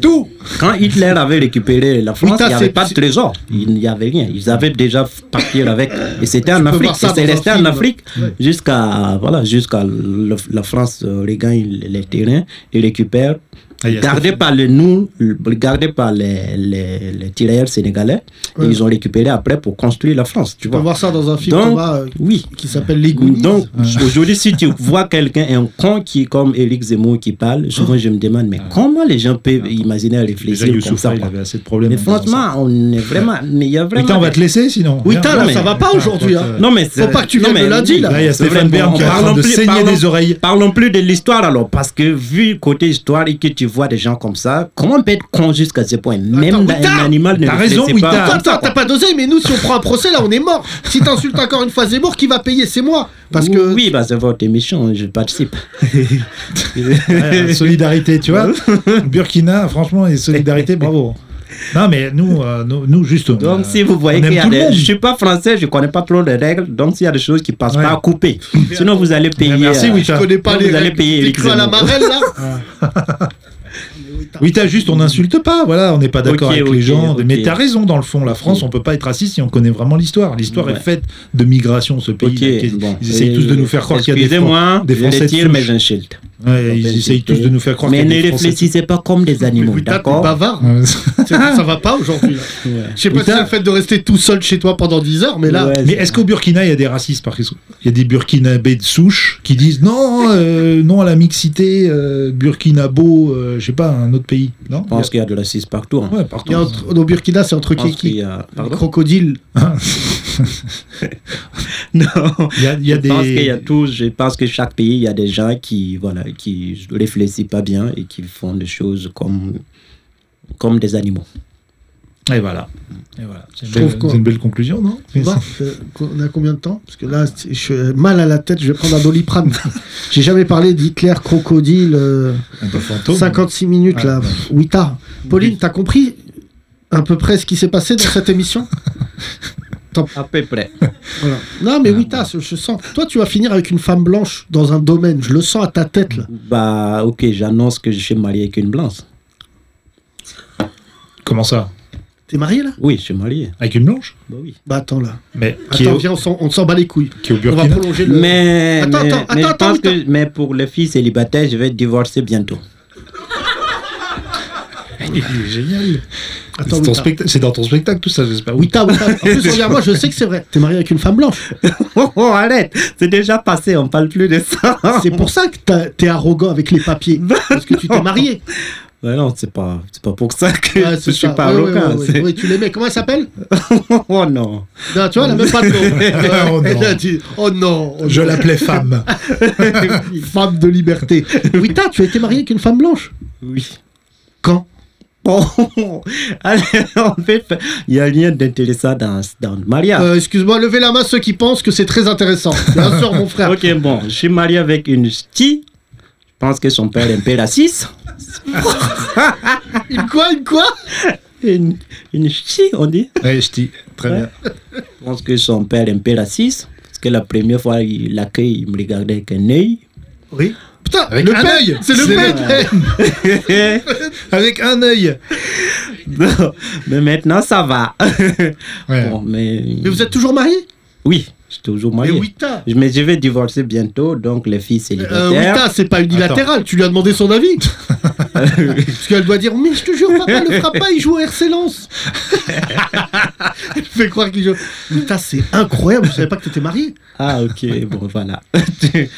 Speaker 5: Tout Quand Hitler avait récupéré la France,
Speaker 3: Oui, t'as-
Speaker 5: il n'y avait
Speaker 3: c'est-
Speaker 5: pas de
Speaker 3: c'est-
Speaker 5: trésor. Il n'y avait rien. Ils avaient déjà parti avec. Et c'était en
Speaker 3: peux
Speaker 5: Afrique.
Speaker 3: voir ça
Speaker 5: Et c'est
Speaker 3: dans un
Speaker 5: resté en
Speaker 3: film.
Speaker 5: Afrique
Speaker 3: Ouais.
Speaker 5: jusqu'à voilà, jusqu'à le- la France euh, regagne les terrains et récupère.
Speaker 4: Ah, il y a
Speaker 5: Gardé
Speaker 4: Stéphane.
Speaker 5: par le nous, gardé par les, les, les tirailleurs sénégalais,
Speaker 3: Ouais.
Speaker 5: et ils ont récupéré après pour construire la France, tu
Speaker 3: Tu peux
Speaker 5: vois.
Speaker 3: voir ça dans un film
Speaker 5: Donc-
Speaker 3: Thomas, euh,
Speaker 5: Oui.
Speaker 3: qui s'appelle Les Goonies.
Speaker 5: Donc aujourd'hui, si tu vois quelqu'un, un con qui comme Éric Zemmour qui parle, souvent je me demande mais
Speaker 4: Ah.
Speaker 5: comment les gens peuvent imaginer
Speaker 4: Déjà,
Speaker 5: réfléchir comme
Speaker 4: Youssoupha,
Speaker 5: ça
Speaker 4: il
Speaker 5: quoi.
Speaker 4: avait assez de problèmes.
Speaker 5: Mais
Speaker 4: en disant ça.
Speaker 5: franchement, on est vraiment. Mais il y a vraiment.
Speaker 4: Putain, on va te laisser sinon.
Speaker 3: Oui, t'as,
Speaker 5: Non,
Speaker 3: là,
Speaker 5: mais-
Speaker 3: ça va pas aujourd'hui. hein.
Speaker 4: euh,
Speaker 5: Non, mais
Speaker 3: Faut pas que tu viennes le lundi, là.
Speaker 4: Là, il y a Stéphane Bern qui est en train de saigner des oreilles.
Speaker 5: Parlons plus de l'histoire alors, parce que vu côté histoire et que tu vois des gens comme ça, comment on peut être con jusqu'à ce point Même
Speaker 3: Attends, Ouïta
Speaker 5: un animal ne
Speaker 4: T'as
Speaker 5: réfléchit
Speaker 4: raison,
Speaker 5: pas.
Speaker 4: Ouïta.
Speaker 3: Toi,
Speaker 5: comme ça,
Speaker 3: toi,
Speaker 5: quoi.
Speaker 3: t'as pas dosé, mais nous, si on prend un procès, là, on est mort. Si t'insultes encore une fois Zemmour, qui va payer C'est moi. Parce que.
Speaker 5: Oui, bah, c'est votre émission, je participe.
Speaker 4: Ah, Ouais, solidarité, tu vois. Burkina, franchement, et solidarité, bravo. Non, mais nous, euh, nous, nous, juste. on,
Speaker 5: Donc,
Speaker 4: euh,
Speaker 5: si vous voyez
Speaker 4: on aime
Speaker 5: qu'il y a
Speaker 4: tout le
Speaker 5: des-
Speaker 4: monde.
Speaker 5: Je suis pas français, je connais pas trop les règles, donc s'il y a des choses qui passent
Speaker 4: Ouais.
Speaker 5: pas à couper. Sinon, vous allez payer.
Speaker 4: Eh, merci,
Speaker 5: euh,
Speaker 4: Ouïta.
Speaker 3: Je connais pas
Speaker 5: Vous
Speaker 3: les
Speaker 5: allez
Speaker 3: règles.
Speaker 5: payer,
Speaker 3: T'es
Speaker 5: Eric
Speaker 3: cru à la
Speaker 5: Zemmour.
Speaker 3: marelle, là
Speaker 4: Oui, t'as juste, on n'insulte pas, voilà, on n'est pas d'accord
Speaker 5: Ok,
Speaker 4: avec les
Speaker 5: ok,
Speaker 4: gens.
Speaker 5: ok. Mm.
Speaker 4: Mais t'as raison, dans le fond, la France, on peut pas être raciste si on connaît vraiment l'histoire. L'histoire
Speaker 5: Ouais.
Speaker 4: est faite de migration, ce pays.
Speaker 5: Ok,
Speaker 4: ils
Speaker 5: bon.
Speaker 4: ils essayent
Speaker 5: Et-
Speaker 4: tous de nous faire croire qu'il y a des, Fran-
Speaker 5: Excusez-moi,
Speaker 4: des
Speaker 5: je
Speaker 4: Français de
Speaker 5: retire
Speaker 4: souche.
Speaker 5: mes insultes.
Speaker 4: Ouais, ils essayent tous de nous faire croire
Speaker 5: Mais
Speaker 4: qu'il y a
Speaker 5: ne
Speaker 4: des Français.
Speaker 5: réfléchissez pas comme des
Speaker 3: Mais
Speaker 5: animaux,
Speaker 3: oui, t'as- t'es
Speaker 5: d'accord
Speaker 3: bavard.
Speaker 4: Ouais.
Speaker 3: C'est- ça va pas aujourd'hui. là. Je sais pas
Speaker 4: Oui,
Speaker 3: si c'est
Speaker 4: t'as-
Speaker 3: le fait de rester tout seul chez toi pendant 10 heures, mais là.
Speaker 5: Ouais,
Speaker 4: Mais est-ce qu'au Burkina, il y a des racistes par exemple Il y a des Burkinabés de souche qui disent non, euh, non à la mixité, euh, Burkinabo, euh, je sais pas, un autre pays. Non
Speaker 5: Je pense qu'il y a de la 6 partout. hein.
Speaker 3: Il
Speaker 4: Ouais,
Speaker 3: y a
Speaker 4: partout.
Speaker 3: entre- au Burkina, c'est entre
Speaker 5: Je pense qu'il
Speaker 3: Kiki,
Speaker 5: y a...
Speaker 3: les
Speaker 5: Pardon
Speaker 3: crocodiles.
Speaker 5: Non
Speaker 4: Il y a, il y a
Speaker 5: je pense qu'il y a
Speaker 4: des.
Speaker 5: tous, je pense que chaque pays, il y a des gens qui, voilà, qui réfléchissent pas bien et qui font des choses comme, comme des animaux.
Speaker 4: Et voilà. Et voilà. C'est
Speaker 3: Je
Speaker 4: une,
Speaker 3: trouve
Speaker 4: belle-
Speaker 3: quoi
Speaker 4: c'est une belle conclusion, non
Speaker 3: Tu vois, euh, on a combien de temps Parce que là, c'est- je suis euh, mal à la tête, je vais prendre un doliprane. J'ai jamais parlé d'Hitler, crocodile, euh,
Speaker 4: Un peu fantôme.
Speaker 3: 56 minutes
Speaker 4: Ouais,
Speaker 3: là.
Speaker 4: ouais.
Speaker 3: Pff, Oui, tard. Pauline, t'as compris à peu près ce qui s'est passé dans cette émission
Speaker 5: À peu près.
Speaker 3: Voilà. Non,
Speaker 4: Ah,
Speaker 3: mais oui, t'as, je je sens. Toi, tu vas finir avec une femme blanche dans un domaine. Je le sens à ta tête là.
Speaker 5: Bah, ok, j'annonce que je suis marié avec une blanche.
Speaker 4: Comment ça
Speaker 3: T'es marié là
Speaker 5: Oui, je suis marié.
Speaker 4: Avec une blanche
Speaker 5: Bah oui.
Speaker 3: Bah attends là.
Speaker 4: Mais qui est,
Speaker 3: Attends,
Speaker 4: au-
Speaker 3: viens, on s'en- on s'en bat les couilles.
Speaker 4: qui est au
Speaker 3: On va
Speaker 4: Burkina
Speaker 3: prolonger le.
Speaker 5: Mais,
Speaker 3: Attends,
Speaker 5: mais,
Speaker 3: attends,
Speaker 5: mais je
Speaker 3: attends,
Speaker 5: pense
Speaker 3: attends.
Speaker 5: que mais pour les filles célibataires, je vais divorcer bientôt.
Speaker 4: Il est génial.
Speaker 3: Attends,
Speaker 4: C'est ton
Speaker 3: Wita.
Speaker 4: spectacle- c'est dans ton spectacle tout ça, j'espère. Oui.
Speaker 3: Wita, Wita. En plus, regarde-moi, je sais que c'est vrai. T'es marié avec une femme blanche.
Speaker 5: Oh, oh, arrête C'est déjà passé, on parle plus de ça.
Speaker 4: Ah.
Speaker 3: C'est pour ça que t'as- t'es arrogant avec les papiers. Parce que tu t'es marié.
Speaker 5: Ouais, non, c'est pas, c'est pas pour ça que
Speaker 3: Ouais,
Speaker 5: je
Speaker 3: c'est
Speaker 5: suis
Speaker 3: ça.
Speaker 5: pas
Speaker 3: Ouais, ouais,
Speaker 5: arrogant.
Speaker 3: ouais, ouais.
Speaker 5: c'est-
Speaker 3: Ouais, tu les mets. Comment elle s'appelle
Speaker 5: Oh non.
Speaker 3: Non, tu vois, elle a même pas de nom. Euh,
Speaker 4: Oh non.
Speaker 3: elle a dit Oh non oh
Speaker 4: Je
Speaker 3: non.
Speaker 4: l'appelais femme.
Speaker 3: Femme de liberté. Wita, tu as été marié avec une femme blanche
Speaker 5: Oui.
Speaker 3: Quand
Speaker 5: Bon, allez, en fait, il y a rien d'intéressant dans, dans le mariage.
Speaker 3: Euh, Excuse-moi, levez la main ceux qui pensent que c'est très intéressant. Bien sûr, mon frère.
Speaker 5: ok, bon, je suis marié avec une ch'ti. Je pense que son père est un père à six.
Speaker 3: Une quoi Une quoi
Speaker 5: Une, une ch'ti, on dit.
Speaker 4: Ouais, je dis. Très bien.
Speaker 5: Je pense que son père est un père à six. Parce que la première fois, il l'accueille, il me regardait avec un œil.
Speaker 3: Oui. Putain,
Speaker 4: Avec
Speaker 3: le
Speaker 4: un
Speaker 3: père,
Speaker 4: œil.
Speaker 3: C'est le
Speaker 4: C'est
Speaker 3: père
Speaker 4: Avec un œil.
Speaker 5: mais maintenant, ça va.
Speaker 4: Ouais.
Speaker 5: Bon, mais...
Speaker 3: Mais vous êtes toujours marié
Speaker 5: Oui, suis toujours
Speaker 3: Mais
Speaker 5: marié.
Speaker 3: Wita
Speaker 5: Je- Mais je vais divorcer bientôt, donc les filles
Speaker 3: euh,
Speaker 5: célibataires.
Speaker 3: Wita, c'est pas unilatéral, tu lui as demandé son avis. Parce qu'elle doit dire Mais je te jure, papa, ne frappe pas, il joue à RC Lens. Elle fait croire qu'il joue. Wita, c'est incroyable, je savais pas que t'étais marié.
Speaker 5: ah, ok, bon, voilà.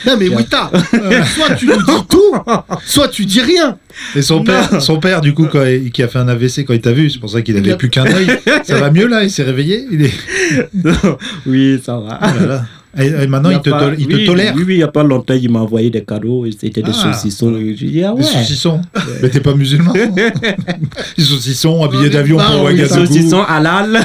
Speaker 3: Non, mais Wita, euh, soit tu nous dis tout, soit tu dis rien.
Speaker 4: Et son père, son père, du coup, quand il- qui a fait un AVC quand il t'a vu, c'est pour ça qu'il
Speaker 3: Il
Speaker 4: n'avait
Speaker 3: a-
Speaker 4: plus qu'un œil. Ça va mieux là, il s'est réveillé. Il est...
Speaker 5: oui, ça va.
Speaker 4: Oh là là. Et, et maintenant,
Speaker 5: y a
Speaker 4: il te,
Speaker 5: pas-
Speaker 4: tol- il
Speaker 5: oui,
Speaker 4: te tolère.
Speaker 5: Oui, oui, il n'y a pas longtemps, il m'a envoyé des cadeaux, et c'était des
Speaker 4: Ah.
Speaker 5: saucissons. Et Je dis, ah ouais.
Speaker 4: Les saucissons. Mais t'es pas musulman. Les saucissons, un billet d'avion
Speaker 3: Ah,
Speaker 4: pour
Speaker 3: oui,
Speaker 5: Des
Speaker 4: Ouagadougou.
Speaker 5: saucissons halal.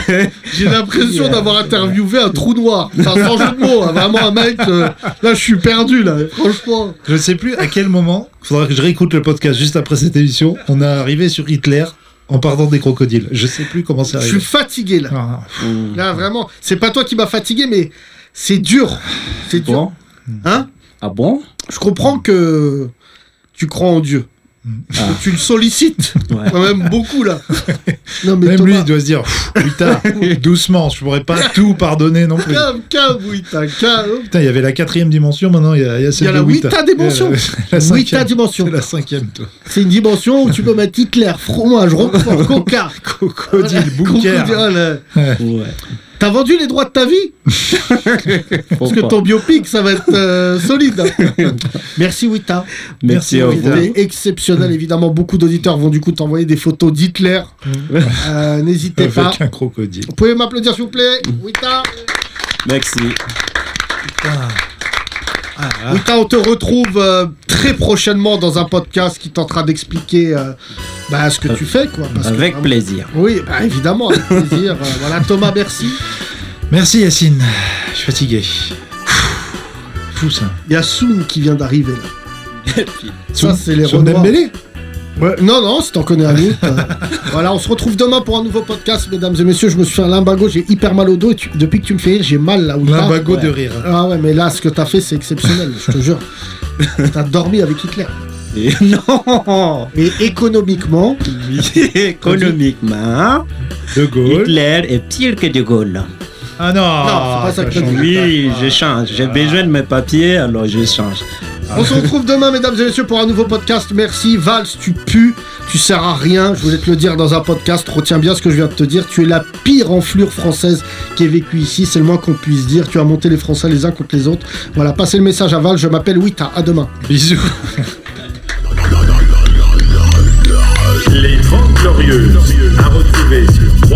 Speaker 3: J'ai l'impression d'avoir interviewé un trou noir. Enfin, sans jeu de mots, hein, vraiment un mec. euh, là, je suis perdu, là, franchement.
Speaker 4: Je sais plus à quel moment, faudra que je réécoute le podcast juste après cette émission, on est arrivé sur Hitler en partant des crocodiles. Je sais plus comment c'est
Speaker 3: Je suis
Speaker 4: arrivé.
Speaker 3: fatigué, là.
Speaker 4: Ah.
Speaker 3: Là, vraiment. C'est pas toi qui m'as fatigué, mais c'est dur. C'est dur.
Speaker 5: bon.
Speaker 3: Hein
Speaker 5: Ah bon
Speaker 3: Je comprends que tu crois en Dieu.
Speaker 5: Ah.
Speaker 3: Que tu le sollicites
Speaker 5: Ouais.
Speaker 3: quand même beaucoup là. Non mais
Speaker 4: Même lui,
Speaker 3: Thomas,
Speaker 4: il doit se dire, Pff, putain, doucement, je pourrais pas tout pardonner non plus.
Speaker 3: calme, calme, oui, t'as hein. calme.
Speaker 4: Putain, il y avait la quatrième dimension, maintenant il y a, il y
Speaker 3: Il
Speaker 4: a
Speaker 3: y
Speaker 4: celle
Speaker 3: a
Speaker 4: de
Speaker 3: la
Speaker 4: Wita.
Speaker 3: Wita dimension.
Speaker 4: Il y a La, la
Speaker 3: Wita
Speaker 4: cinquième.
Speaker 3: dimension.
Speaker 4: C'est la cinquième, toi.
Speaker 3: C'est une dimension où tu peux mettre Hitler, fromage, roquefort, coca.
Speaker 4: Crocodile,
Speaker 3: Crocodile,
Speaker 4: bunker.
Speaker 3: là.
Speaker 5: Ouais.
Speaker 3: T'as vendu les droits de ta vie Parce que
Speaker 5: Faut pas.
Speaker 3: ton biopic, ça va être euh, solide. Merci Wita.
Speaker 5: Merci, à
Speaker 4: Merci,
Speaker 5: vous.
Speaker 4: Peter.
Speaker 3: C'est exceptionnel, évidemment. Beaucoup d'auditeurs vont du coup t'envoyer des photos d'Hitler. Euh, N'hésitez pas.
Speaker 4: Avec un crocodile.
Speaker 3: Vous pouvez m'applaudir, s'il vous plaît. Wita,
Speaker 5: Merci.
Speaker 3: Wita, on te retrouve euh, très prochainement dans un podcast qui tentera d'expliquer euh, bah, ce que tu fais. Quoi, parce que
Speaker 5: Avec
Speaker 3: vraiment-
Speaker 5: plaisir.
Speaker 3: Oui, bah, évidemment, avec plaisir. Euh, voilà, Thomas, merci.
Speaker 4: Merci Yacine, je suis fatigué. Fou ça.
Speaker 3: Il y a Soum qui vient d'arriver. là. Ça,
Speaker 4: Soum-
Speaker 3: c'est les
Speaker 4: Soum
Speaker 3: Renoirs.
Speaker 4: Dembélé
Speaker 3: Ouais, Non, non, si t'en connais un autre. euh, voilà, on se retrouve demain pour un nouveau podcast, mesdames et messieurs. Je me suis fait un limbago, j'ai hyper mal au dos. Et tu- Depuis que tu me fais rire, j'ai mal là où
Speaker 4: L'imbago de rire.
Speaker 3: Ah ouais, mais là, ce que t'as fait, c'est exceptionnel, je te jure. T'as dormi avec Hitler.
Speaker 5: Et non
Speaker 3: Et économiquement,
Speaker 5: Économiquement,
Speaker 4: De Gaulle.
Speaker 5: Hitler est pire que De Gaulle.
Speaker 4: Ah non,
Speaker 3: Non, c'est pas ça que
Speaker 4: t'as
Speaker 3: je
Speaker 4: changé.
Speaker 3: dis.
Speaker 5: Oui, je change. J'ai besoin de mes papiers, alors je change.
Speaker 3: on se retrouve demain, mesdames et messieurs, pour un nouveau podcast. Merci, Valls, tu pues, tu sers à rien. Je voulais te le dire dans un podcast. Retiens bien ce que je viens de te dire. Tu es la pire enflure française qui est vécue ici. C'est le moins qu'on puisse dire. Tu as monté les Français les uns contre les autres. Voilà, passez le message à Valls. Je m'appelle Wita. À demain.
Speaker 4: Bisous.
Speaker 6: Les 30 Glorieuses, à retrouver sur